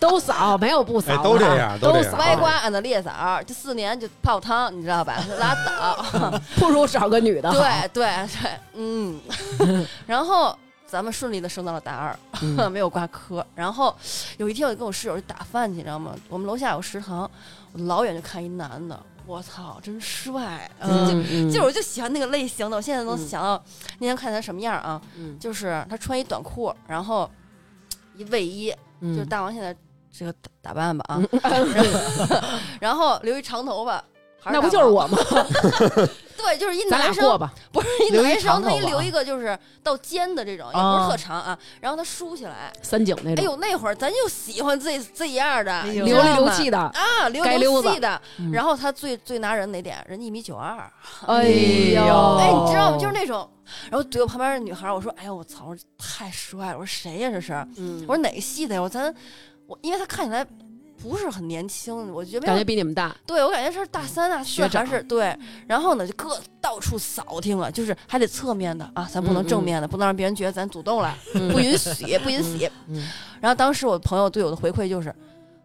都扫，没有不
哎
扫的，
都这样
都
都这样啊
扫，
歪瓜俺的裂枣，这四年就泡汤，你知道吧？拉倒。
不如找个女的好。
对 对对，嗯。 然后咱们顺利的升到了大二，
嗯
没有挂科。然后有一天我就跟我室友去打饭去，你知道吗？我们楼下有食堂，我老远就看一男的，我操，真帅！嗯，
嗯嗯
就是我就喜欢那个类型的，我现在都
嗯
想到那天看他什么样啊？
嗯
就是他穿一短裤，然后一卫衣，
嗯
就是大王现在这个打打扮吧啊， 然后留一长头发，还
嗯那不
大
就是
王？
我吗？
对，就是一
咱俩
男
过
生，
吧。
不是一
留一
男
长
生，他
头
一
发
留
啊
一个就是到肩的这种，也不
啊
是特长啊，然后他梳起来，
三井那
哎
种，
呦，那会儿咱就喜欢这这样的，你
呦
哎知
流
道
里流
吗
气的，
啊，留
该溜
流
子
气的
嗯。
然后他最最拿人哪点？人家一米九二。
哎呦，
哎，你知道吗？就是那种，然后怼我旁边的女孩儿，我说：“哎呦，我操，太帅了！”我说：“谁呀、这是？”
嗯
我说：“哪个系的呀？”我咱我，因为他看起来不是很年轻，我觉得没
感觉
有。
比你们大，
对，我感觉是大三、大四啊
学
还
长
是对，然后呢就各到处扫听啊，就是还得侧面的啊，咱不
嗯
能
嗯
正面的，不能让别人觉得咱主动了，
嗯
不允许，不允许。
嗯
然后当时我朋友对我的回馈就是，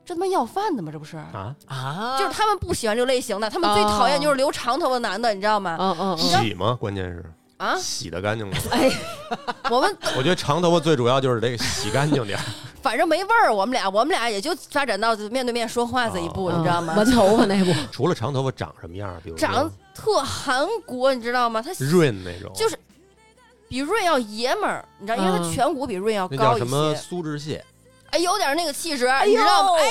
这他妈要饭的吗？这不是？
啊，
啊，
就是他们不喜欢这类型的，他们最
啊
讨厌就是留长头发的男的，你知道吗？
嗯嗯嗯，
洗吗？关键是
啊，
洗的干净吗？
哎，
我 们
我觉得长头发最主要就是得洗干净点儿。
反正没味儿，我们俩我们俩也就发展到面对面说话这一步，你知道吗
闻？嗯头发那部，
除了长头发长什么样儿？比如说
长特韩国，你知道吗？他
哦润那种，
就是。比润要爷们儿，你知道，因为他
嗯
颧骨比润要
那
高
叫
一
什么
些，
苏志燮，
哎，有点那个气质，
哎
你知道吗？
呦
哎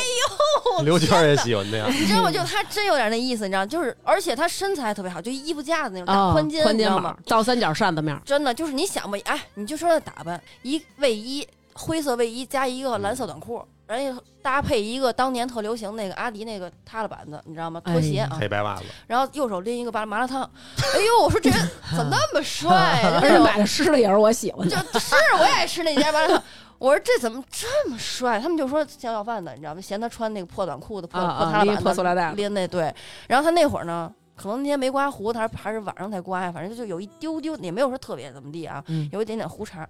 呦，
刘娟儿也喜欢那 样。
你知道 吗？就他真有点那意思，你知道，就是而且他身材特别好，就衣服架子那种大
啊，
宽肩，
宽
你知
肩
道吗
膀？到三角扇子面儿，
真的就是你想吧，哎，你就说他打扮，一卫衣灰色卫衣加一个蓝色短裤，然后搭配一个当年特流行那个阿迪那个塌了板子，你知道吗？拖鞋
哎
啊，
黑白袜子，
然后右手拎一个麻麻辣烫，哎呦，我说这人怎么那么帅啊呀、
而且买的湿的也是我喜欢的。
就是我也爱吃那家麻辣烫。我说这怎么这么帅？他们就说嫌要饭的，你知道吗？嫌他穿那个破短裤子、破
啊
破
啊
塌
拎
板
破塑料袋
拎那对。然后他那会儿呢，可能那天没刮胡子，还是还是晚上才刮呀，反正就有一丢丢，也没有说特别怎么地啊，
嗯
有一点点胡茬儿。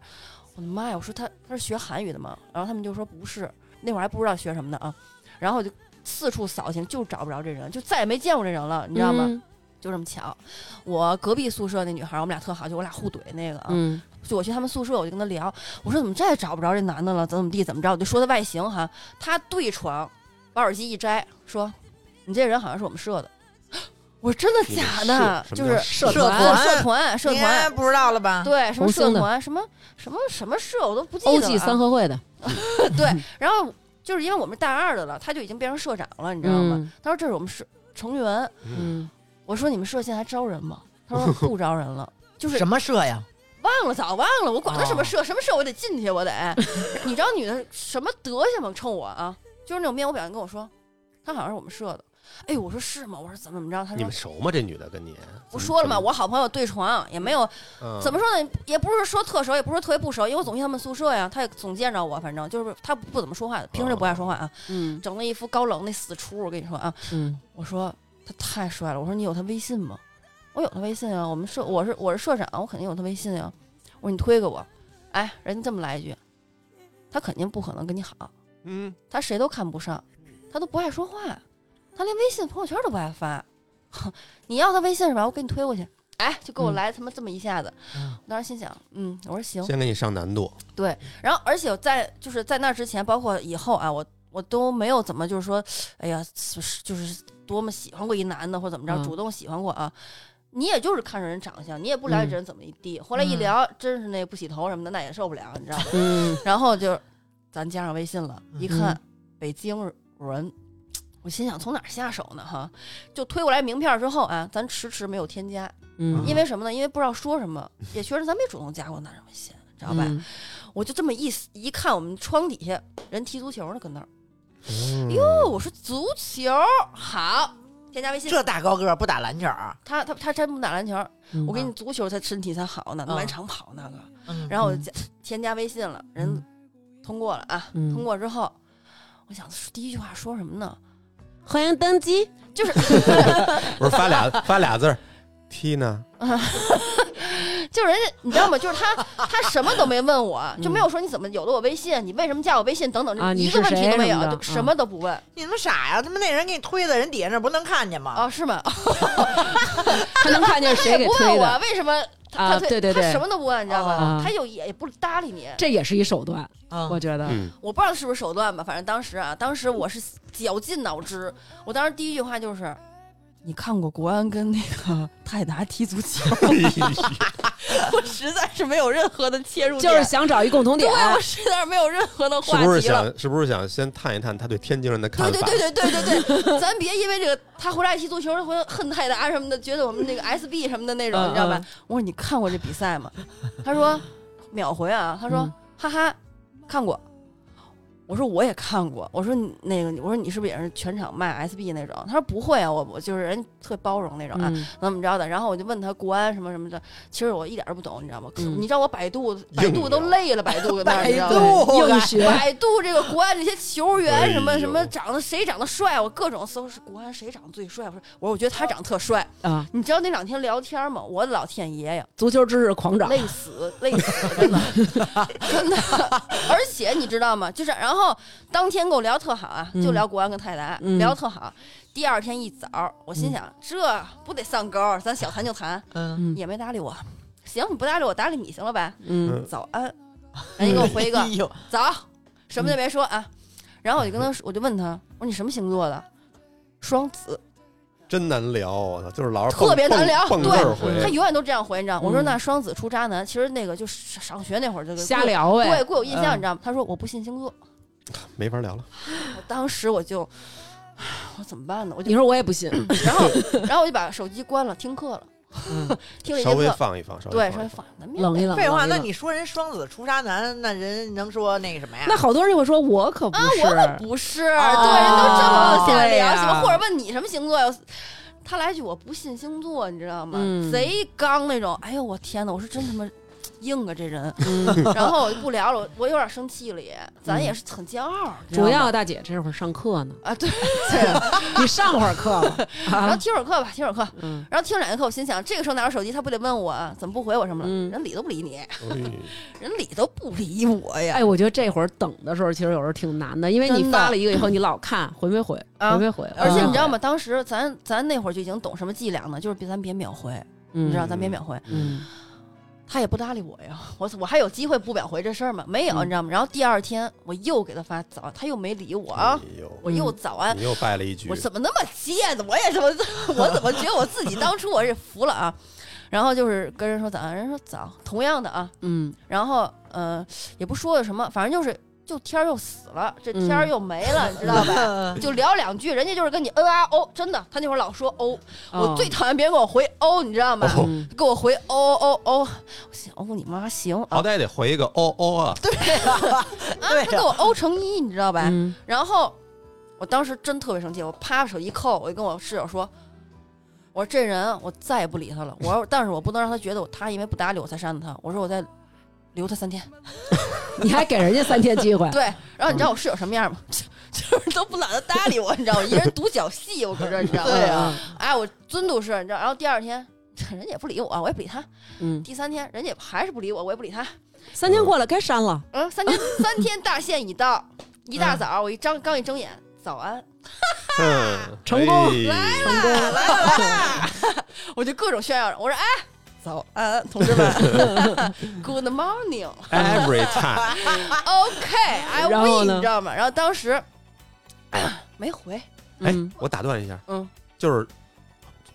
我的妈呀！我说他他是学韩语的吗？然后他们就说不是，那会儿还不知道学什么呢啊。然后我就四处扫听，就找不着这人，就再也没见过这人了，你知道吗？
嗯？
就这么巧，我隔壁宿舍那女孩儿，我们俩特好，就我俩互怼那个啊。
嗯，
就我去他们宿舍，我就跟他聊，我说怎么再也找不着这男的了，怎么怎么地，怎么着，我就说他外形哈，他对床把耳机一摘，说你这人好像是我们社的， 我说真的假的？
你
就
们
是
社
什么叫社团
啊社团社
应该
团，
不知道了吧？
对什么
红
社
星的
团什么什么什么社我都不记
欧
得
系
了
三
啊。
合会的，
对，然后就是因为我们是大二的了，他就已经变成社长了，你知道吗？
嗯
他说这是我们社成员，
嗯，
嗯，
我说你们社现在还招人吗？他 说不招人了。就是
什么社呀？
忘了，早忘了，我管他什么
哦
社，什么社我得进去，我得。 你知道女的什么德行吗？冲我啊，就是那种面无表情跟我说，她好像是我们社的。哎，我说是吗？我说怎么怎么着？她
你
说
们熟吗？这女的跟你？嗯
不说了吗？我好朋友对床也没有怎么
说？
说呢，也不是说特熟，也不是说特别不熟，因为我总去他们宿舍呀，她也总见着我，反正就是她不怎么说话，平时就不爱说话啊，
嗯
整了一副高冷那死出。我跟你说啊，
嗯，
我说他太帅了，我说你有他微信吗？我有他微信啊，我们社我是我是社长，我肯定有他微信啊。我说你推给我，哎，人家这么来一句，他肯定不可能跟你好，
嗯，
他谁都看不上，他都不爱说话，他连微信朋友圈都不爱发。 哼，你要他微信是吧？我给你推过去。哎，就给我
嗯
来他妈这么一下子，
嗯
我当时心想，嗯，我说行，
先给你上难度，
然后，而且我在就是在那之前，包括以后啊，我我都没有怎么就是说，哎呀，就是就是多么喜欢过一男的或者怎么着，
嗯
主动喜欢过啊。你也就是看着人长相，你也不了解这人怎么一地。后来一
嗯
聊，真是那不洗头什么的，那也受不了，你知道吗？
嗯，
然后就咱加上微信了，一看、
嗯
北京人，我心想从哪儿下手呢？哈，就推过来名片之后啊，咱迟迟没有添加，
嗯，
因为什么呢？因为不知道说什么，也确实咱没主动加过男人微信，你知道吧？
嗯？
我就这么一一看，我们窗底下人踢足球呢，跟那儿。哦，
哟，
我说足球好，添加微信。
这大高个儿不打篮球啊？
他他他真不打篮球，
嗯
我给你足球，他身体才好呢，
嗯
满场跑那个。
嗯
然后我就
嗯
加添加微信了，人通过了啊，
嗯
通过之后，我想第一句话说什么呢？
嗯欢迎登机，
就是
不是发俩发俩字儿，T 呢？
就是人家你知道吗？就是他他什么都没问我，就没有说你怎么有了我微信，你为什么加我微信等等，
嗯啊
这一
你
个问
是
题都
谁
没有
什么，的嗯
就什么都不问
你们傻呀？他妈那人给你推的人底下那不能看见吗？
啊？是吗？
他能看见谁给
不问
推
我
的，
为什么他
啊
推
对对
他
对
什么都不问，你知道吧
啊？
他又也也不搭理你，
这也是一手段，
嗯
我觉得。
嗯，
我不知道是不是手段吧，反正当时啊，当时我是绞尽脑汁，我当时第一句话就是。你看过国安跟那个 泰达踢足球？
哎
我实在是没有任何的切入
就
点，
是啊想找一共同
对
点，
我实在是没有任何的
是
话
不是
题了。
想是不是想先探一探他对天津人的看
对
法？
对对对对对对，咱别因为这个他回来踢足球，他回来恨泰达啊什么的，觉得我们那个 SB 什么的那种，
嗯
你知道吧
嗯？
我说你看过这比赛吗？ 他说秒回啊，他说、
嗯
哈哈，看过。我说我也看过，我说你那个，我说你是不是也是全场骂 SB 那种？他说不会啊，我我就是人特包容那种啊，
嗯
怎么着的？然后我就问他国安什么什么的，其实我一点儿不懂，你知道吗？可
嗯
你知道我百度百度都
硬聊
累了，百度 跟那儿，你知道吗？
度
硬学，
百度这个国安这些球员什么
哎呦
什么长得谁长得帅，我各种搜是国安谁长得最帅。我说我说我觉得他长得特帅。
啊，
你知道那两天聊天吗？我的老天爷呀，
足球知识狂涨，
累死累死，真的真的。而且你知道吗？就是然后当天跟我聊特好啊，
嗯
就聊国安跟泰达，
嗯
聊特好。第二天一早，我心想、这不得上钩，咱想谈就谈，
嗯，
嗯
也没搭理我。行，你不搭理我，搭理你行了呗。
嗯
早安，人家给我回一个
哎呦，
早，什
嗯
么都
嗯
没说啊。然后我就跟他说，我就问他，我说你什么星座的？双子。
真难聊，我操，就是老是
特别
蹦
难聊
蹦蹦
对
字儿回
他永远都这样回，你知道？我说
嗯
那双子出渣男，其实那个就是上学那会儿就
瞎。聊哎呗。
对，贵有印
嗯
象，你知道吗？他说我不信星座，
没法聊了。
我当时我就，唉我怎么办呢？我就
你说我也不信，嗯
然后然后我就把手机关了，听课了， 听了一
稍
节
微
课，
放一放，稍
对，稍
微放
微
一放。
放咱们
冷一冷。
废话，
冷一
那
冷
你说人双子出渣男，那人能说那个什么呀？
那好多人会说，我可不
啊，
是，
我可不是，对，人
啊
都这么下
对
聊
呀
什么，或者问你什么星座呀？他来一句我不信星座，你知道吗？
嗯
贼刚那种。哎呦我天哪，我说真他妈硬啊这人。
嗯
然后我就不聊了，我我有点生气了也，咱也是很骄傲，你知道吗
主要大姐这会儿上 课呢，
啊对。
你上会儿课吧。
然后
啊
听会儿课吧，听会儿课。
嗯，
然后听两节课，我心想，这个时候拿着手机，他不得问我啊怎么不回我什么了？
嗯
人理都不理你，
哎
人理都不理我呀。
哎，我觉得这会儿等的时候，其实有时候挺难的，因为
真
你
的
发了一个以后，你老看回没回，
啊
回没回。
而且你知道
吗？
吗？当时咱咱那会儿就已经懂什么伎俩呢，就是别咱别秒回，
嗯
你知道，咱别秒回。
嗯
他也不搭理我呀，我我还有机会不秒回这事儿吗？没有，
嗯
你知道吗？然后第二天我又给他发早安，他又没理我，啊，
嗯
哎呦，
我又早安，
你又拜了一局
啊我，怎么那么贱呢？我也怎么， 我怎么觉得我自己当初我也服了啊？然后就是跟人说早安，人说早，同样的啊，
嗯，
然后呃也不说的什么，反正就是就天儿又死了，这天儿
嗯
又没了，你知道吧？
吧
就聊两句，人家就是跟你嗯啊哦，真的，他那会儿老说哦，我
哦
最讨厌别人给我回哦，你知道吗？
哦
嗯
给我回哦哦哦，我心想哦你妈行啊
好，歹得回一个哦哦啊，
啊，
对
他给我欧成一，你知道吧？
嗯
然后我当时真特别生气，我啪把手机扣，我就跟我室友说。我说这人，我再也不理他了。我说，但是我不能让他觉得我他因为不搭理我才删的他。我说我再留他三天。，
你还给人家三天机 会
对，然后你知道我室友什么样吗？ 就是都不懒得搭理我，你知道吗？一人独角戏，我搁这儿，你知道吗？
对啊
啊，
哎，我尊度是，你知道。然后第二天，人家也不理我，我也不理他。
嗯，
第三天，人家也还是不理我，我也不理他。
三天过了该删了，
嗯，三天三天大限已到，一大早我一张刚一睁眼，早安，
嗯，
成功
来了，
来了来了来了， 我就各种炫耀着，我说哎，早安，同志们，Good morning，OK，I、
Every time，
I
然后
win，
呢
哎你知道吗？然后当时 没回，
哎
嗯，
我打断一下，
嗯，
就是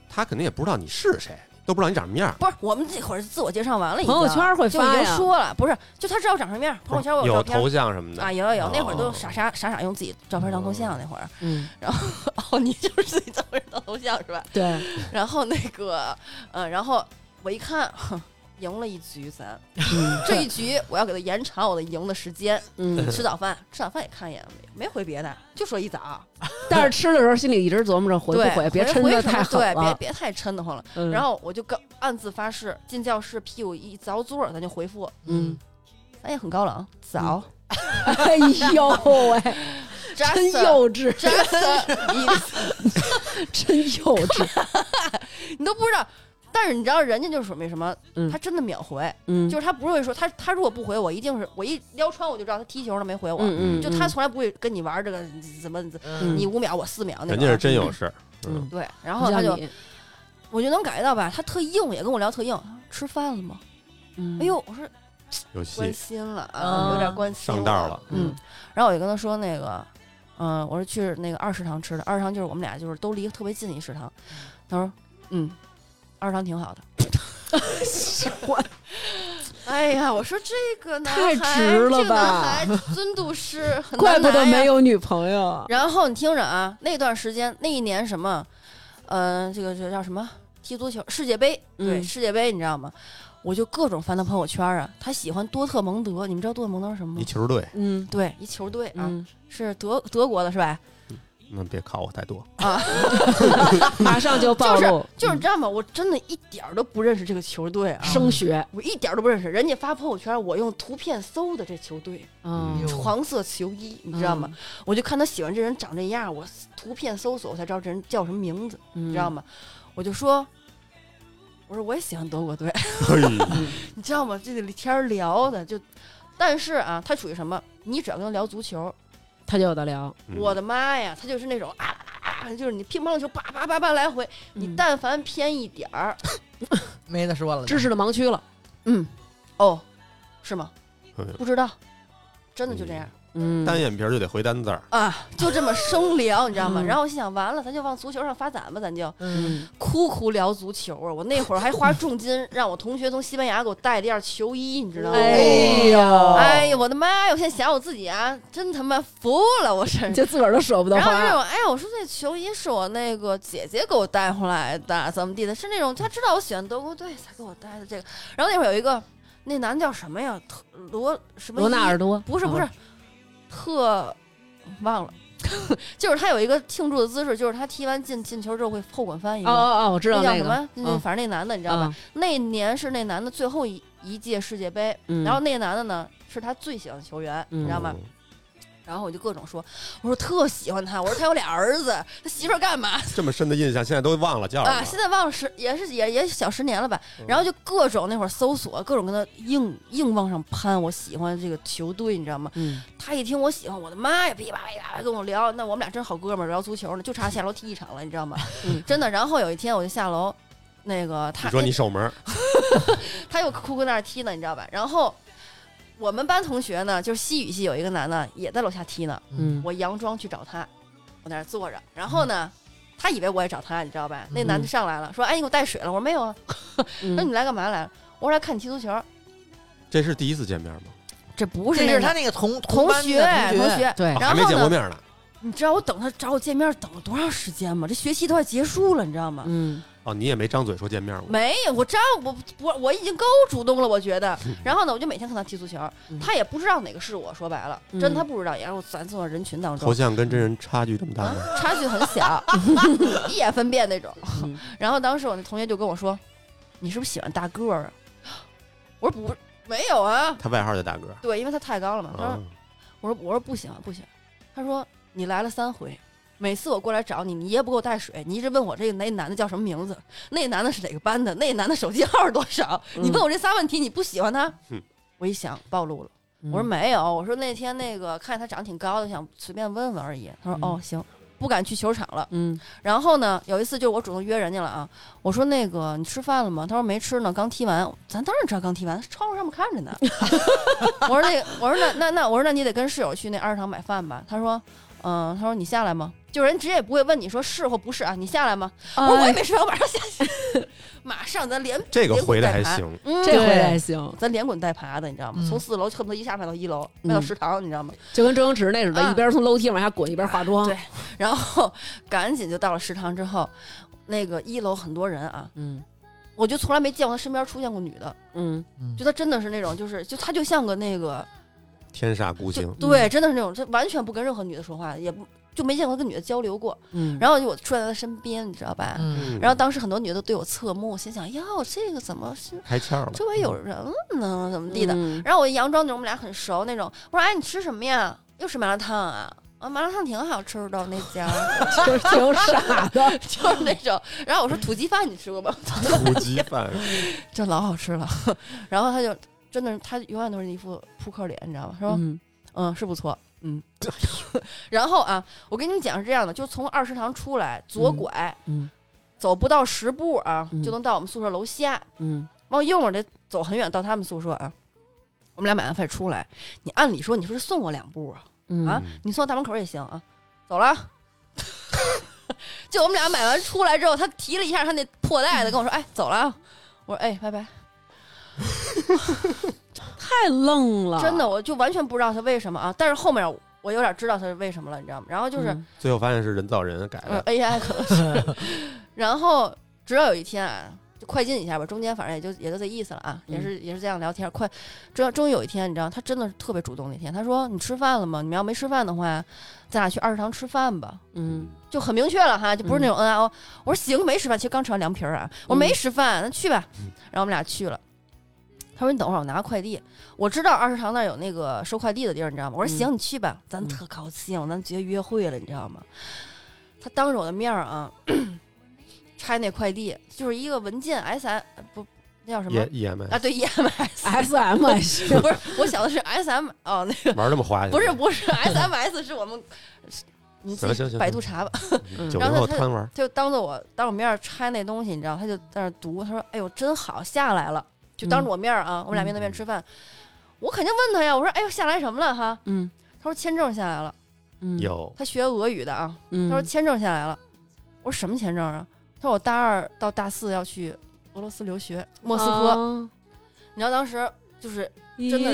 他肯定也不知道你是谁，都不知道你长什么样。
不是我们这会儿自我介绍完了已经，
朋友圈会
就已
发
经
呀
说了，不是，就他知道我长什么样，朋友圈我
有
照片。
头像什么的
啊，有有有，那会儿都
哦
傻傻傻傻用自己照片当头像，那会儿
嗯，
哦，你就是自己照片当头像是吧？
对，
然后那个，呃，然后我一看，哼赢了一局咱，
嗯
这一局我要给他延长我的赢的时间。
嗯，
吃早饭，吃早饭也看一眼，没没回别的，就说一早，
但是吃的时候心里一直琢磨着回
对
不回，别
回
抻
回
的
什么
太狠
对，别
了。
别太抻得慌了。
嗯
然后我就告暗自发誓，进教室屁股一着座儿，咱就回复，
嗯，
咱也很高冷，早
哎呦喂，真
，just
幼稚，
just，
真幼稚，
你都不知道。但是你知道人家就是属于什么
嗯？
他真的秒回，
嗯，
就是他不会说他他如果不回我，一定是我一撩穿我就知道他踢球了没回我，
嗯嗯，
就他从来不会跟你玩这个怎么怎么
嗯
你五秒我四秒那种。
人家是真有事儿，
嗯
嗯，
对，然
嗯
后他
像
就
你
我就能感觉到吧，他特硬，也跟我聊特硬。吃饭了吗？
嗯
哎呦，我说关
有戏
心了啊，
啊
有点关心
上道了。，
嗯
然后我就跟他说那个，嗯，我说去那个二食堂吃的，二食堂就是我们俩就是都离特别近一食堂。他说，嗯，二食堂挺好的。
嗯我
哎呀，我说这个男
太
孩
直了
这个男
吧
孩尊度是很
怪
难
不
拿
得
呀
没有女朋友，
然后你听着啊，那段时间那一年什么，呃，这个这叫什么踢足球世界杯？对，
嗯
世界杯你知道吗？我就各种翻他朋友圈啊，他喜欢多特蒙德，你们知道多特蒙德是什么
一
吗？
球队，
嗯
对，一球队啊，
嗯，
是德德国的是吧？
那别考我太 多。
马上就暴露，嗯
就是这样吧，我真的一点儿都不认识这个球队啊，
升学，
我一点儿都不认识。人家发朋友圈，我用图片搜的这球队，
嗯，
哟
黄色球衣，你知道吗？我就看他喜欢这人长这样，我图片搜索我才知道这人叫什么名字。
嗯？
你知道吗？我就说，我说我也喜欢德国队，
嘿，
你知道吗？这里天儿聊的就，但是啊，他属于什么？你只要跟他聊足球，
他就有的聊，
嗯
我的妈呀，他就是那种啊啊啊，就是你乒乓球叭叭叭叭来回，你
嗯
但凡偏一点儿，
没得说了，
知识的盲区了，
嗯，哦，是吗
嗯？
哎
不知道，真的就这样。
嗯，
单眼皮儿就得回单字儿，
啊，就这么生聊，你知道吗？
嗯
然后我心想，完了，咱就往足球上发展吧，咱就
嗯
哭哭聊足球啊！我那会儿还花重金让我同学从西班牙给我带了一件球衣，你知道吗？
哎呦，
哎呀，我的妈呀！我现在想我自己啊，真他妈服了，我是。
就自个儿都舍不得
然后那
花，
种，哎，我说那球衣是我那个姐姐给我带回来的，怎么地的？是那种她知道我喜欢德国队才给我带的这个。然后那会儿有一个那男的叫什么呀？特罗什么
罗纳嗯
伊
尔多
不是不是，特忘了， 就是他有一个庆祝的姿势，就是他踢完进进球之后会后滚翻一
哦
个，
哦哦，我知道
叫
那
什
个，
么？那
嗯
反正那男的你知道吧？
啊，
那年是那男的最后一一届世界杯，
嗯
然后那男的呢是他最喜欢的球员，
嗯
你知道吗？
嗯？
然后我就各种说，我说特喜欢他，我说他有俩儿子，他媳妇儿干 嘛
这么深的印象，现在都忘了叫什
啊？
么
现。在忘了十也是也也小十年了吧？
嗯
然后就各种那会儿搜索，各种跟他硬硬往上攀，我喜欢这个球队，你知道吗？
嗯，
他一听我喜欢，我的妈呀，噼啪噼啪跟我聊，那我们俩真好哥们儿，聊足球呢，就差下楼踢一场了，你知道吗？
嗯
真的。然后有一天我就下楼，那个他
你说你守门儿，
他又哭哭在那儿踢呢，你知道吧？然后我们班同学呢，就是西语系有一个男的也在楼下踢呢，
嗯
我佯装去找他，我在那儿坐着，然后呢。他以为我也找他，你知道吧？那男的上来了，说：“哎，你给我带水了。”我说：“没有啊。”那你
嗯，
来干嘛来了？我说：“来看你踢足球。
这是第一次见面吗？”
这不
这是
那
他
个
那个同
同
班的
学
同
同，学。
对
啊，
然
还没
后
见
呢
过？面呢。
你知道我等他找我见面等了多长时间吗？这学期都要结束了，你知道吗？
嗯
哦，你也没张嘴说见面过。
没有，我张我我我已经够主动了，我觉得。然后呢，我就每天看他踢足球
嗯，
他也不知道哪个是我。说白了，
嗯
真他不知道，也让我咱送到人群当
头
中，
像跟真人差距这么大吗？
差距很 小，一眼分辨那种。
嗯
然后当时我那同学就跟我说：“你是不是喜欢大个儿啊？”我说：“不，没有啊。
他外号叫大哥。”
对，因为他太高了嘛。他说
啊，
我说我说不行不行，他说你来了三回，每次我过来找你，你也不给我带水，你一直问我这个那男的叫什么名字，那男的是哪个班的，那男的手机号是多少，你问我这仨问题，你不喜欢他
嗯哼？
我一想暴露了，
嗯
我说没有，我说那天那个看见他长挺高的，想随便问问而已。他说
嗯
哦行，不敢去球场了。
嗯
然后呢，有一次就是我主动约人家了啊，我说那个你吃饭了吗？他说没吃呢，刚踢完。咱当然知道刚踢完，窗户上面看 着呢。我说那个，我说那那那，我说那你得跟室友去那二食堂买饭吧。他说，嗯、他说你下来吗？就人直接也不会问你说是或不是啊，你下来吗？我说我
哎
也没吃饭，我马上下去， 马上咱连
这个
连滚
回的
带
还
爬
行。
嗯，
这回还行，
咱连滚带爬的，你知道吗？
嗯
从四楼恨不得一下迈到一楼，迈到
嗯
食堂，你知道吗？
就跟周星驰那似的，
啊
一边从楼梯往下滚，一边化妆。
对然后 赶紧就到了食堂之后，那个一楼很多人啊，
嗯
我就从来没见过他身边出现过女的，
嗯
就他真的是那种，就是就他就像个那个，
天煞孤
就
星，
对，真的是那种，他完全不跟任何女的说话，也不就没见过他跟女的交流过。
嗯，
然后就我出现在他身边，你知道吧？
嗯，
嗯
然后当时很多女的都对我侧目，心想哟，这个怎么是
开窍了。嗯
周围有人呢？怎么
后
地的？然后我佯装那种我们俩很熟那种，我说哎，你吃什么呀？又是麻辣烫啊？啊，麻辣烫挺好吃的那家，
就是挺傻的，
就是那种。然后我说土鸡饭你吃过吗？
土鸡 饭，
这老好吃了。 然后他就真的是，他永远都是一副扑克脸，你知道吗？说嗯
嗯
是不错， 嗯。 然后啊，我跟你讲是这样的，就从二食堂出来左拐，
嗯
走不到十步啊，
嗯
就能到我们宿舍楼下。
嗯
往右面得走很远到他们宿舍啊。我们俩买完饭出来，你按理说你是不是送我两步啊？
嗯
啊，你送到大门口也行啊。走了。 就我们俩买完出来之后，他提了一下他那破袋子，跟我说：“哎，走了啊。”我说：“哎，拜拜。”
太愣了，
真的，我就完全不知道他为什么啊。但是后面我有点知道他是为什么了，你知道吗？然后就是，
嗯
最后发现是人造人改
嗯
的。
，AI 可能是。然后直到有一天啊，就快进一下吧，中间反正也就也就这意思了啊，也是也是这样聊天。快，终终于有一天，你知道，他真的是特别主动。那天他说：“你吃饭了吗？你们要没吃饭的话，咱俩去二食堂吃饭吧。”
嗯
就很明确了哈，就
嗯
不是那种 N I O、我说行，没吃饭，其实刚吃完凉皮儿啊。我说没吃饭，那去吧。
嗯
然后我们俩去了。他说你等会儿，我拿快递。我知道二食堂那儿有那个收快递的地儿，你知
嗯
道吗？我说行，你去吧。咱特高兴，咱直接约会了，你知道吗？他当着我的面儿啊， 拆那快递，就是一个文件 S I 不那叫什么
E E M
啊？ 对 E M S。
，S M
不是，我想的是 S M 哦，那个
玩这么滑去？
不是不是 S M S 是我们，你自
行行
己
行
百度查吧。
嗯，九
然
零
后
后
他
贪玩。
就当着我当着我面儿拆那东西，你知道，他就在那儿读，他说：“哎呦，真好，下来了。”就当着我面儿啊，我们俩面对面吃饭，我肯定问他呀，我说：“哎呦，下来什么了哈
嗯，？”
他说签证下来了，
嗯，
有
他学俄语的啊，
嗯，
他说签证下来了，我说什么签证啊？他说我大二到大四要去俄罗斯留学，莫斯科。
科，
你知道当时就是
真
的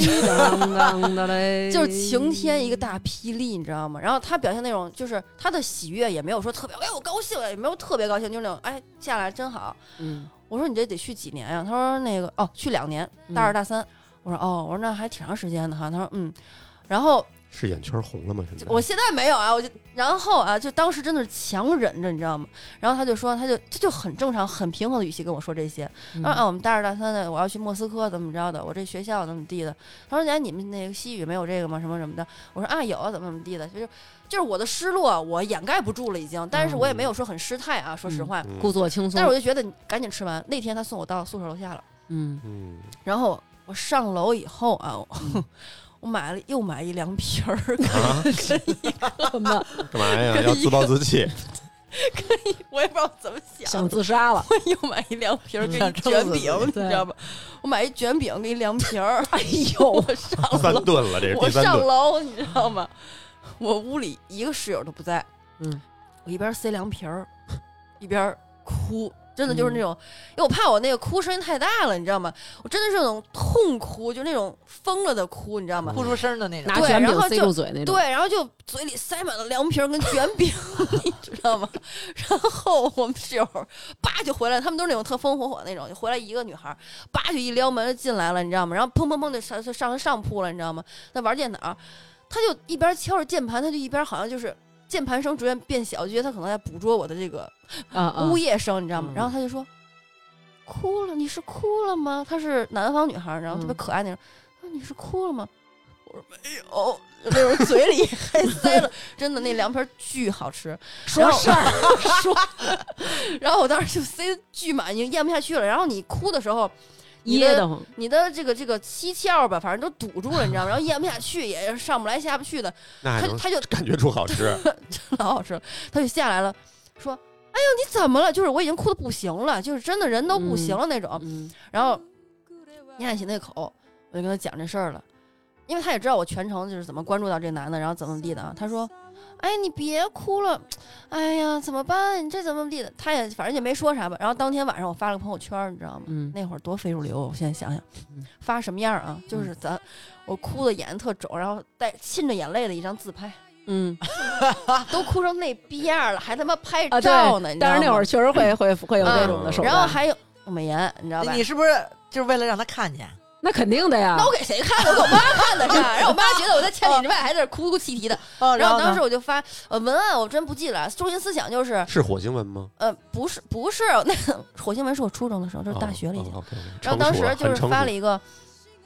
的
就是晴天一个，大霹雳，你知道吗？然后他表现那种就是他的喜悦也没有说特别，哎我高兴，也没有特别高兴，就是那种哎下来真好。
嗯
我说你这得续几年呀、他说那个哦去两年，
嗯
大二大三。我说哦，我说那还挺长时间的哈。他说嗯，然后
是眼圈红了吗？现在
我现在没有啊，我就然后啊，就当时真的是强忍着，你知道吗？然后他就说，他就他就很正常、很平和的语气跟我说这些。
嗯
他说啊，我们大二大三的，我要去莫斯科，怎么着的，我这学校怎么地的。他说哎，你们那个西语没有这个吗？什么什么的。我说啊，有啊，怎么怎么地的。就是就是我的失落，啊我掩盖不住了已经，但是我也没有说很失态啊，说实话。
嗯
故作轻松，
但是我就觉得你赶紧吃完。那天他送我到宿舍楼下了，
嗯
嗯，
然后我上楼以后啊，我 我买了又买一凉皮儿，
啊，
什么
干嘛呀？要自暴自 弃？
我也不知道怎么想的
想自杀了，
又买一凉皮儿跟一
想撑
卷
死
饼，你
自
己
知道吧？我买一卷饼跟一凉皮儿，哎
呦
我上
三
楼，
顿了，这是
我
第三
上
顿。
楼，你知道吗？我屋里一个室友都不在，
嗯，
我一边塞凉皮儿，一边哭，真的就是那种，因为我怕我那个哭声音太大了，你知道吗？我真的是那种痛哭，就那种疯了的哭，你知道吗？
不出声的那种
拿
对
卷
然
饼
后
塞
就
住嘴那种，
对，然后就嘴里塞满了凉皮儿跟卷饼， 你知道吗？然后我们室友叭就回来，他们都是那种特风火火那种，就回来一个女孩儿，叭就一撩门就进来了，你知道吗？然后砰砰砰就上就上上铺了，你知道吗？在玩电脑，他就一边敲着键盘，他就一边好像就是。键盘声逐渐变小，就觉得他可能在捕捉我的这个
啊啊，
呜咽声，你知道吗？
嗯
然后他就说：“哭了，你是哭了吗？”她是南方女孩儿，然后特别
嗯
可爱那种。她说：“你是哭了吗？”我说：“没有。”那种嘴里 还塞了，真的那凉皮儿巨好吃。
说事 儿，
说，然后我当时就塞得巨满，已经咽不下去了。然后你哭的时候，你
噎
的
得慌，
你的这个这个七窍吧，反正都堵住了，你知道吗？然后咽不下去，也上不来下不去的。
那
哎
他
还能
他就
感觉出好吃？
老好吃了，他就下来了，说：“哎呦，你怎么了？就是我已经哭的不行了，就是真的人都不行了那种。
嗯
然后咽起那口，我就跟他讲这事儿了，因为他也知道我全程就是怎么关注到这男的，然后怎么地的啊。他说：“哎，你别哭了，哎呀，怎么办？你这怎么地的？”他也反正也没说啥吧。然后当天晚上我发了个朋友圈，你知道吗？
嗯，
那会儿多非主流，我现在想想
嗯，
发什么样啊？就是咱我哭的眼特肿，然后带沁着眼泪的一张自拍，啊
嗯
都哭成那逼样了，还他妈拍
啊，对
照呢，你，知道
但
吗？ 嗯
是那会儿确实会会会有这种的手段，
然后还有美颜，你知道吧？
你是不是就是为了让他看见？
那肯定的呀
那，我给谁看的？我给我妈看的是 吧，让我妈觉得我在千里之外还在这哭哭啼啼的。
哦
然后当
呢
时我就发呃文案，我真不记了，中心思想就是
是火星文吗？
呃不是不是那个火星文是我初中的时候，就是大学了已经。
哦。哦，OK，
然后当时
成熟
就
了
是发了
很成熟
一个，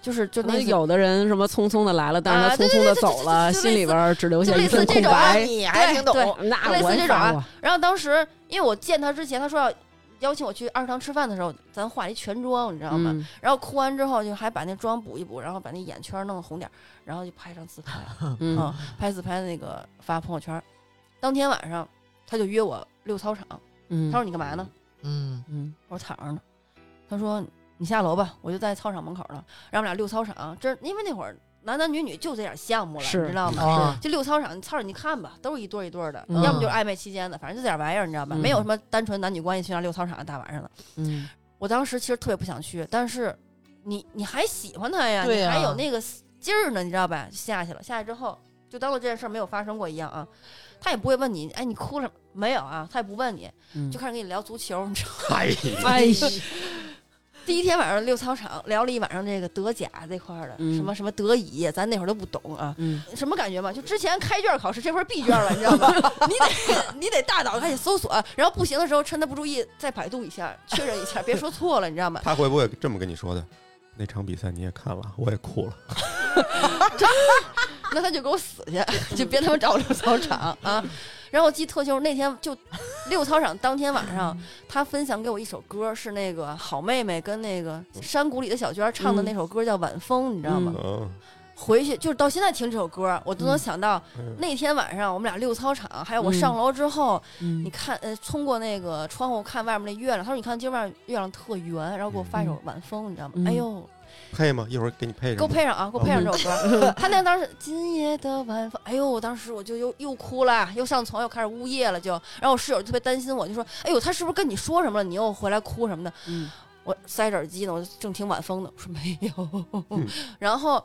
就是就
可
那
能
个
有的人什么匆匆的来了，但是他
啊对
匆
对
匆的
对对
走
对
了，
就
心
类
里
似
边儿只留下
就
一
类似
片
这
空
种
白。
啊
你还挺
对
懂
对，
那
类似
我也
这
发
种啊
过，
然后当时因为我见他之前，他说要邀请我去二堂吃饭的时候，咱化了一全妆，你知道吗？
嗯，
然后哭完之后就还把那妆补一补，然后把那眼圈弄红点儿，然后就拍张自拍。
嗯
嗯，拍自拍的那个发朋友圈儿。当天晚上，他就约我溜操场。
嗯，
他说：“你干嘛呢
嗯，？”
我说：“躺着呢。”他说：“你下楼吧，我就在操场门口呢。”然后我们俩溜操场，这因为那会儿男男女女就这点项目了，
是哦
你知道吗？
啊，
就溜操场，操场你看吧，都是一对儿一对儿的，
嗯
要么就是暧昧期间的，反正就这点玩意儿，你知道吧？
嗯
没有什么单纯男女关系去那溜操场，大晚上的。
嗯，
我当时其实特别不想去，但是你你还喜欢他呀，
对
你
呀
还
啊
有那个劲儿呢，你知道吧？就下去了，下去之后就当做这件事儿没有发生过一样啊。他也不会问你，哎，你哭了没有啊？他也不问你，
嗯
就开始跟你聊足球。你知道吗，
哎呀，
哎，
第一天晚上溜操场聊了一晚上这个德甲这块儿的，
嗯
什么什么德乙，咱那会儿都不懂啊。
嗯，
什么感觉嘛？就之前开卷考试，这回 B 卷了，你知道吗？ 你得你得大脑开始搜索，然后不行的时候趁他不注意再百度一下，确认一下，别说错了，你知 道吗？
他会不会这么跟你说的？那场比赛你也看了，我也哭了。
那他就给我死去， 就别他妈找我溜操场啊！然后我记得特清楚，那天就溜操场当天晚上，他分享给我一首歌，是那个好妹妹跟那个山谷里的小娟唱的那首歌，叫《晚风》，你知道吗？
嗯，
回去就是到现在听这首歌，我都能想到
嗯
那天晚上我们俩溜操场，还有我
嗯
上楼之后，你
你
看呃冲过那个窗户看外面那月亮，他说你看今晚月亮特圆，然后给我发一首
嗯
《晚风》，你知道吗？
嗯
哎呦，
配吗？一会儿给你配
给我
上。
配上啊，给我配上这首歌。他那当时今夜的晚风，哎呦，我当时我就又又哭了，又上床，又开始呜咽了，就。然后我室友就特别担心我，就说：“哎呦，他是不是跟你说什么了？你又回来哭什么的
嗯，？”
我塞着耳机呢，我正听晚风呢，我说没有。
嗯
然后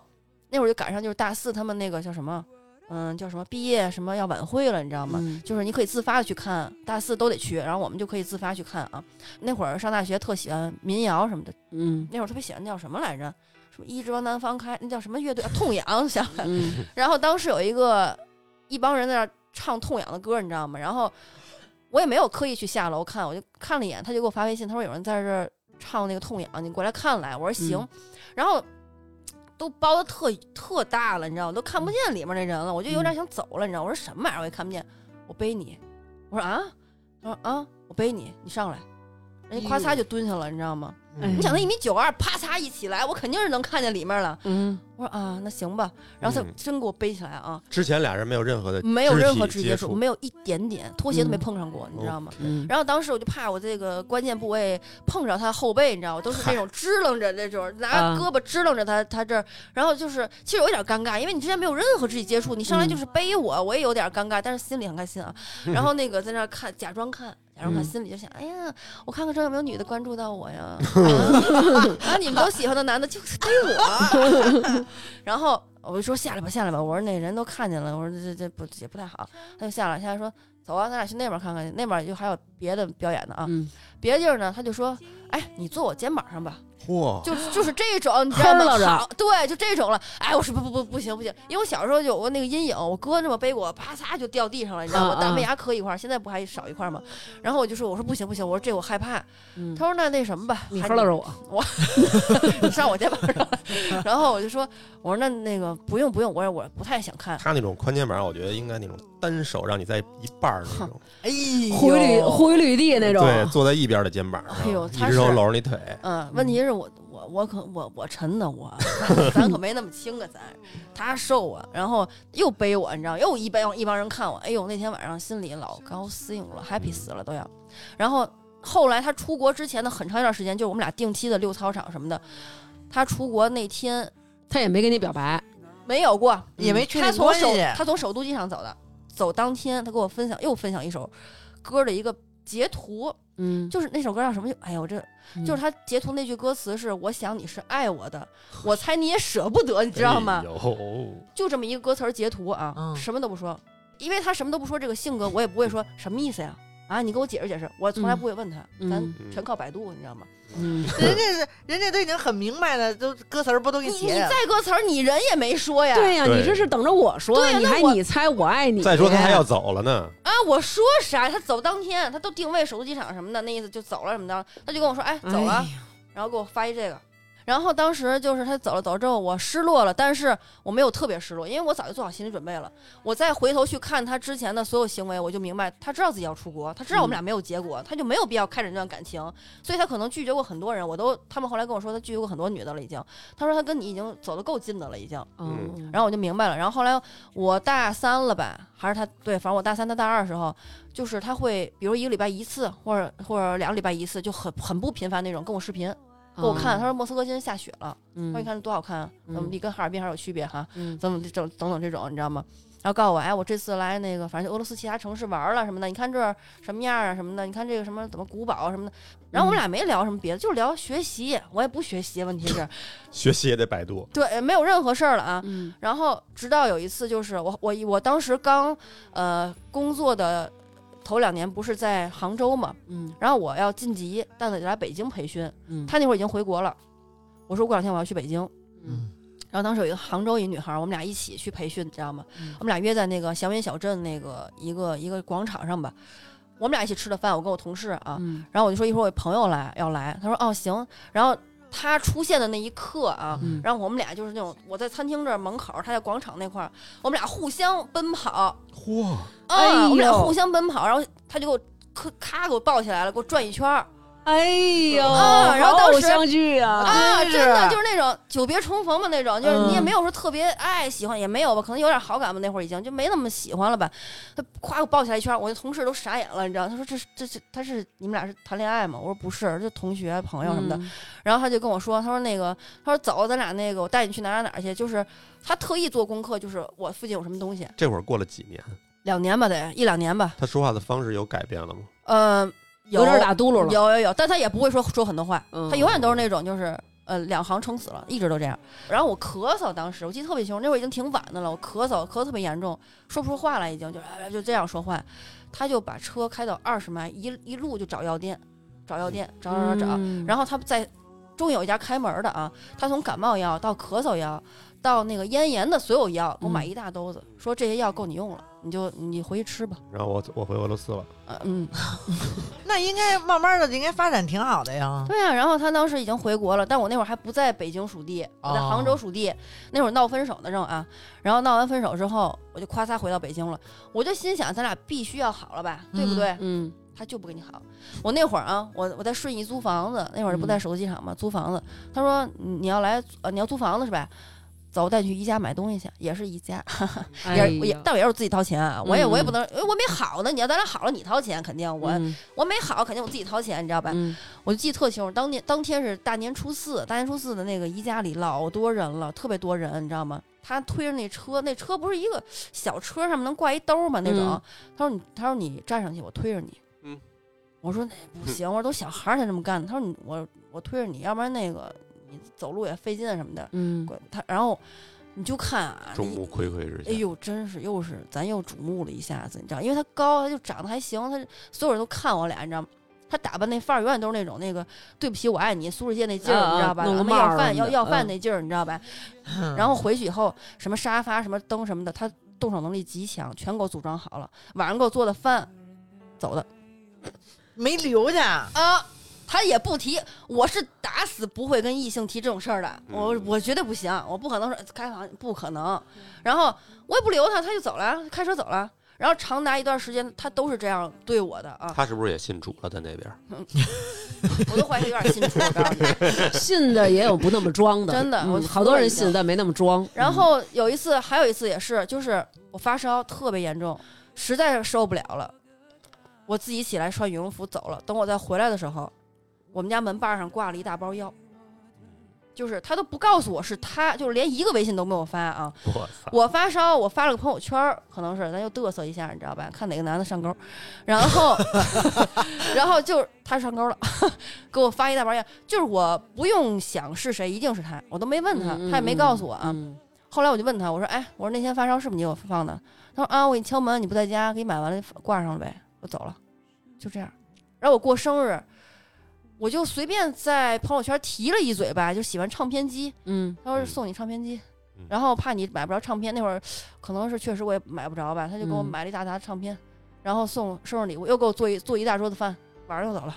那会儿就赶上就是大四他们那个叫什么，嗯，叫什么毕业什么要晚会了，你知道吗？
嗯
就是你可以自发的去看，大四都得去，然后我们就可以自发去看啊。那会儿上大学特喜欢民谣什么的，
嗯
那会儿特别喜欢叫什么来着？什么一直往南方开，那叫什么乐队？啊、痛痒， 想起来。
嗯，
然后当时有一个一帮人在那儿唱痛痒的歌，你知道吗？然后我也没有刻意去下楼看，我就看了一眼，他就给我发微信，他说有人在这儿唱那个痛痒，你过来看来。我说行，
嗯
然后。都包的特特大了，你知道吗？都看不见里面那人了，我就
嗯
有点想走了，你知道吗？我说什么玩意儿我也看不见，我背你。我说啊，他说啊，我背你，你上来。人家咔
哎
嚓
呦
就蹲下了，你知道吗？
嗯
你想他一米九二，啪嚓一起来，我肯定是能看见里面了。
嗯
我说啊，那行吧。然后他
嗯
真给我背起来啊，
之前俩人没有任何的
没有任何
肢
肢
体
接
接
触，没有一点点，拖鞋都没碰上过，你知道吗？
嗯，
然后当时我就怕我这个关键部位碰着他后背，你知道吗？都是那种支棱着那种，拿
啊
胳膊支棱着他他这儿，然后就是其实有点尴尬，因为你之前没有任何肢体接触，你上来
嗯
就是背我，我也有点尴尬，但是心里很开心啊。然后那个在那儿看，假装看，假装看，
嗯
心里就想，哎呀，我看看这有没有女的关注到我呀？啊，你们都喜欢的男的就是背我。然后我就说下来吧，下来吧。我说那人都看见了，我说这这这不也不太好。
啊
他就下来，下来说走啊，咱俩去那边看看去，那边就还有别的表演呢啊。
嗯
别的地儿呢，他就说，哎，你坐我肩膀上吧，
哦
嚯，
就就是这种， 你知道吗
了？着
好，对，就这种了。哎，我说不不不不行不行，因为我小时候有过那个阴影，我哥这么背我，啪嚓就掉地上了，你知道吗？
嗯嗯
大门牙磕一块儿，现在不还少一块儿吗？然后我就说，我说不行不行，我说这我害怕。
嗯，
他说那那什么吧，
你
还
喝了着我，
你上我肩膀上来。 然后我就说，我说那那个不用不用，我说我不太想看。
他那种宽肩膀，我觉得应该那种单手让你在一半儿 那种，
哎呦，
回绿回绿地那种，
对，坐在一边的肩膀上，
哎呦
一
他
只
是
手搂着你腿，
嗯，问题是我我我可我我沉呢，我咱可没那么轻啊， 咱他瘦啊，然后又背我，你知道，又一帮一帮人看我，哎呦，那天晚上心里老高兴了，happy
嗯
死了都要。然后后来他出国之前的很长一段时间，就是我们俩定期的溜操场什么的，他出国那天
他也没跟你表白，
没有过，
嗯也没确
他
定
从
关系
首，他从首都机场走的，走当天他给我分享又分享一首歌的一个截图，
嗯，
就是那首歌叫什么？哎呀，我这
嗯
就是他截图那句歌词是“我想你是爱我 的，我猜你也舍不得”，你知道吗
哎？呦
就这么一个歌词儿截图啊，
嗯
什么都不说，因为他什么都不说，这个性格我也不会说什么意思呀。啊，你给我解释解释，我从来不会问他，
嗯
咱全靠百度，你知道吗？
嗯
人家是人家都已经很明白了，都歌词儿不都给
你
写
你
下来了？
再歌词儿，你人也没说呀。
对呀，
对
你这是等着我说
对呀，
你
那
还
我
你猜我爱你，
再说他还要走了呢，
啊，我说啥？他走当天，他都定位首都机场什么的，那意思就走了什么的，他就跟我说，哎，走了。
哎呀
然后给我发一这个。然后当时就是他走了走了之后，我失落了，但是我没有特别失落，因为我早就做好心理准备了。我再回头去看他之前的所有行为，我就明白他知道自己要出国，他知道我们俩没有结果，他就没有必要开展这段感情，所以他可能拒绝过很多人。我都他们后来跟我说，他拒绝过很多女的了，已经。他说他跟你已经走得够近的了，已经。
嗯，
然后我就明白了。然后后来我大三了吧，还是他对，反正我大三他大二的时候，就是他会比如一个礼拜一次，或者或者两个礼拜一次，就很很不频繁那种，跟我视频。给我看，他说莫斯科今天下雪了，
哦嗯，
他说你看多好看啊，怎么地跟哈尔滨还是有区别哈，
嗯，
怎么地整等等这种，你知道吗？然后告诉我，哎，我这次来那个，反正就俄罗斯其他城市玩了什么的，你看这儿什么样啊什么的，你看这个什么怎么古堡什么的。然后
嗯
我们俩没聊什么别的，就聊学习，我也不学习，问题 是，
学习也得百度，
对，没有任何事儿了啊。
嗯
然后直到有一次，就是我我我当时刚呃工作的头两年不是在杭州嘛，
嗯
然后我要晋级，但得来北京培训。
嗯，
他那会儿已经回国了，我说过两天我要去北京。
嗯
然后当时有一个杭州一女孩儿，我们俩一起去培训，你知道吗？
嗯
我们俩约在那个祥云小镇那个一个一个广场上吧，我们俩一起吃的饭，我跟我同事啊，
嗯
然后我就说一会儿我朋友来要来，他说哦行，然后他出现的那一刻啊，
嗯
然后我们俩就是那种我在餐厅这儿门口，他在广场那块儿，我们俩互相奔跑，
嚯，
啊，
哎呦
我们俩互相奔跑，然后他就给我咔咔给我抱起来了，给我转一圈儿，
哎呦，
啊然后
好
当
偶
时
像剧啊，
啊，
真
真
是
的就是那种久别重逢嘛，那种就是你也
嗯
没有说特别爱喜欢，也没有吧，可能有点好感吧，那会儿已经就没那么喜欢了吧。他夸给我抱起来一圈，我的同事都傻眼了，你知道？他说这是这是他是你们俩是谈恋爱吗？我说不是，就同学朋友什么的。
嗯
然后他就跟我说，他说那个，他说走，咱俩那个，我带你去哪儿哪儿哪儿去。就是他特意做功课，就是我附近有什么东西，
这会儿过了几年，
两年吧，得一两年吧。
他说话的方式有改变了吗？
嗯，
有点打嘟噜了，
有有有，但他也不会说说很多话，
嗯
他永远都是那种就是呃两行撑死了，一直都这样。然后我咳嗽，当时我记得特别清楚，那会儿已经挺晚的了，我咳嗽咳得特别严重，说不出话来，已经就是、哎就这样说话。他就把车开到二十迈，一一路就找药店，找药店，找找找找，
嗯
然后他在终于有一家开门的啊，他从感冒药到咳嗽药到那个咽炎的所有药，给我买
嗯
一大兜子，说这些药够你用了，你就你回去吃吧。
然后我我回俄罗斯了，
呃嗯，
那应该慢慢的应该发展挺好的呀。
对啊呀、然后他当时已经回国了，但我那会儿还不在北京属地，我在
哦
杭州属地，那会儿闹分手呢正啊。然后闹完分手之后，我就夸嚓回到北京了，我就心想咱俩必须要好了吧，对不对？
嗯
他就不跟你好。我那会儿啊，我我在顺义租房子，那会儿不在
嗯
首都机场嘛，租房子。他说你要来，呃，你要租房子是吧？走，带你去宜家买东西去，也是宜家，也
哎
是、也
呀，
但我也是自己掏钱啊，我也我也不
嗯
能，因为我没好呢，你要咱俩好了，你掏钱肯定，我、
嗯
我没好肯定我自己掏钱，你知道吧？
嗯
我就记得特清楚，当年当天是大年初四，大年初四的那个宜家里老多人了，特别多人，你知道吗？他推着那车，那车不是一个小车，上面能挂一兜儿吗？那种。
嗯
他说你，他说你站上去，我推着你。
嗯，
我说那不行，我说都小孩儿才这么干的。他说你我我推着你，要不然那个你走路也费劲什么的。
嗯，
管他然后你就看啊，
众
你
目睽睽之
哎
下，
呦，真是又是咱又瞩目了一下子，你知道，因为他高，他就长得还行，他所有人都看我俩，你知道吗？他打扮那范儿永远都是那种那个对不起我爱你苏志燮那劲儿，
啊啊
你知道吧？
弄个
咱们
帽儿
要饭
什么
要
的
要饭
嗯
那劲儿，你知道吧？
嗯
然后回去以后，什么沙发、什么灯什么的，他动手能力极强，全给我组装好了。晚上给我做的饭，走的
没留下，
啊，他也不提，我是打死不会跟异性提这种事儿的，我
嗯
我绝对不行，我不可能说开房，不可能。然后我也不留他，他就走了，开车走了。然后长达一段时间，他都是这样对我的 啊，
他是不是也信主了？在那边，
我都怀疑有点心虚。我告诉你
信的也有不那么装 的，
真的
嗯
我
好多人
服了
信
已经
但没那么装。嗯
然后有一次，还有一次也是，就是我发烧特别严重，实在是受不了了，我自己起来穿羽绒服走了。等我再回来的时候，我们家门把上挂了一大包药，就是他都不告诉我是他，就是连一个微信都没有发啊。
我操，
我发烧，我发了个朋友圈儿，可能是咱就嘚瑟一下，你知道吧？看哪个男的上钩，然后， 然后就是他上钩了，给我发一大包烟，就是我不用想是谁，一定是他，我都没问他，
嗯
他也没告诉我啊。
嗯
后来我就问他，我说：“哎，我说那天发烧是不是你给我放的？”他说：“啊，我给你敲门，你不在家，给你买完了挂上了呗。”我走了，就这样。然后我过生日，我就随便在朋友圈提了一嘴吧，就喜欢唱片机，
嗯
他说
嗯
送你唱片机
嗯，
然后怕你买不着唱片，那会儿可能是确实我也买不着吧，他就给我
嗯
买了一大沓唱片，然后送生日礼物，又给我做一做一大桌子饭，晚上就走了。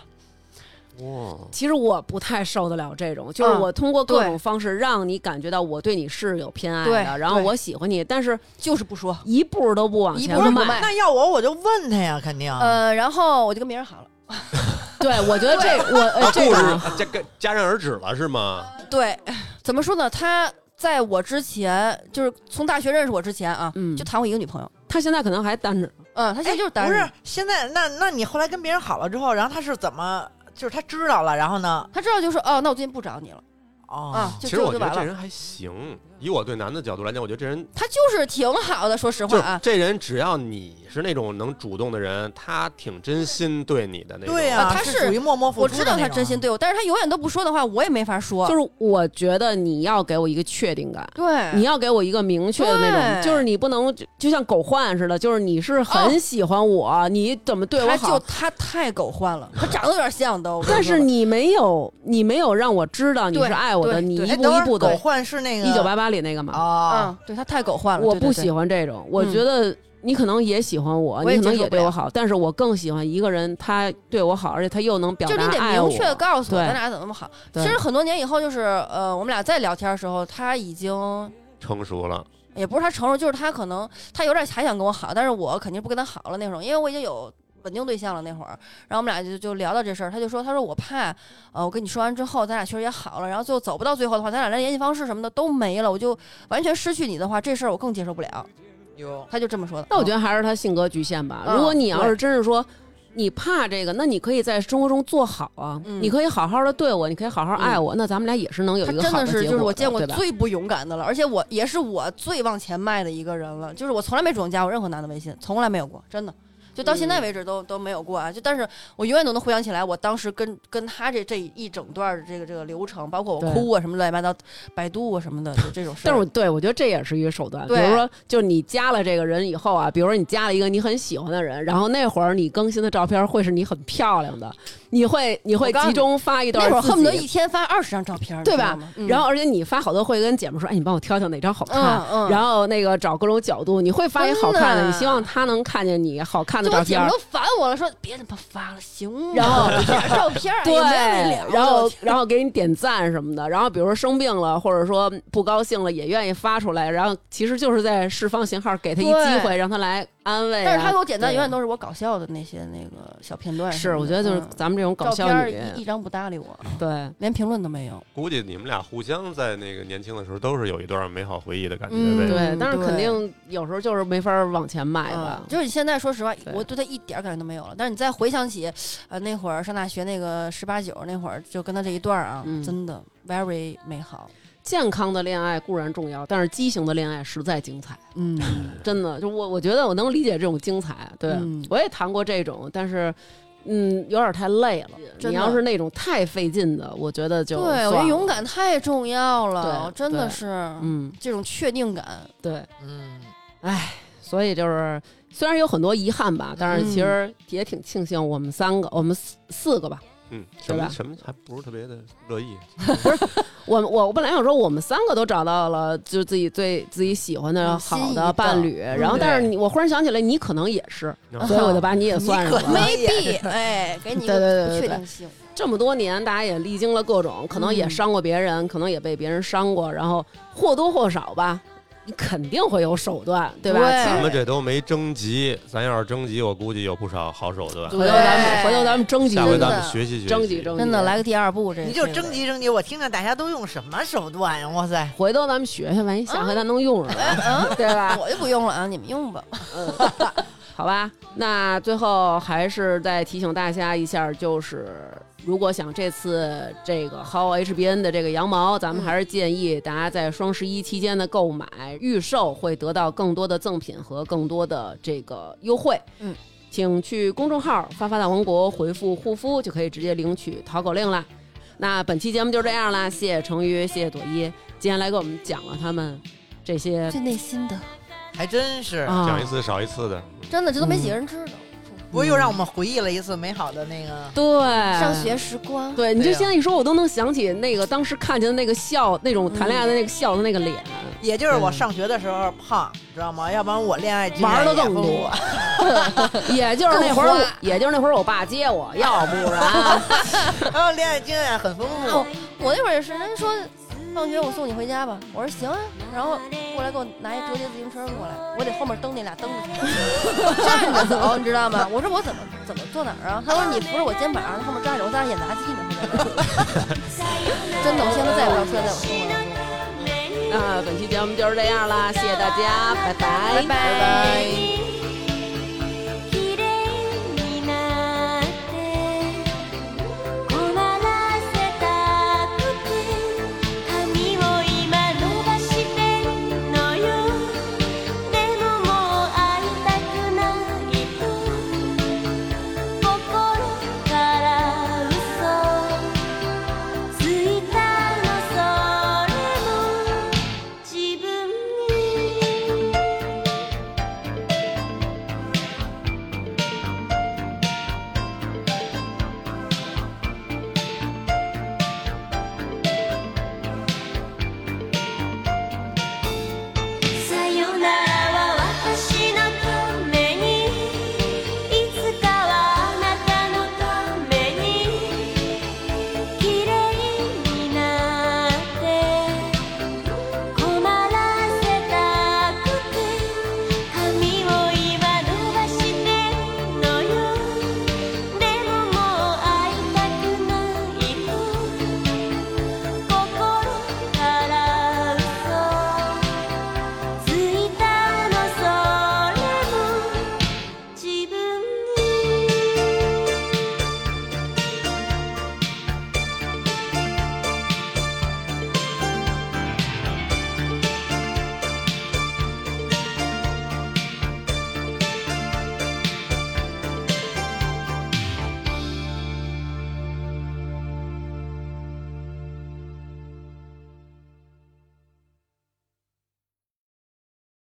哇，
其实我不太受得了这种，就是
嗯
我通过各
对
种方式让你感觉到我对你是有偏爱的，
对
然后
对
我喜欢你，但是
就是不
啊
说，
一步都不往
一
前
步都不
迈。
迈
那要我我就问他呀，肯定。哎
呃，然后我就跟别人好了，
对，我觉得这我呃
故
这
事
个
啊戛戛戛然而止了是
啊
吗？
对， 怎么说呢？他在我之前，就是从大学认识我之前啊，
嗯
就谈过一个女朋友，
他现在可能还单着呢，
嗯，他现在就是单
哎不
身
是，现在那那你后来跟别人好了之后，然后他是怎么？就是他知道了，然后呢？
他知道就说哦，那我最近不找你了
哦，
啊，就
其实
就
我
就
觉得
完
这
了。
人还行，以我对男的角度来讲，我觉得这人
他就是挺好的，说实
就
话
是
啊，
这人，只要你是那种能主动的人，他挺真心对你的那种。
对呀、
啊他
是
是
属于默默付
我
出
知
的
道
那
他
种啊
真心对我，但是他永远都不说的话，我也没法说。
就是我觉得你要给我一个确定感。
对，
你要给我一个明确的那种，
对
就是你不能就就像狗焕似的，就是你是很
哦
喜欢我，你怎么对我
他
好
就，他太狗焕了，他长得有点像都。我跟你
但是
说吧
你没有，你没有让我知道你
对
是爱我的，
对
你
对
一
哎
步
等会
一
儿
步的
狗。焕是那个
一九八八里那个嘛，
哦，
嗯，对他太狗焕了，
啊我
对
不。
对
喜
对
欢这种。我
嗯
觉得你可能也喜欢我，
我也
你可能
接受
也
不
对我
了
好，但是我更喜欢一个人，他对我好，而且他又能表
就
达
是你得
爱我。
明确地告诉我，
对
咱俩怎么那么好。
对
其实很多年以后，就是呃，我们俩再聊天的时候，他已经
成熟了，
也不是他承认，就是他可能他有点还想跟我好，但是我肯定不跟他好了那种，因为我已经有稳定对象了那会儿，然后我们俩就就聊到这事儿，他就说，他说我怕，呃，我跟你说完之后，咱俩确实也好了，然后最后走不到最后的话，咱俩连联系方式什么的都没了，我就完全失去你的话，这事儿我更接受不了。
有
他就这么说的。
但我觉得还是他性格局限吧。
嗯
如果你要是真是说你怕这个，那你可以在生活中做好啊，
嗯
你可以好好的对我，你可以好好爱我，那咱们俩也是能有
他
一个
真
好
的
结果
是，就是我见过
对吧？
最不勇敢的了，而且我也是我最往前迈的一个人了。就是我从来没主动加过任何男的微信，从来没有过，真的，就到现
嗯
在为止都、都没有过啊。就但是我永远都能回想起来，我当时跟跟他这这一整段的这个这个流程，包括我
对
哭啊什么乱七八糟，百度啊什么的，就这种事儿。
但是我对我觉得这也是一个手段，比
对
如说，就是你加了这个人以后啊，比如说你加了一个你很喜欢的人，然后那会儿你更新的照片会是你很漂亮的，你会你会
我告诉
集
你
中发一段
那会儿
自己
恨不得一天发二十张照片儿，
对
你知
吧
道吗？嗯
然后而且你发好多会跟姐们说，哎，你帮我挑挑哪张好看，
嗯嗯
然后那个找各种角度，你会发一好看
真
的，
的
你希望她能看见你好看的
就
照
我姐
片
夫
儿。
都烦我了，说别他妈发了，行吗？
然 后
一点照片儿，哎
对
呀没完没了，
然
我
后
就
然后给你点赞什么的，然后比如说生病了，或者说不高兴了，也愿意发出来，然后其实就是在释放信号，给他一
对
机会，让他来安慰啊、
但是他给我点赞
对
永远都是我搞笑的那些那个小片段什
是，
么的。
我觉得就是
嗯
咱们这种搞
照
笑
片儿
女，嗯
一一张不搭理我，
对，
连评论都没有。
估计你们俩互相在那个年轻的时候都是有一段美好回忆的感觉
嗯
呗。
对，但是
对
肯定有时候就是没法儿往前迈吧
嗯，。就是你现在，说实话，
哎对
我对他一点儿感觉都没有了。但是你再回想起，呃，那会儿上大学那个十八九那会儿，就跟他这一段儿啊，
嗯
真的 very 美好。
健康的恋爱固然重要，但是畸形的恋爱实在精彩，
嗯，
真的，就我我觉得我能理解这种精彩，对、
嗯
我也谈过这种，但是。嗯，有点太累了。
真
你
的
要是那种太费劲的，我觉得就
对，我觉
算
得
了
勇。敢太重要了，
对
真的
对
是，
嗯，
这种确定感。
对，
嗯，
所以就是虽然有很多遗憾吧，但是
嗯
其实也挺庆幸我们三个，我们四四个吧，
嗯，
对
什
吧
么什么还不是特别的乐意。
我我我本来想说，我们三个都找到了，就自己最自己喜欢的
嗯心
好
仪
的
的嗯
伴侣。然后，但是你我忽然想起来，你可能也是，
嗯
所以 我就把你 也算上
你可能
了。
没必，哎，给 你一
对对
个
对对
不确
对
定性。
这么多年，大家也历经了各种，可能也伤过别人，可能也被别人伤过，然后或多或少吧，你肯定会有手段，对吧？
对
咱们这都没征集，咱要是征集，我估计有不少好手段
其实。回头咱们
对
回头咱们征集
下回
征
咱
集
们学习学习，
征集征集，
真的来个第二部，这
你就
这个
征集征集，我听听大家都用什么手段呀？哇塞，
回头咱们学学，万一下回咱能用上，
哎嗯，
啊 对吧？
我就不用了啊，你们用吧。
好吧，那最后还是再提醒大家一下，就是如果想这次这个 How HBN 的这个羊毛，咱们还是建议大家在双十一期间的购买预售，会得到更多的赠品和更多的这个优惠。
嗯。
请去公众号“发发大王国”回复“护肤”，就可以直接领取淘口令啦。那本期节目就这样啦，谢谢成瑜，谢谢朵一，今天来给我们讲了他们这些
最内心的，
还真是，
啊，
讲一次少一次的。嗯
真的这都没几个人知道。
不过又让我们回忆了一次美好的那个。
对
上学时光，
对，你就
对呀
现在一说，我都能想起那个当时看见的那个笑，那种谈恋爱的那个笑的那个脸，
嗯
也就是我上学的时候胖，知道吗？要不然我恋爱经验
玩的
也
更
丰
多
富。。
也就是那会儿
更花，
也就是那会儿我爸接我，要不然
啊 然后恋爱经验很丰富
哦，我那会儿也是，人家说放学我送你回家吧，我说行啊，然后过来给我拿一折叠自行车过来，我得后面蹬那俩蹬 子，站着走，你知道吗？我说我怎么怎么坐哪儿啊？他说你扶着我肩膀，后面站着，我咱俩演杂技呢，他在那儿 真的，我现在再也不要摔在我生活当中。
啊那本期节目就是这样啦，谢谢大家，拜拜
拜拜。